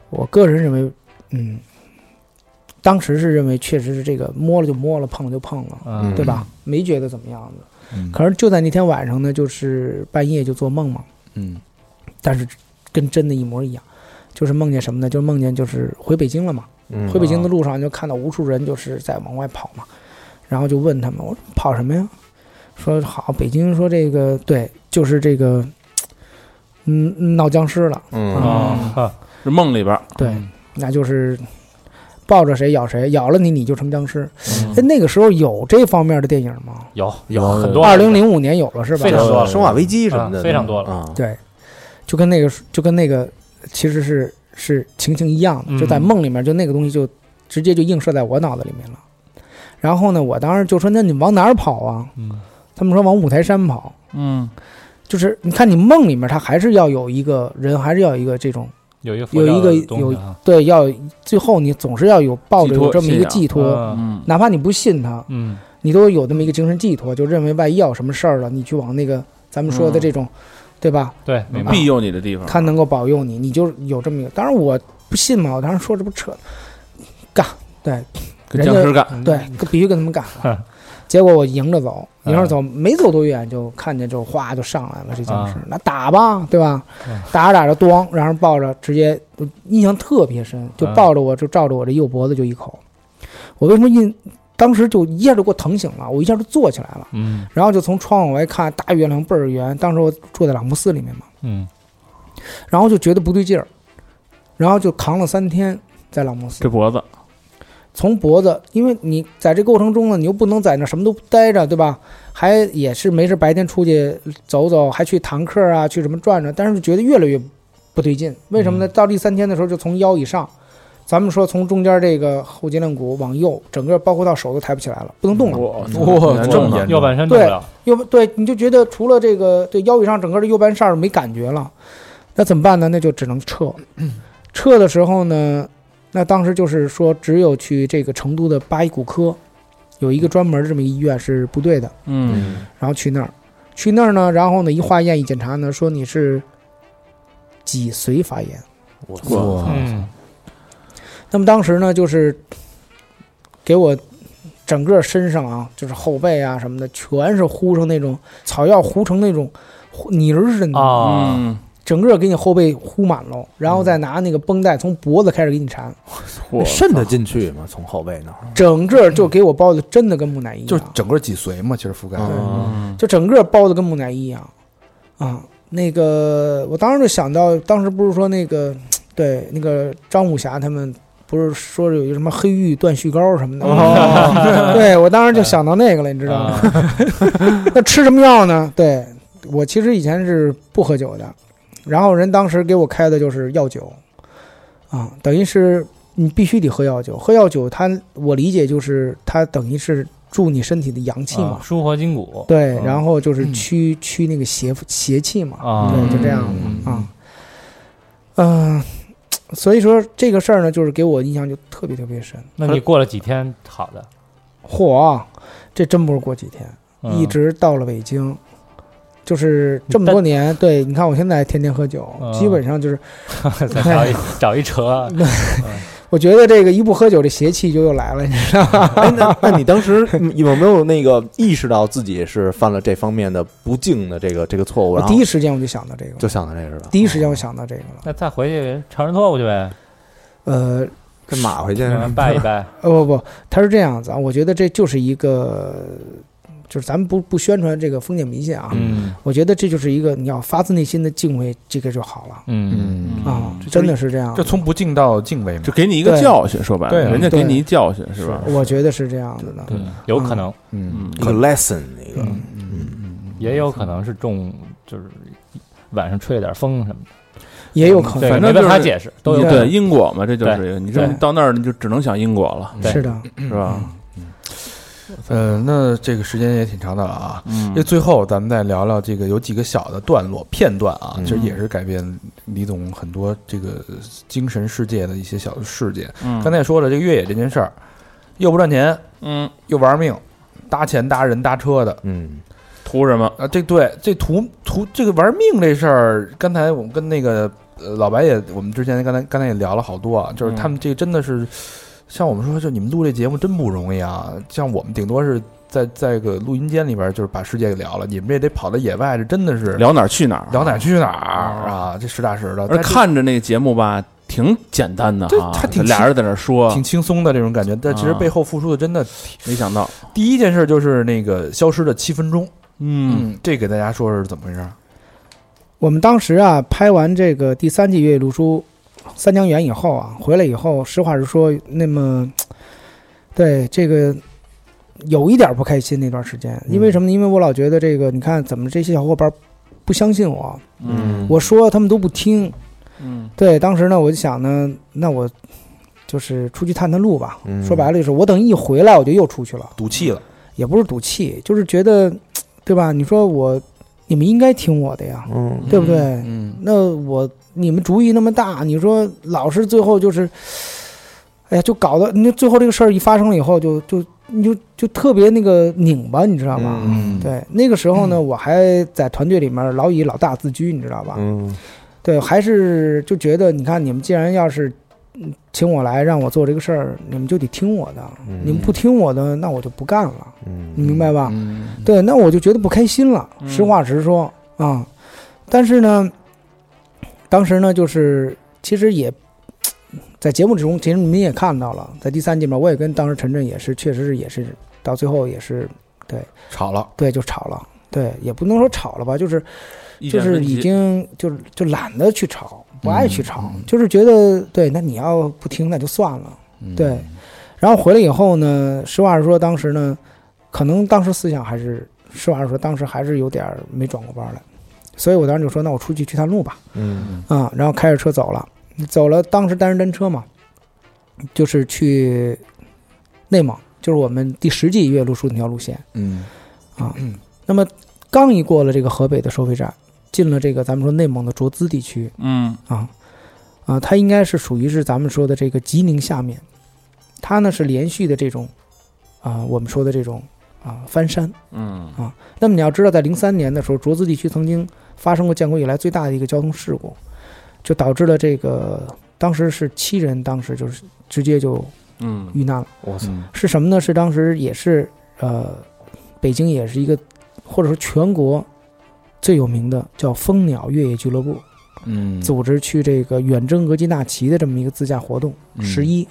E: 我个人认为，嗯，当时是认为确实是这个摸了就摸了，碰了就碰了，
D: 嗯
E: 对吧？没觉得怎么样的。
A: 嗯
E: 可是就在那天晚上呢，就是半夜就做梦嘛，
A: 嗯
E: 但是跟真的一模一样。就是梦见什么呢？就是梦见就是回北京了嘛，
C: 嗯
E: 回北京的路上就看到无数人就是在往外跑嘛，然后就问他们，我说跑什么呀？说好，北京说这个对，就是这个，嗯，闹僵尸了，
C: 嗯
B: 啊，是梦里边儿，
E: 对，
D: 嗯
E: 那就是抱着谁咬谁，咬了你你就成僵
D: 嗯
E: 尸。哎，那个时候有这方面的电影吗？
D: 有
C: 有
D: 很多
E: 二零零五年有了是吧？
D: 非常多了
C: 生化危机什么的
D: 啊非常多了
C: 了
E: 对，就跟那个就跟那个其实是是情形一样的，
D: 嗯
E: 就在梦里面，就那个东西就直接就映射在我脑子里面了。然后呢，我当时就说：“那你往哪儿跑啊？”
B: 嗯
E: 他们说往五台山跑，
B: 嗯，
E: 就是你看你梦里面，他还是要有一个人，还是要有一个这种
D: 有一个佛
E: 有一
D: 教
E: 个
D: 的东
E: 有
D: 西啊
E: 对，要最后你总是要有抱着
B: 寄托
E: 有这么一个
B: 信
E: 寄托，
D: 嗯
B: 嗯
E: 哪怕你不信他，
D: 嗯
E: 你都有那么一个精神寄托，就认为万一要有什么事儿了，你去往那个咱们
B: 嗯
E: 说的这种，对吧？
D: 对，明白
B: 庇佑你的地方，
E: 他能够保佑你，你就有这么一个。当然我不信嘛，我当时说这不扯，干，对，人
B: 跟僵尸
E: 家
B: 干，
D: 嗯
E: 对必须跟他们干。结果我迎着走，迎着
D: 嗯
E: 走，没走多远就看见就哗就上来了这僵尸
D: 啊，
E: 那打吧，对吧
D: 嗯？
E: 打着打着咣，然后抱着直接，我印象特别深，就
D: 嗯
E: 抱着我就照着我这右脖子就一口。我为什么印？当时就一下就给我疼醒了，我一下就坐起来了，
D: 嗯
E: 然后就从窗户往外看，大月亮倍儿圆。当时我住在朗姆寺里面嘛，
D: 嗯，
E: 然后就觉得不对劲儿，然后就扛了三天在朗姆寺，
B: 这脖子，
E: 从脖子，因为你在这过程中呢，你又不能在那什么都不待着，对吧？还也是没事白天出去走走，还去堂客啊，去什么转转，但是就觉得越来越不对劲，为什么呢？到第三天的时候，就从腰以上，咱们说从中间这个后脊梁骨往右，整个包括到手都抬不起来了，不能动了。
B: 嗯哇
D: 啊
H: 哇这么
B: 啊
H: 严重
D: 右半身动不了，
E: 右对，你就觉得除了这个对腰以上整个的右半扇儿没感觉了，那怎么办呢？那就只能撤。撤的时候呢，那当时就是说只有去这个成都的八一骨科，有一个专门儿这么医院是部队的，
B: 嗯，
E: 然后去那儿，去那儿呢，然后呢一化验一检查呢，说你是脊髓发炎。
B: 哇，
D: 嗯
E: 那么当时呢，就是给我整个身上啊，就是后背啊什么的，全是糊成那种草药糊成那种糊泥儿似的那种
D: 啊，
B: 嗯
E: 整个给你后背糊满喽，然后再拿那个绷带从脖子开始给你缠，
B: 嚯
C: 渗嗯得进去吗？从后背那儿
E: 整个就给我包的真的跟木乃伊一
H: 就是
E: 样，
H: 整个脊髓嘛，其实覆盖。
C: 啊
B: 嗯
E: 就整个包的跟木乃伊一样，啊，那个我当时就想到，当时不是说那个对那个张武侠他们不是说有一个什么黑玉断续膏什么的， 对我当时就想到那个了，你知道吗？
D: 啊
E: 那吃什么药呢？对我其实以前是不喝酒的，然后人当时给我开的就是药酒，啊，等于是你必须得喝药酒。喝药酒它，我理解就是它等于是助你身体的阳气嘛，
D: 啊舒活筋骨
E: 对，
D: 嗯
E: 然后就是驱、驱那个邪邪气嘛，
D: 啊，
E: 对，就这样啊，嗯、所以说这个事儿呢，就是给我印象就特别特别深。
D: 那你过了几天好的，
E: 嚯啊，这真不是过几天。
D: 嗯
E: 一直到了北京，就是这么多年。对，你看我现在天天喝酒，
D: 嗯
E: 基本上就是，
D: 再找一找一车，
E: 我觉得这个一不喝酒，这邪气就又来了，你知道吗？
C: 哎，那那你当时你有没有那个意识到自己是犯了这方面的不敬的这个这个错误？
E: 我
C: 然
E: 第
C: 后
E: 一时间我就想到这个
C: 就
E: 了，
C: 想到这个了，哦
E: 第一时间我想到这个了。
D: 那再回去承认错误去呗，
E: 呃，
C: 跟马回去，
D: 嗯拜一拜，
E: 呃不不，他是这样子啊，我觉得这就是一个，就是咱们不不宣传这个封建迷信啊，
D: 嗯
E: 我觉得这就是一个你要发自内心的敬畏这个就好了
D: 嗯
H: 嗯
E: 啊，
H: 这就是
E: 真的是这样
H: 这。从不敬到敬畏嘛
B: 就。给你一个
E: 对
B: 教训，说白
H: 对
B: 了，
H: 啊
B: 人家给
E: 对
B: 你一教训是吧？
E: 我觉得是这样子的，
D: 对，有可能，嗯
H: 嗯
B: 嗯，
C: 一个 lesson 一
E: 嗯
C: 个，
A: 嗯
D: 也有可能是中，就是晚上吹了点风什么的，
E: 也有可
D: 对
E: 能
B: 反正
D: 没办法
B: 就是
D: 解释，都有
B: 你
D: 可
B: 对
D: 能。
B: 因果嘛，这就是
D: 啊对
B: 一个你这么
E: 对
B: 到那儿你就只能想因果了，
D: 对
E: 是的，
B: 是吧？
H: 呃，那这个时间也挺长的了啊。
B: 嗯
H: 因为最后咱们再聊聊这个有几个小的段落片段啊，
C: 嗯
H: 其实也是改变李总很多这个精神世界的一些小的事件。刚才也说了，这个越野这件事儿，又不赚钱，
B: 嗯，
H: 又玩命，搭钱搭人搭车的
C: 嗯
B: 图什么？
H: 啊，这对这图图这个玩命这事儿，刚才我们跟那个呃老白也，我们之前刚才刚才也聊了好多啊，就是
B: 嗯
H: 他们这真的是，像我们说，就你们录这节目真不容易啊，像我们顶多是在在个录音间里边就是把世界给聊了，你们这得跑到野外，这真的是
B: 聊哪儿去哪儿，啊
H: 聊哪儿去哪儿啊，这实打实的，
B: 而
H: 但是
B: 看着那个节目吧，挺简单的
H: 对
B: 哈，
H: 他挺
B: 俩人在那儿说，
H: 挺轻松的这种感觉，但其实
B: 啊
H: 背后付出的真的，
B: 没想到，
H: 第一件事就是那个消失的七分钟，
B: 嗯，
H: 嗯，这给大家说是怎么回事儿？
E: 我们当时啊，拍完这个第三季《越狱路书》三江源以后啊，回来以后，实话实说，那么，对这个有一点不开心那段时间，因为什么呢？因为我老觉得这个，你看怎么这些小伙伴不相信我，
B: 嗯
E: 我说他们都不听。
B: 嗯
E: 对，当时呢，我就想呢，那我就是出去探探路吧。
C: 嗯
E: 说白了就是，我等一回来，我就又出去了。
H: 赌气了，
E: 也不是赌气，就是觉得，对吧？你说我，你们应该听我的呀，
C: 嗯
E: 对不对？
H: 嗯，
E: 那我你们主意那么大，你说老是最后就是，哎呀，就搞得那最后这个事儿一发生了以后就，就你就就特别那个拧巴，你知道吧？
H: 嗯，
E: 对，那个时候呢，我还在团队里面老以老大自居，你知道吧？
C: 嗯
E: 对，还是就觉得，你看你们既然要是嗯请我来让我做这个事儿，你们就得听我的，你们不听我的，那我就不干了，
C: 嗯
E: 你明白吧？
H: 嗯，
E: 对，那我就觉得不开心了，
B: 嗯
E: 实话实说啊、但是呢，当时呢，就是其实也在节目之中，其实你们也看到了，在第三季嘛，我也跟当时陈震也是，确实是也是到最后也是
H: 吵了，
E: 对就吵了，对，也不能说吵了吧，就是
B: 嗯一
E: 就
B: 点
E: 是
B: 问题
E: 已经就是就懒得去吵，不爱去
H: 嗯
E: 吵，
H: 嗯
E: 就是觉得对，那你要不听那就算了。
H: 嗯
E: 对，然后回来以后呢，实话实说，当时呢，可能当时思想还是实话实说，当时还是有点儿没转过弯儿来，所以我当时就说，那我出去去探路吧，
C: 嗯
E: 啊、然后开着车走了，走了，当时单人单车嘛，就是去内蒙，就是我们第十季岳麓书那条路线。
H: 嗯
E: 那么刚一过了这个河北的收费站，进了这个咱们说内蒙的卓资地区
B: 嗯
E: 啊啊，它应该是属于是咱们说的这个吉宁下面，它呢是连续的这种啊，我们说的这种啊翻山。
B: 嗯
E: 那么你要知道，在零三年的时候，卓资地区曾经发生过建国以来最大的一个交通事故，就导致了这个当时是七人，当时就是直接就
B: 嗯
E: 遇难了。
C: 我操
H: 嗯
E: 是什么呢？是当时也是呃，北京也是一个或者说全国最有名的叫蜂鸟越野俱乐部
H: 嗯，
E: 组织去这个远征额济纳旗的这么一个自驾活动。
A: 嗯
E: 十一，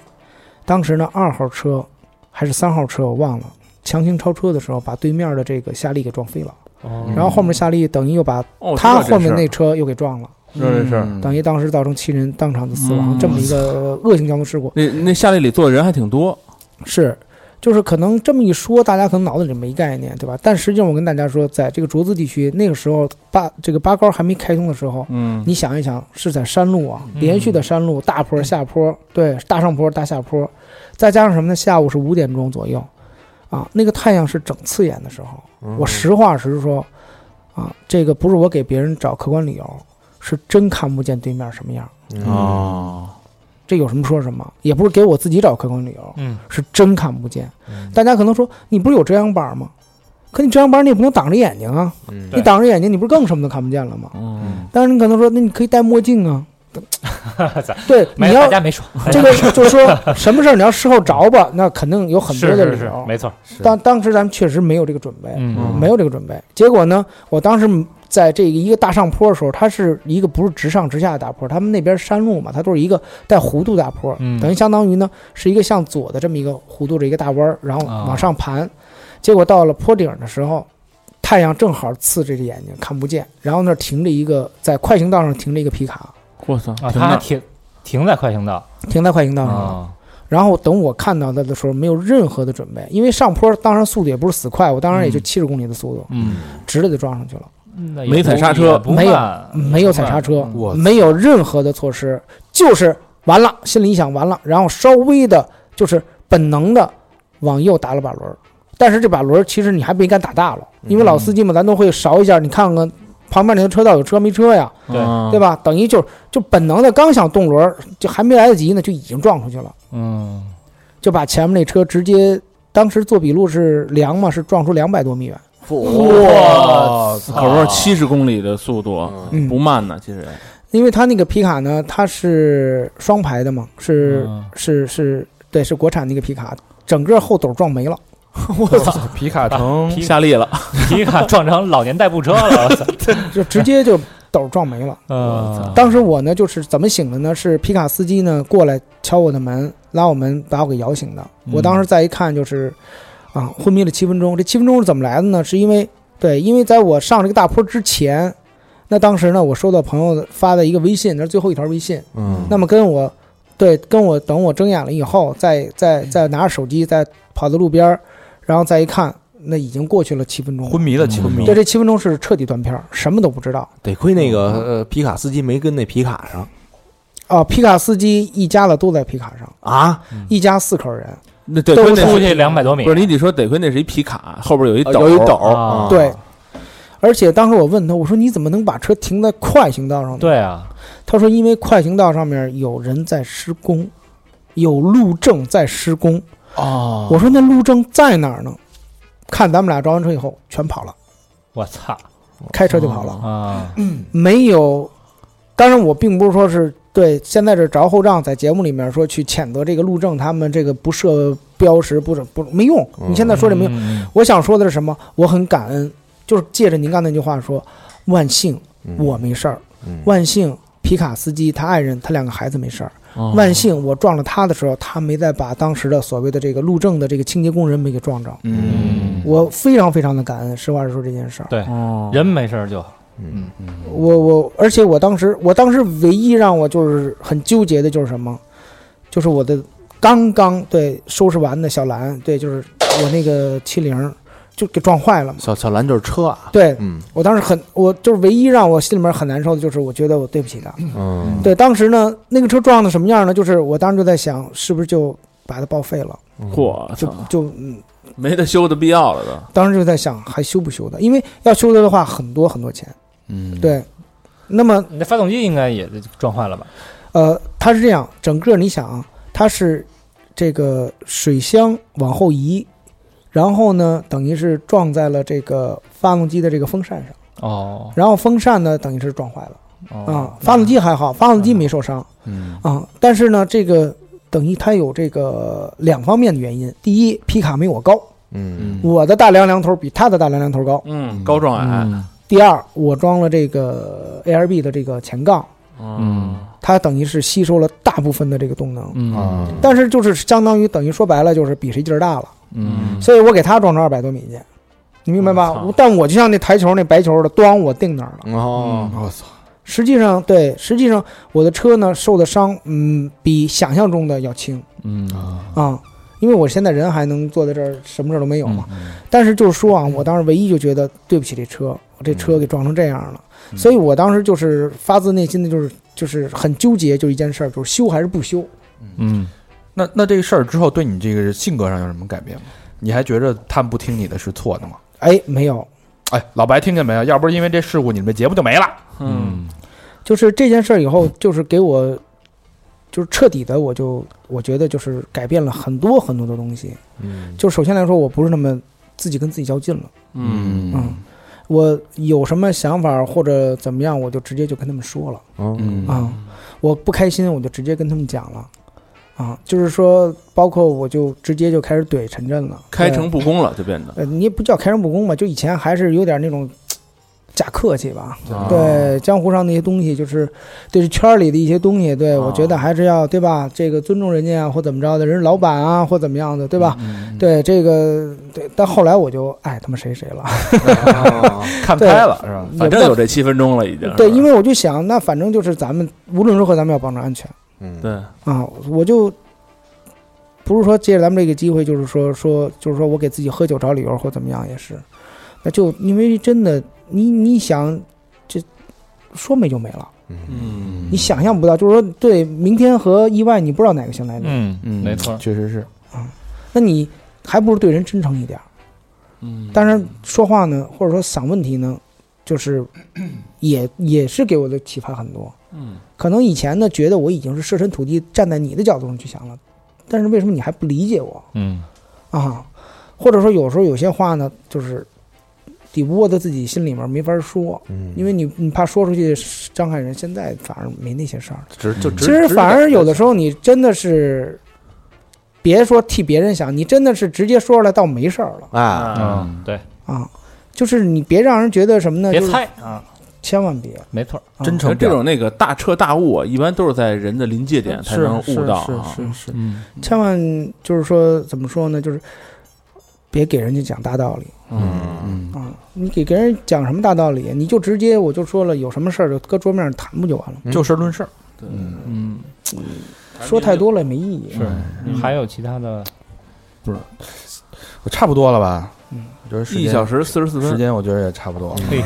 E: 当时呢二号车还是三号车我忘了，强行超车的时候把对面的这个夏利给撞飞了，
B: 嗯
D: 嗯
C: 哦
E: 嗯然后后面夏利等于又把
B: 哦，
E: 他
B: 知道
E: 后
B: 这事
E: 面
B: 儿
E: 那车又给撞了，
B: 知道这事儿，
H: 嗯
E: 等于当时造成七人当场的死亡，
B: 嗯
E: 这么一个恶性交通事故。
B: 那那夏利里坐的人还挺多，
E: 是，就是可能这么一说，大家可能脑子里没概念，对吧？但实际上，我跟大家说，在这个卓资地区，那个时候八这个八高还没开通的时候，
B: 嗯
E: 你想一想，是在山路啊，连续的山路，大坡、下坡，对，大上坡、大下坡，再加上什么呢？下午是五点钟左右，啊，那个太阳是整刺眼的时候。嗯
C: 嗯
E: 我实话实说，啊，这个不是我给别人找客观理由，是真看不见对面什么样。
C: 嗯
E: 啊
B: 哦，
E: 这有什么说什么，也不是给我自己找客观理由，
D: 嗯，
E: 是真看不见。大家可能说，你不是有遮阳板吗？可你遮阳板你也不能挡着眼睛啊，
C: 嗯
E: 你挡着眼睛你不是更什么都看不见了吗？
B: 嗯
E: 但是你可能说，那你可以戴墨 镜啊。对，你
D: 没有，大
E: 要
D: 家没说
E: 这个就是说什么事儿你要事后着吧，那肯定有很多
D: 是
E: 的
D: 是
E: 理
D: 是
B: 啊
E: 由，。
D: 没错，
E: 当当时咱们确实没有这个准
B: 哎
E: 备，
D: 嗯
E: 没有这个准备。结果呢，我当时在这个一个大上坡的时候，它是一个不是直上直下的大坡，他们那边山路嘛，它都是一个带弧度大坡，
D: 嗯
E: 等于相当于呢是一个向左的这么一个弧度的一个大弯儿，然后
D: 啊
E: 往上盘。结果到了坡顶的时候，太阳正好刺这只眼睛，看不见。然后那儿停着一个在快行道上停着一个皮卡，
B: 我操，
D: 啊，
B: 挺
D: 他
B: 大
D: 还停停在快行道
E: 停在快行道上了。
D: 啊，
E: 然后等我看到它的时候，没有任何的准备，因为上坡当然速度也不是死快，我当然也就七十公里的速度，
D: 嗯，
E: 直的就撞上去了，
D: 那也
B: 嗯没
D: 不
B: 踩刹车
D: 也不
E: 没有
D: 慢
E: 没有踩刹车
D: 嗯，
H: 我
E: 没有任何的措施，就是完了，心里一想完了，然后稍微的，就是本能的往右打了把轮儿，但是这把轮儿其实你还没敢打大了，因为老司机嘛，咱都会勺一下，你看看旁边那个车道有车没车呀，
B: 对
E: 对吧？等于就是就本能的刚想动轮儿，就还没来得及呢，就已经撞出去了。
D: 嗯，
E: 就把前面那车直接，当时做笔录是量嘛，是撞出两百多米远。
B: 哇，可不是七十公里的速度，
E: 嗯
B: 不，慢呢，其实，
E: 因为他那个皮卡呢，它是双排的嘛，是、
D: 嗯
E: 是是，对，是国产那个皮卡，整个后斗撞没了，
H: 我操，皮卡腾
D: 皮
B: 下力了，
D: 皮卡撞成老年代步车了，我操！
E: 就直接就斗撞没了。
D: 嗯
E: 当时我呢就是怎么醒的呢？是皮卡司机呢过来敲我的门，拉我门把我给摇醒的。我当时再一看就是，啊，昏迷了七分钟。这七分钟是怎么来的呢？是因为对，因为在我上这个大坡之前，那当时呢我收到朋友发的一个微信，那是最后一条微信。
C: 嗯
E: 那么跟我对跟我等我睁眼了以后，再再再拿着手机再跑到路边儿，然后再一看，那已经过去了七分钟了。
H: 昏迷了，昏迷
E: 对，这七分钟是彻底断片儿，什么都不知道。
C: 得亏那个呃皮卡司机没跟那皮卡上
E: 啊，皮卡司机一家子都在皮卡上，
C: 啊，
E: 一家四口人。
B: 那得
E: 都
B: 亏
E: 出
B: 那是
D: 出去两百多米
B: 不，是你得说得亏那是一皮卡，后边有一斗，
C: 有
B: 哦
C: 一斗
D: 啊
E: 对，而且当时我问他，我说你怎么能把车停在快行道上呢？，
D: 对啊，
E: 他说因为快行道上面有人在施工，有路政在施工。
A: 啊
H: 哦
E: 我说那路政在哪儿呢？看咱们俩撞完车以后全跑了，
D: 我操
E: 开车就跑了，
D: 啊！
E: 没有。当然，我并不是说是对现在这着后账，在节目里面说去谴责这个路政他们这个不设标识，不是不没用。你现在说这没用。
D: 嗯
E: 我想说的是什么？我很感恩，就是借着您刚才那句话说，万幸
C: 嗯
E: 我没事儿，万幸皮卡司机他爱人他两个孩子没事儿，
D: 哦
E: 万幸我撞了他的时候，他没再把当时的所谓的这个路政的这个清洁工人没给撞着，
H: 嗯，
E: 我非常非常的感恩。实话实说这件事儿，
D: 对，
B: 哦
D: 人没事儿就嗯好。
C: 嗯
E: 我我而且我当时我当时唯一让我就是很纠结的就是什么，就是我的刚刚对收拾完的小蓝，对，就是我那个七零就给撞坏了嘛，
C: 嗯小小蓝就是车啊，
E: 对，
C: 嗯
E: 我当时很，我就是唯一让我心里面很难受的就是，我觉得我对不起他。
C: 嗯
E: 对，当时呢，那个车撞的什么样呢？就是我当时就在想，是不是就把它报废了？
C: 嗯
B: 嚯，
E: 就
B: 操
E: 就嗯，
B: 没得修的必要了都。
E: 当时就在想还修不修的，因为要修的的话很多很多钱。
H: 嗯，
E: 对，那么
D: 你的发动机应该也撞坏了吧？
E: 呃，它是这样，整个你想啊，它是这个水箱往后移，然后呢，等于是撞在了这个发动机的这个风扇上，
D: 哦
E: 然后风扇呢，等于是撞坏了。啊
D: 哦，，
E: 发动机还好，发动机没受伤，
H: 嗯
E: 啊，但是呢，这个等于它有这个两方面的原因。第一，皮卡没我高，
C: 嗯
E: 我的大梁梁头比它的大梁梁头高。
B: 嗯，高壮矮，
E: 第二，我装了这个 ARB 的这个前杠，
B: 嗯
E: 它等于是吸收了大部分的这个动能，
H: 嗯
C: 啊，
E: 但是就是相当于等于说白了就是比谁劲儿大了，
H: 嗯
E: 所以我给它装成二百多米去，你明白
B: 我
E: 吧？
B: 操
E: 我但我就像那台球那白球的，咣我定那儿了。
C: 哦，
E: 嗯
H: 我操，
E: 实际上，对，实际上我的车呢受的伤，嗯，比想象中的要轻
B: 嗯
E: 啊、因为我现在人还能坐在这儿，什么事儿都没有嘛。
H: 嗯
E: 但是就是说啊，我当时唯一就觉得对不起这车，我这车给撞成这样了，
H: 嗯
E: 所以我当时就是发自内心的就是就是很纠结，就一件事儿，就是修还是不修。
B: 嗯，
H: 那那这个事儿之后对你这个性格上有什么改变吗？你还觉着他们不听你的是错的吗？
E: 哎，没有，
H: 哎，老白听见没有？要不是因为这事故，你们节目就没了。
B: 嗯，
E: 就是这件事儿以后，就是给我，就是彻底的，我就我觉得就是改变了很多很多的东西。
C: 嗯
E: 就首先来说，我不是那么自己跟自己较劲了。嗯，我有什么想法或者怎么样，我就直接就跟他们说了
C: 哦
H: 嗯
E: 啊、我不开心，我就直接跟他们讲了啊。就是说，包括我就直接就开始怼陈震了，
B: 开诚布公了就变得
E: 对呃，你也不叫开诚布公吧，就以前还是有点那种嘖假客气吧。
B: 啊
E: 对江湖上那些东西，就是对这圈儿里的一些东西，对、
B: 啊
E: 我觉得还是要对吧？这个尊重人家啊，或怎么着的，人是老板啊，或怎么样的，对吧？
B: 嗯
E: 对这个，对，但后来我就爱他妈谁谁了，
H: 看开了是吧？
E: 也
B: 啊反
E: 不
B: 正
E: 叫
B: 有这七分钟了已经。
E: 对，因
B: 为
E: 为我就想，那反正就是咱们无论如何，咱们要保证安全
C: 嗯
B: 对，
E: 啊！我就不是说借着咱们这个机会，就是说说，就是说我给自己喝酒找理由或怎么样也是，那就因为真的，你你想，这说没就没了，
B: 嗯
E: 你想象不到，就是说对明天和意外，你不知道哪个先来临，
D: 嗯
H: 嗯，
D: 没错，
H: 确实是。
E: 那你还不如对人真诚一点儿。
B: 嗯，
E: 当然，说话呢，或者说想问题呢，就是也也是给我的启发很多。
B: 嗯
E: 可能以前呢，觉得我已经是设身处地站在你的角度上去想了，但是为什么你还不理解我
D: 嗯
E: 啊？或者说有时候有些话呢，就是抵不过在自己心里面没法说，
C: 嗯
E: 因为你你怕说出去伤害人。现
C: 嗯
E: 在反而没那些事儿了。
C: 直就直
E: 其实反而有的时候你真的是别说替别人想，你真的是直接说出来倒没事儿了
C: 啊，
D: 啊，对，
E: 啊。就是你别让人觉得什么呢？
D: 别
E: 就是
D: 猜啊，
E: 千万别。
D: 没错，
E: 啊
A: 真诚
B: 这
A: 点儿
B: 种那个大彻大悟，啊，一般都是在人的临界点才
E: 是
B: 能悟到
E: 是
B: 啊。
E: 是是是，
B: 嗯
E: 千万就是说怎么说呢？就是别给人家讲大道理
B: 嗯
A: 嗯，
E: 啊！你给给人讲什么大道理？你就直接我就说了，有什么事儿就搁桌面上谈不就完了吗？
A: 就事论事儿。
B: 嗯，
E: 说太多了也没意义。
D: 是。还有其他的，
A: 我差不多了吧？
E: 嗯，
A: 我觉得时
B: 一
A: 间
B: 小时四十四
A: 时
B: 分，
A: 间，我觉得也差不多了。
D: 对，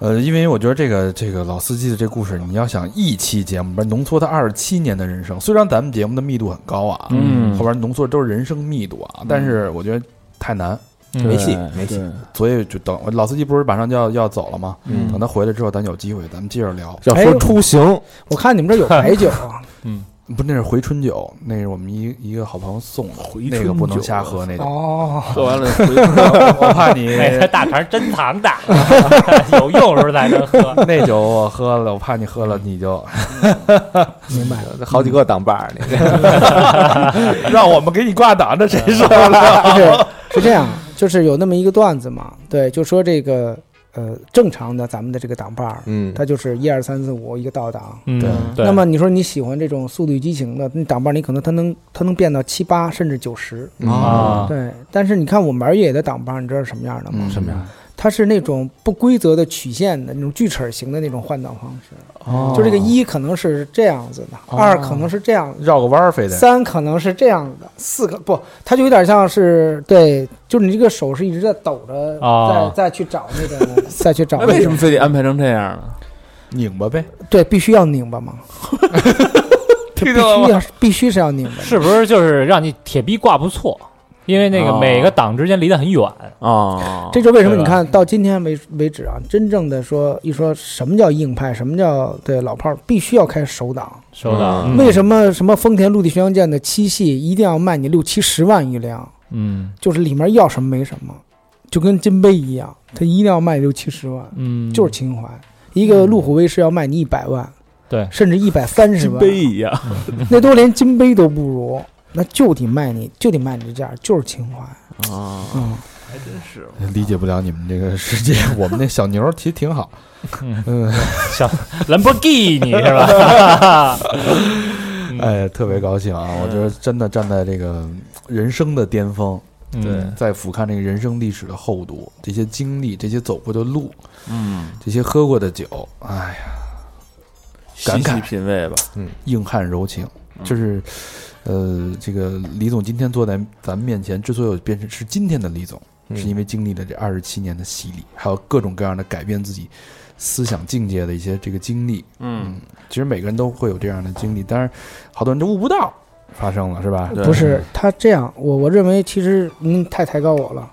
A: 呃，因为我觉得这个这个老司机的这故事，你要想一期节目，把浓缩他二十七年的人生，虽然咱们节目的密度很高啊，
B: 嗯
A: 后边浓缩都是人生密度啊，但是我觉得太难，
B: 对
C: 没戏没戏。
B: 对
A: 所以就等老司机不是马上就要要走了吗？
B: 嗯
A: 等他回来之后，咱有机会咱们接着聊。
C: 要说出行，
E: 我看你们这有白酒啊，
A: 不，那是回春酒，那是我们一一个好朋友送的，那个不能瞎喝，那个
E: 哦，
B: 喝完了回
A: 我怕你
D: 哎，他大肠珍藏 的，有用时候在这喝。
A: 那酒我喝了，我怕你喝了你就
E: 明白了。
C: 好几个挡把儿呢，
A: 让我们给你挂档，那谁受得了？
E: 是是这样，就是有那么一个段子嘛，对，就说这个呃，正常的咱们的这个档把儿，
C: 嗯，
E: 它就是一二三四五一个倒档。
D: 嗯
A: 对
D: 对。
E: 那么你说你喜欢这种《速度与激情》的，那档把儿你可能它能它能变到七八甚至九十，
A: 嗯
D: 啊，
E: 对。但是你看我们玩越野的档把儿，你知道是什么样的吗？
A: 嗯，什么呀？
E: 它是那种不规则的曲线的那种锯齿儿型的那种换挡方式，
A: 哦
E: 就这个一可能是这样子的，二可能是这样子的。
A: 绕个弯儿，非得
E: 三可能是这样的，四个不，它就有点像是对，就是你这个手是一直在抖着，
D: 哦
E: 再再去找那 个， 再去找、
B: 那
E: 那个，
B: 为什么非得安排成这样呢？
A: 拧巴呗。
E: 对必须要拧巴 嘛？这必
B: 啊
E: 须要必须是要拧巴的，
D: 是不是就是让你铁臂挂不错？因为那个
B: 哦
D: 每个档之间离得很远，
B: 啊，
E: 这就为什么你
D: 对吧
E: 看到今天为为止啊，真正的说一说什么叫硬派，什么叫对老炮儿，必须要开手挡。
D: 收到？
B: 嗯
E: 为什么什么丰田陆地巡洋舰的七系一定要卖你六七十万一辆？
D: 嗯
E: 就是里面要什么没什么，就跟金杯一样，它一定要卖六七十万。
D: 嗯，
E: 就是情怀。一个路虎卫士要卖你一百万，
D: 对
E: 甚至一百三十万，
B: 一样，
E: 那都连金杯都不如，那就得卖你，就得卖你这价，就是情怀
B: 啊，
E: 嗯，
A: 理解不了你们这个世 界，我们那小牛儿其实挺好。嗯，
D: 兰博基尼是吧？
A: 哎，特别高兴啊！我觉得真的站在这个人生的巅峰，
D: 嗯
A: 嗯，在俯瞰这个人生历史的厚度，这些经历，这些走过的路，
B: 嗯，
A: 这些喝过的酒，哎呀，
B: 细
A: 感慨
B: 细品味吧，嗯
A: 硬汉柔情，就是。呃，这个李总今天坐在咱们面前，之所以变成是今天的李总，是因为经历了这二十七年的洗礼，还有各种各样的改变自己思想境界的一些这个经历，
B: 嗯，
A: 其实每个人都会有这样的经历，但是好多人都悟不到发生了，是
C: 嗯
A: 吧？
B: 对
E: 不是他这样，我我认为其实您太抬高我了。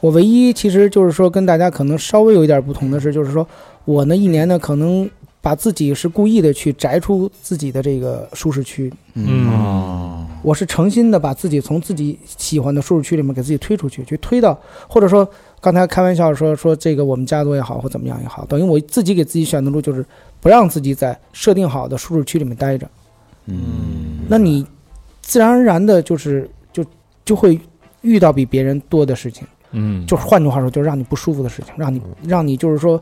E: 我唯一其实就是说跟大家可能稍微有一点不同的是，就是说我呢一年呢可能把自己是故意的去摘出自己的这个舒适区，
B: 嗯，
E: 我是诚心的把自己从自己喜欢的舒适区里面给自己推出去，去推到，或者说刚才开玩笑说说这个我们家族也好或怎么样也好，等于我自己给自己选的路就是不让自己在设定好的舒适区里面待着，
A: 嗯
E: 那你自然而然的就是就就会遇到比别人多的事情，
D: 嗯，
E: 就是换句话说，就是让你不舒服的事情，让你让你就是说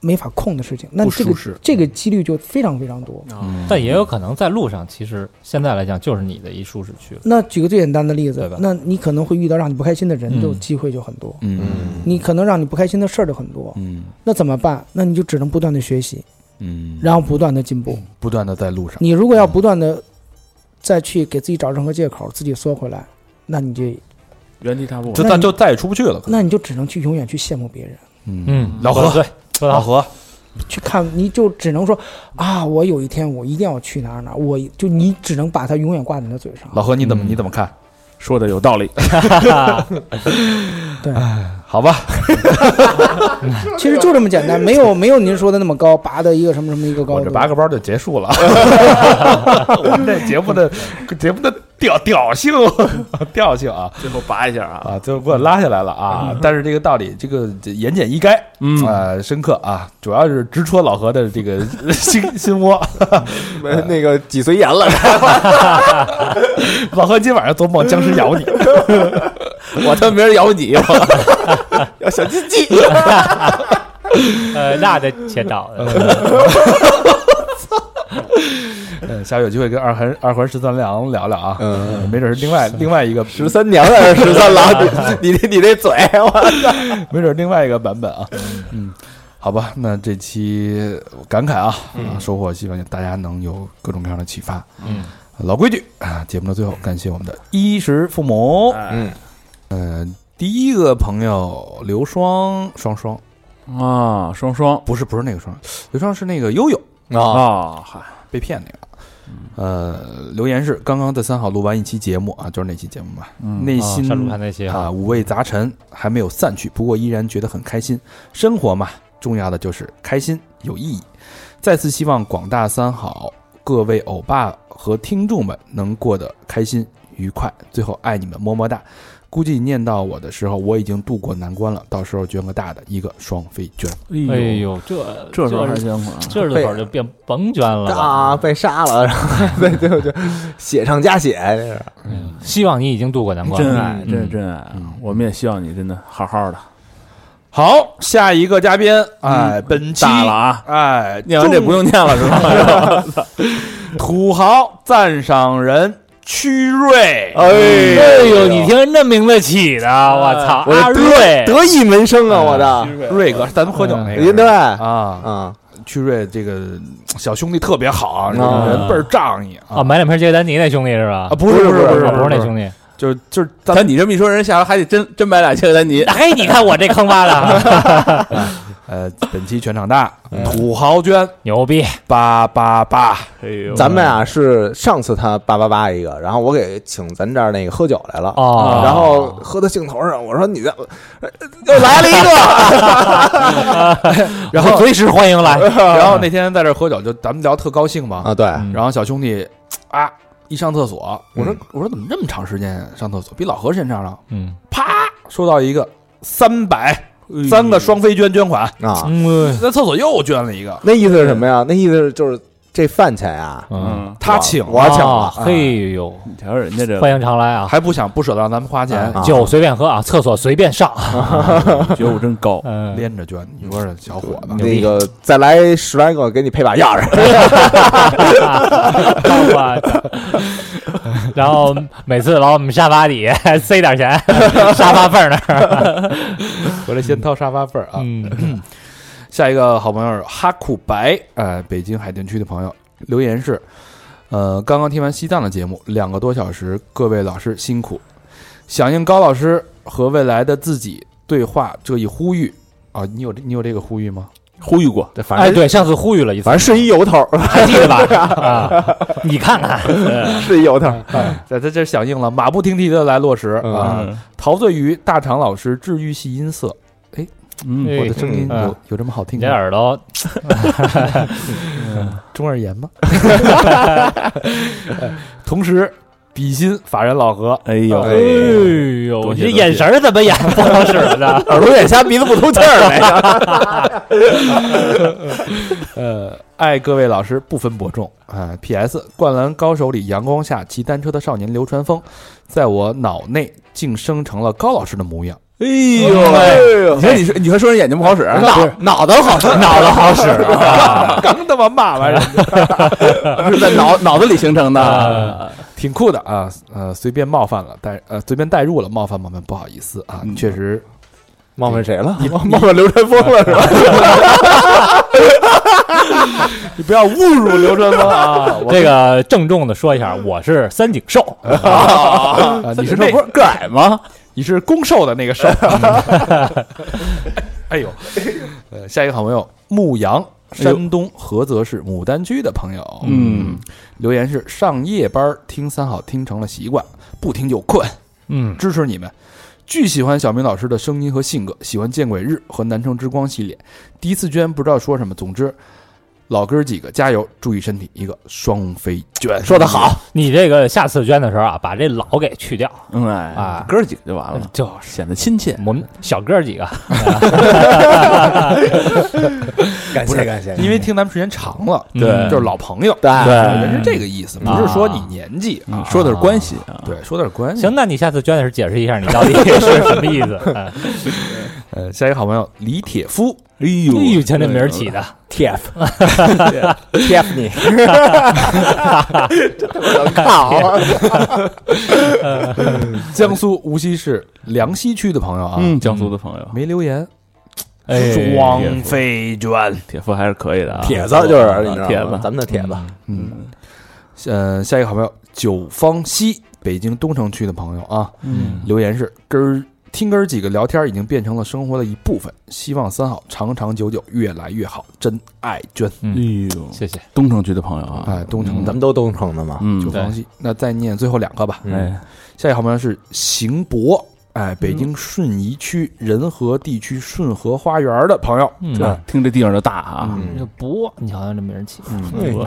E: 没法控的事情，
A: 嗯
E: 那
A: 不
E: 这个
A: 舒适，嗯
E: 这个几率就非常非常多。
D: 但也有可能在路上，其实现在来讲就是你的一舒适区了。
E: 那举个最简单的例
D: 对
E: 子
D: 吧，
E: 那你可能会遇到让你不开心的人，
A: 嗯
E: 就机会就很多。
A: 嗯
E: 你可能让你不开心的事儿就很多，
A: 嗯
E: 那怎么办？那你就只能不断的学习，
A: 嗯，
E: 然后不断的进步。
A: 不断的在路上，
E: 你如果要不断的再去给自己找任何借口，自己缩回来，那你就
B: 原地踏步，
A: 就再就再也出不去了。可能
E: 那你就只能去永远去羡慕别人，
A: 嗯，
D: 嗯，
A: 老何
D: 对，说
A: 老
D: 到
A: 何，
E: 去看你就只能说啊，我有一天我一定要去哪儿哪儿，我就你只能把它永远挂在你的嘴上。
A: 老何，你怎么
D: 嗯
A: 你怎么看？
B: 说的有道理，
E: 对，
A: 好吧，
E: 其实就这么简单，没有没有您说的那么高，拔的一个什么什么一个高
A: 我
E: 度。
A: 这拔个包就结束了，我们这节目的节目的调调性，调性啊
B: 最后拔一下啊，
A: 啊，最后给我拉下来了啊！但是这个道理，这个这言简意赅，
B: 嗯
A: 呃，深刻啊，主要是直戳老何的这个心心窝。
C: 呃那个脊髓炎了，
A: 老何今晚上做梦僵尸咬你，
K: 我他妈没人咬你，我
C: 要小鸡鸡。
D: 呃，那得且找的，
A: 嗯，下回有机会跟二环二环十三郎聊聊啊，
C: 嗯，
A: 没准是另外另外一个
C: 十三娘还是十三 郎？你你你那嘴，我
A: 没准儿另外一个版本啊。嗯，好吧，那这期感慨啊，啊收获希望大家能有各种各样的启发。
K: 嗯，
A: 老规矩啊，节目的最后感谢我们的衣食父母。
C: 嗯，
A: 呃，第一个朋友刘双双双，
B: 啊，双双
A: 不是不是那个双，刘双是那个悠悠
C: 啊，
B: 啊，嗨，
A: 被骗那个。呃，留言是刚刚在三好录完一期节目啊，就是那期节目嘛，
B: 嗯
A: 内
D: 啊
A: 心
D: 山路看那些
A: 啊，五味杂陈还没有散去，不过依然觉得很开心。生活嘛，重要的就是开心有意义。再次希望广大三好各位欧巴和听众们能过得开心愉快。最后爱你们，么么哒。估计念到我的时候，我已经度过难关了。到时候捐个大的，一个双飞捐。
B: 哎
D: 哎
B: 呦，
D: 呦，这
B: 这时候还捐款啊，
D: 这时候就变甭捐了吧
C: 啊，。被杀了，然后对对对，血上加血，这是
D: 嗯希望你已经渡过难关
B: 真
D: 了。哎
B: 爱，这是真爱啊
A: 嗯！
B: 我们也希望你真的好好的，
A: 好，下一个嘉宾，哎，本期
B: 嗯大了啊！
A: 哎，
B: 念完这不用念了是吧？
A: 土豪赞赏人曲瑞，
C: 呃
D: 哎呦，你听那名字起的，我操！
C: 我
D: 阿
C: 的
D: 瑞，
C: 得意门生啊，我的，
A: 瑞哥，咱们喝酒那个
C: 对嗯对
A: 啊，
C: 哎啊，
A: 曲瑞这个嗯小兄弟特别好啊，人
C: 啊
A: 人倍儿仗义
D: 啊，
A: 啊
D: 买两瓶杰丹尼那兄弟是吧
A: 啊！？不是不是不
D: 不是
A: 是
D: 不是那兄
A: 弟，
D: 弟。
A: 就是就是咱
K: 但你这么一说，人下回还得真真买俩谢丹尼，
D: 嘿，哎你看我这坑洼的，啊
A: 呃，本期全场大土豪捐
D: 牛逼！
A: 八八八，
B: 哎
C: 咱们啊是上次他叭叭叭一个，然后我给请咱这儿那个喝酒来了，
D: 哦
C: 然后喝到兴头上，我说你这呃又来了一个，
A: 然后
D: 随时欢迎来，
A: 然后那天在这儿喝酒，就咱们聊特高兴嘛，
C: 啊，对，
A: 然后小兄弟啊一上厕所，我说
C: 嗯
A: 我说怎么这么长时间上厕所，比老何时间长了，
D: 嗯，
A: 啪收到一个三百三个双飞捐捐款，
C: 啊，
D: 嗯，
A: 嗯在厕所又捐了一个，
C: 那意思是什么呀？那意思是就是这饭钱啊，
D: 嗯，
A: 他请
C: 我请
D: 啊
C: 了，
D: 嘿呦，
B: 你瞧人家这
D: 欢迎常来啊！
A: 还不想不舍得让咱们花钱，
C: 啊
D: 酒随便喝啊，厕所随 便上。，
B: 觉悟真高
D: 嗯，
A: 连着捐，你说这小伙子。
C: 那个再来十来个，给你配把钥匙。
D: 我操然后每次老往我们沙发底 下塞 点钱，沙发缝儿那儿。
A: 回来先掏沙发缝儿啊。
D: 嗯，
A: 下一个好朋友哈库白，呃，北京海淀区的朋友留言是，呃，刚刚听完西藏的节目，两个多小时，各位老师辛苦。响应高老师和未来的自己对话这一呼吁啊，你有你有这个呼吁吗？
B: 呼吁过，
C: 这反
D: 哎，
C: 正
D: 对，上次呼吁了一次
C: 反，正是一由头，
D: 还记得吧？啊，你 看看，
C: 是一由头。
A: 在在这响应了，马不停蹄的来落实
C: 嗯
A: 啊，陶醉于大肠老师治愈系音色，
B: 嗯，
C: 哎
A: 我的声音
D: 嗯
A: 有有这么好听
D: 你这
A: 吗？
D: 耳朵，
A: 中耳炎 吗？ 同时，比心法人老何
B: 哎呦，
D: 哎呦，你这眼神儿怎么演不好使了呢？
C: 耳朵眼瞎，鼻子不通气儿呗。
A: 呃，爱各位老师不分伯仲啊、P.S. 《灌篮高手》里阳光下骑单车的少年流川枫，在我脑内竟生成了高老师的模 样。
K: 哎呦，你说你说你还说人眼睛不好使，
B: 啊
C: 脑脑子 好，
D: 脑子好使
A: 刚他妈骂完人，
K: 是在脑脑子里形成的，
D: 啊！
A: 挺酷的啊。呃，随便冒犯了，但呃随便代入了，冒犯冒犯，不好意思啊，确实
C: 冒犯谁了？嗯冒犯刘传峰 了是吧？
A: 你不要侮辱 流川枫 啊！我嗯
D: 这个郑重的说一下，我是三井寿，
A: 啊你是
K: 这
A: 那
K: 不是个矮吗？
A: 你是攻受的那个受。哎呦，呃，下一个好朋友牧羊，山东菏泽市牡丹区的朋友，
B: 嗯，
A: 留言是上夜班听三好听成了习惯，不听就困，
D: 嗯，
A: 支持你们。巨喜欢小明老师的声音和性格，喜欢《见鬼日》和《南城之光》系列。第一次捐不知道说什么，总之老哥儿几个加油，注意身体，一个双飞卷。
C: 说的好，
D: 你这个下次捐的时候啊，把这老给去掉，
B: 嗯哎
D: 啊
B: 哥儿几个就完了，
D: 就
B: 显得亲切。
D: 我们小哥儿几个，
C: 感谢感谢，
A: 因为听咱们时间长了，
D: 对
A: 就是老朋友，
C: 嗯对
B: 哎
A: 人是这个意思，不是说你
D: 啊
A: 年纪啊，
B: 说的是关系啊，
A: 对，说点关系。
D: 行，那你下次捐的时候解释一下，你到底是什么意 思？哎
A: 呃，下一个好朋友李铁夫，
B: 哎
D: 哎
B: 呦
D: 呦，瞧这名儿起的，
C: TF TF
A: 江苏无锡市梁溪区的朋友啊，
B: 嗯，江苏的朋友，
A: 没留言，
D: 哎，
A: 双飞卷。
B: 铁夫还是可以的啊，
C: 铁子就是你知道吗
B: 铁子，
C: 咱们的铁子，
A: 嗯，呃，下一个好朋友九方西，北京东城区的朋友啊，
B: 嗯，
A: 留言是根儿听根儿几个聊天已经变成了生活的一部分，希望三好长长久久，越来越好，真爱娟。
B: 哎呦，
D: 嗯谢谢，
B: 东城区的朋友啊，
A: 哎，东城
C: 咱
A: 的
C: 们都东城的嘛，
B: 嗯
A: 九，方西，那再念最后两个吧。
C: 嗯
B: 哎，
A: 下一个好朋友是邢博，哎，北京顺义区仁和地区顺和花园的朋友，嗯
D: 嗯，
C: 这
B: 听这地方就大啊，
D: 这不，你瞧瞧这名儿起，哎
B: 嗯，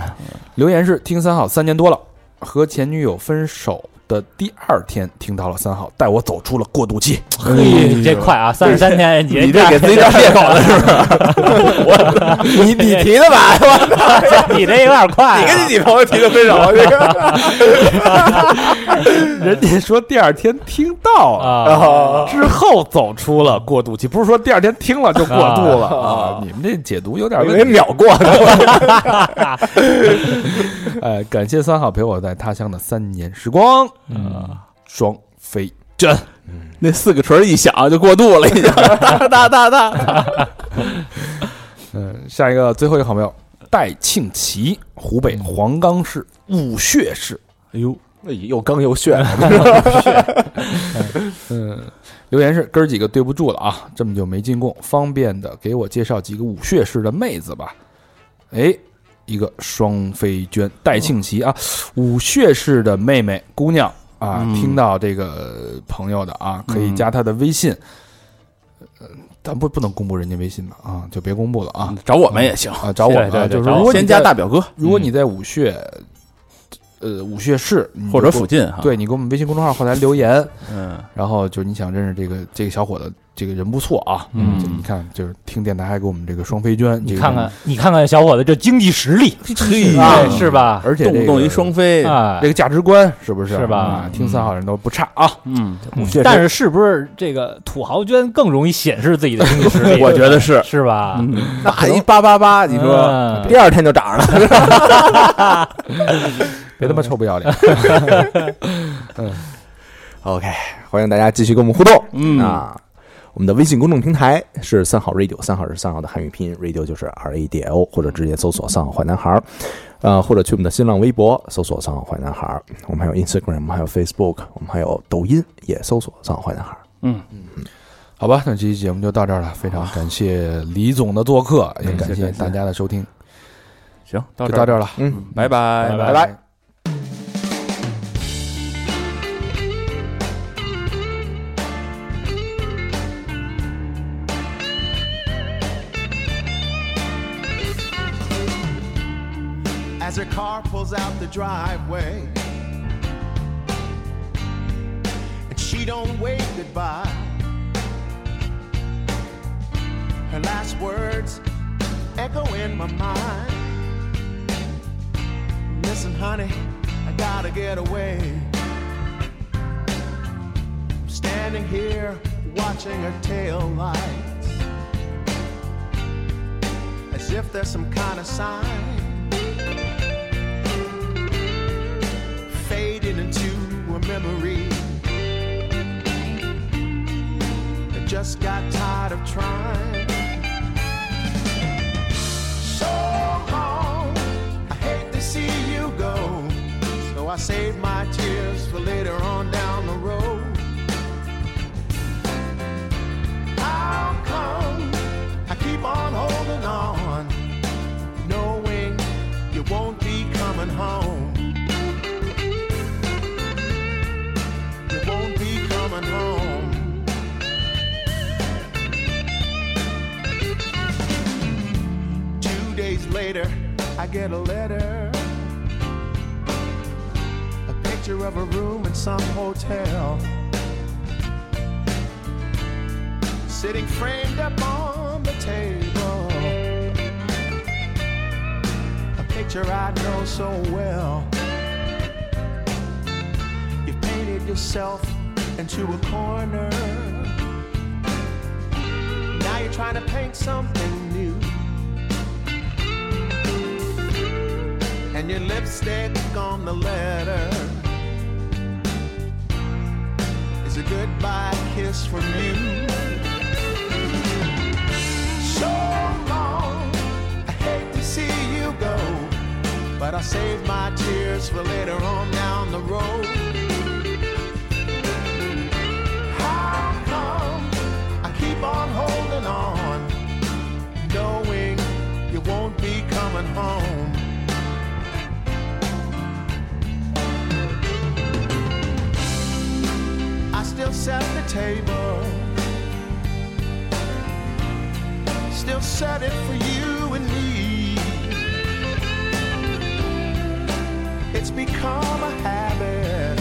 A: 留言是听三好三年多了，和前女友分手的第二天听到了三好，带我走出了过渡期。
D: 嘿，这快啊，三十三天，你
L: 你这给自己找借口了是吧？
C: 你你提的吧？
D: 你这有点快
L: 你
D: 啊，
L: 跟你女朋友提的分手，这个
A: 人家说第二天听到了
D: 啊，
A: 之后走出了过渡期，不是说第二天听了就过渡了啊！你们这解读有点
C: 以为
A: 问题。
C: 秒过的，
A: 哎，感谢三好陪我在他乡的三年时光。
D: 嗯
A: 双飞，
B: 那四个锤一响就过渡了，已经哒哒哒哒，
A: 嗯，下一个最后一个好朋友戴庆奇，湖北黄冈市武穴市。
B: 哎呦，
C: 又刚又炫，
A: 嗯，留言是哥儿几个对不住了啊，这么久没进贡，方便的给我介绍几个武穴市的妹子吧。哎，一个双飞娟戴庆琪啊，武穴市的妹妹姑娘啊，
B: 嗯
A: 听到这个朋友的啊，可以加她的微信。呃，咱不不能公布人家微信吧啊，就别公布了啊
B: 找我们也 行，
A: 啊，找我们啊，
D: 对对对
A: 就是
D: 找我
A: 如果你
B: 先加
A: 在
B: 大表哥
A: 如果你在武穴，呃，武穴市你就
B: 或者
A: 给我
B: 附近啊哈，，
A: 对你给我们微信公众号后台留言。
B: 嗯，
A: 然后就是你想认识这个这个小伙子，这个人不错啊，
B: 嗯
A: 就你看就是听电台还给我们这个双飞娟，
D: 你看看，你看看小伙子这经济实力，
B: 嘿
D: 哎是吧？
A: 啊而且
B: 动
A: 这
B: 不
A: 个
B: 动一双飞，
D: 啊
A: 这，个价值观是不是
D: 是吧
A: 啊
D: 嗯
A: 听三好人都不差啊，
B: 嗯，
D: 嗯但是是不是这个土豪捐更容易显示自己的经济实 力？
B: 我觉得是，
D: 是嗯吧？
L: 那一八八八，你说
D: 嗯
C: 第二天就涨了。
A: 别他妈臭不要脸。
C: OK，欢迎大家继续跟我们互动。
B: 嗯
C: 啊，我们的微信公众平台是三好 radio，三好是三好的汉语拼音，radio 就是 R A D L，或者直接搜索“三好坏男孩”，儿”，呃，或者去我们的新浪微博搜索“三好坏男孩”，儿”，我们还有 Instagram，还有 Facebook，我们还有抖音也搜索“三好坏男孩”。儿
A: 好吧，那这期节目就到这儿了，非常感谢李总的做客，也感谢大家的收听，
B: 行，到
A: 就
B: 这
A: 到
B: 儿，
A: 这儿了，
C: 嗯，
B: 拜拜，拜
C: 拜拜。
M: as her car pulls out the driveway. And she don't wave goodbye. Her last words echo in my mind. Listen, honey, I gotta get away. I'm standing here watching her tail lights. As if there's some kind of sign. fading into a memory. I just got tired of trying. So long, I hate to see you go. So I save my tears for later on down the road. How come I keep on holding on, knowing you won't be coming home? you won't be coming home. Two days later, I get a letter, a picture of a room in some hotel, sitting framed up on the table. A picture I know so well. You've painted yourself into a corner. Now you're trying to paint something new. And your lipstick on the letter is a goodbye kiss from you. So long, I hate to see you go, but I'll save my tears for later on down the road. How come I keep on holding on, knowing you won't be coming home? I still set the table. Still set it for you and me. It's become a habit.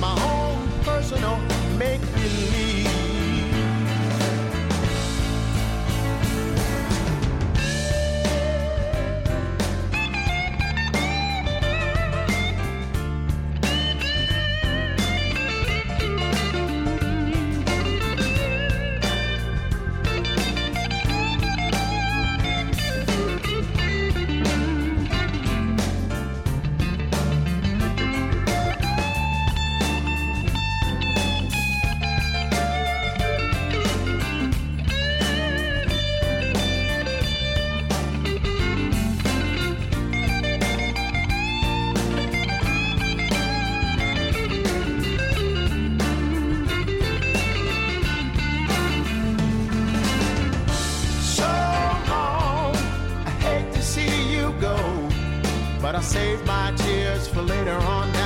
M: My own personal make believe. So long, I hate to see you go, but I save my tears for later on.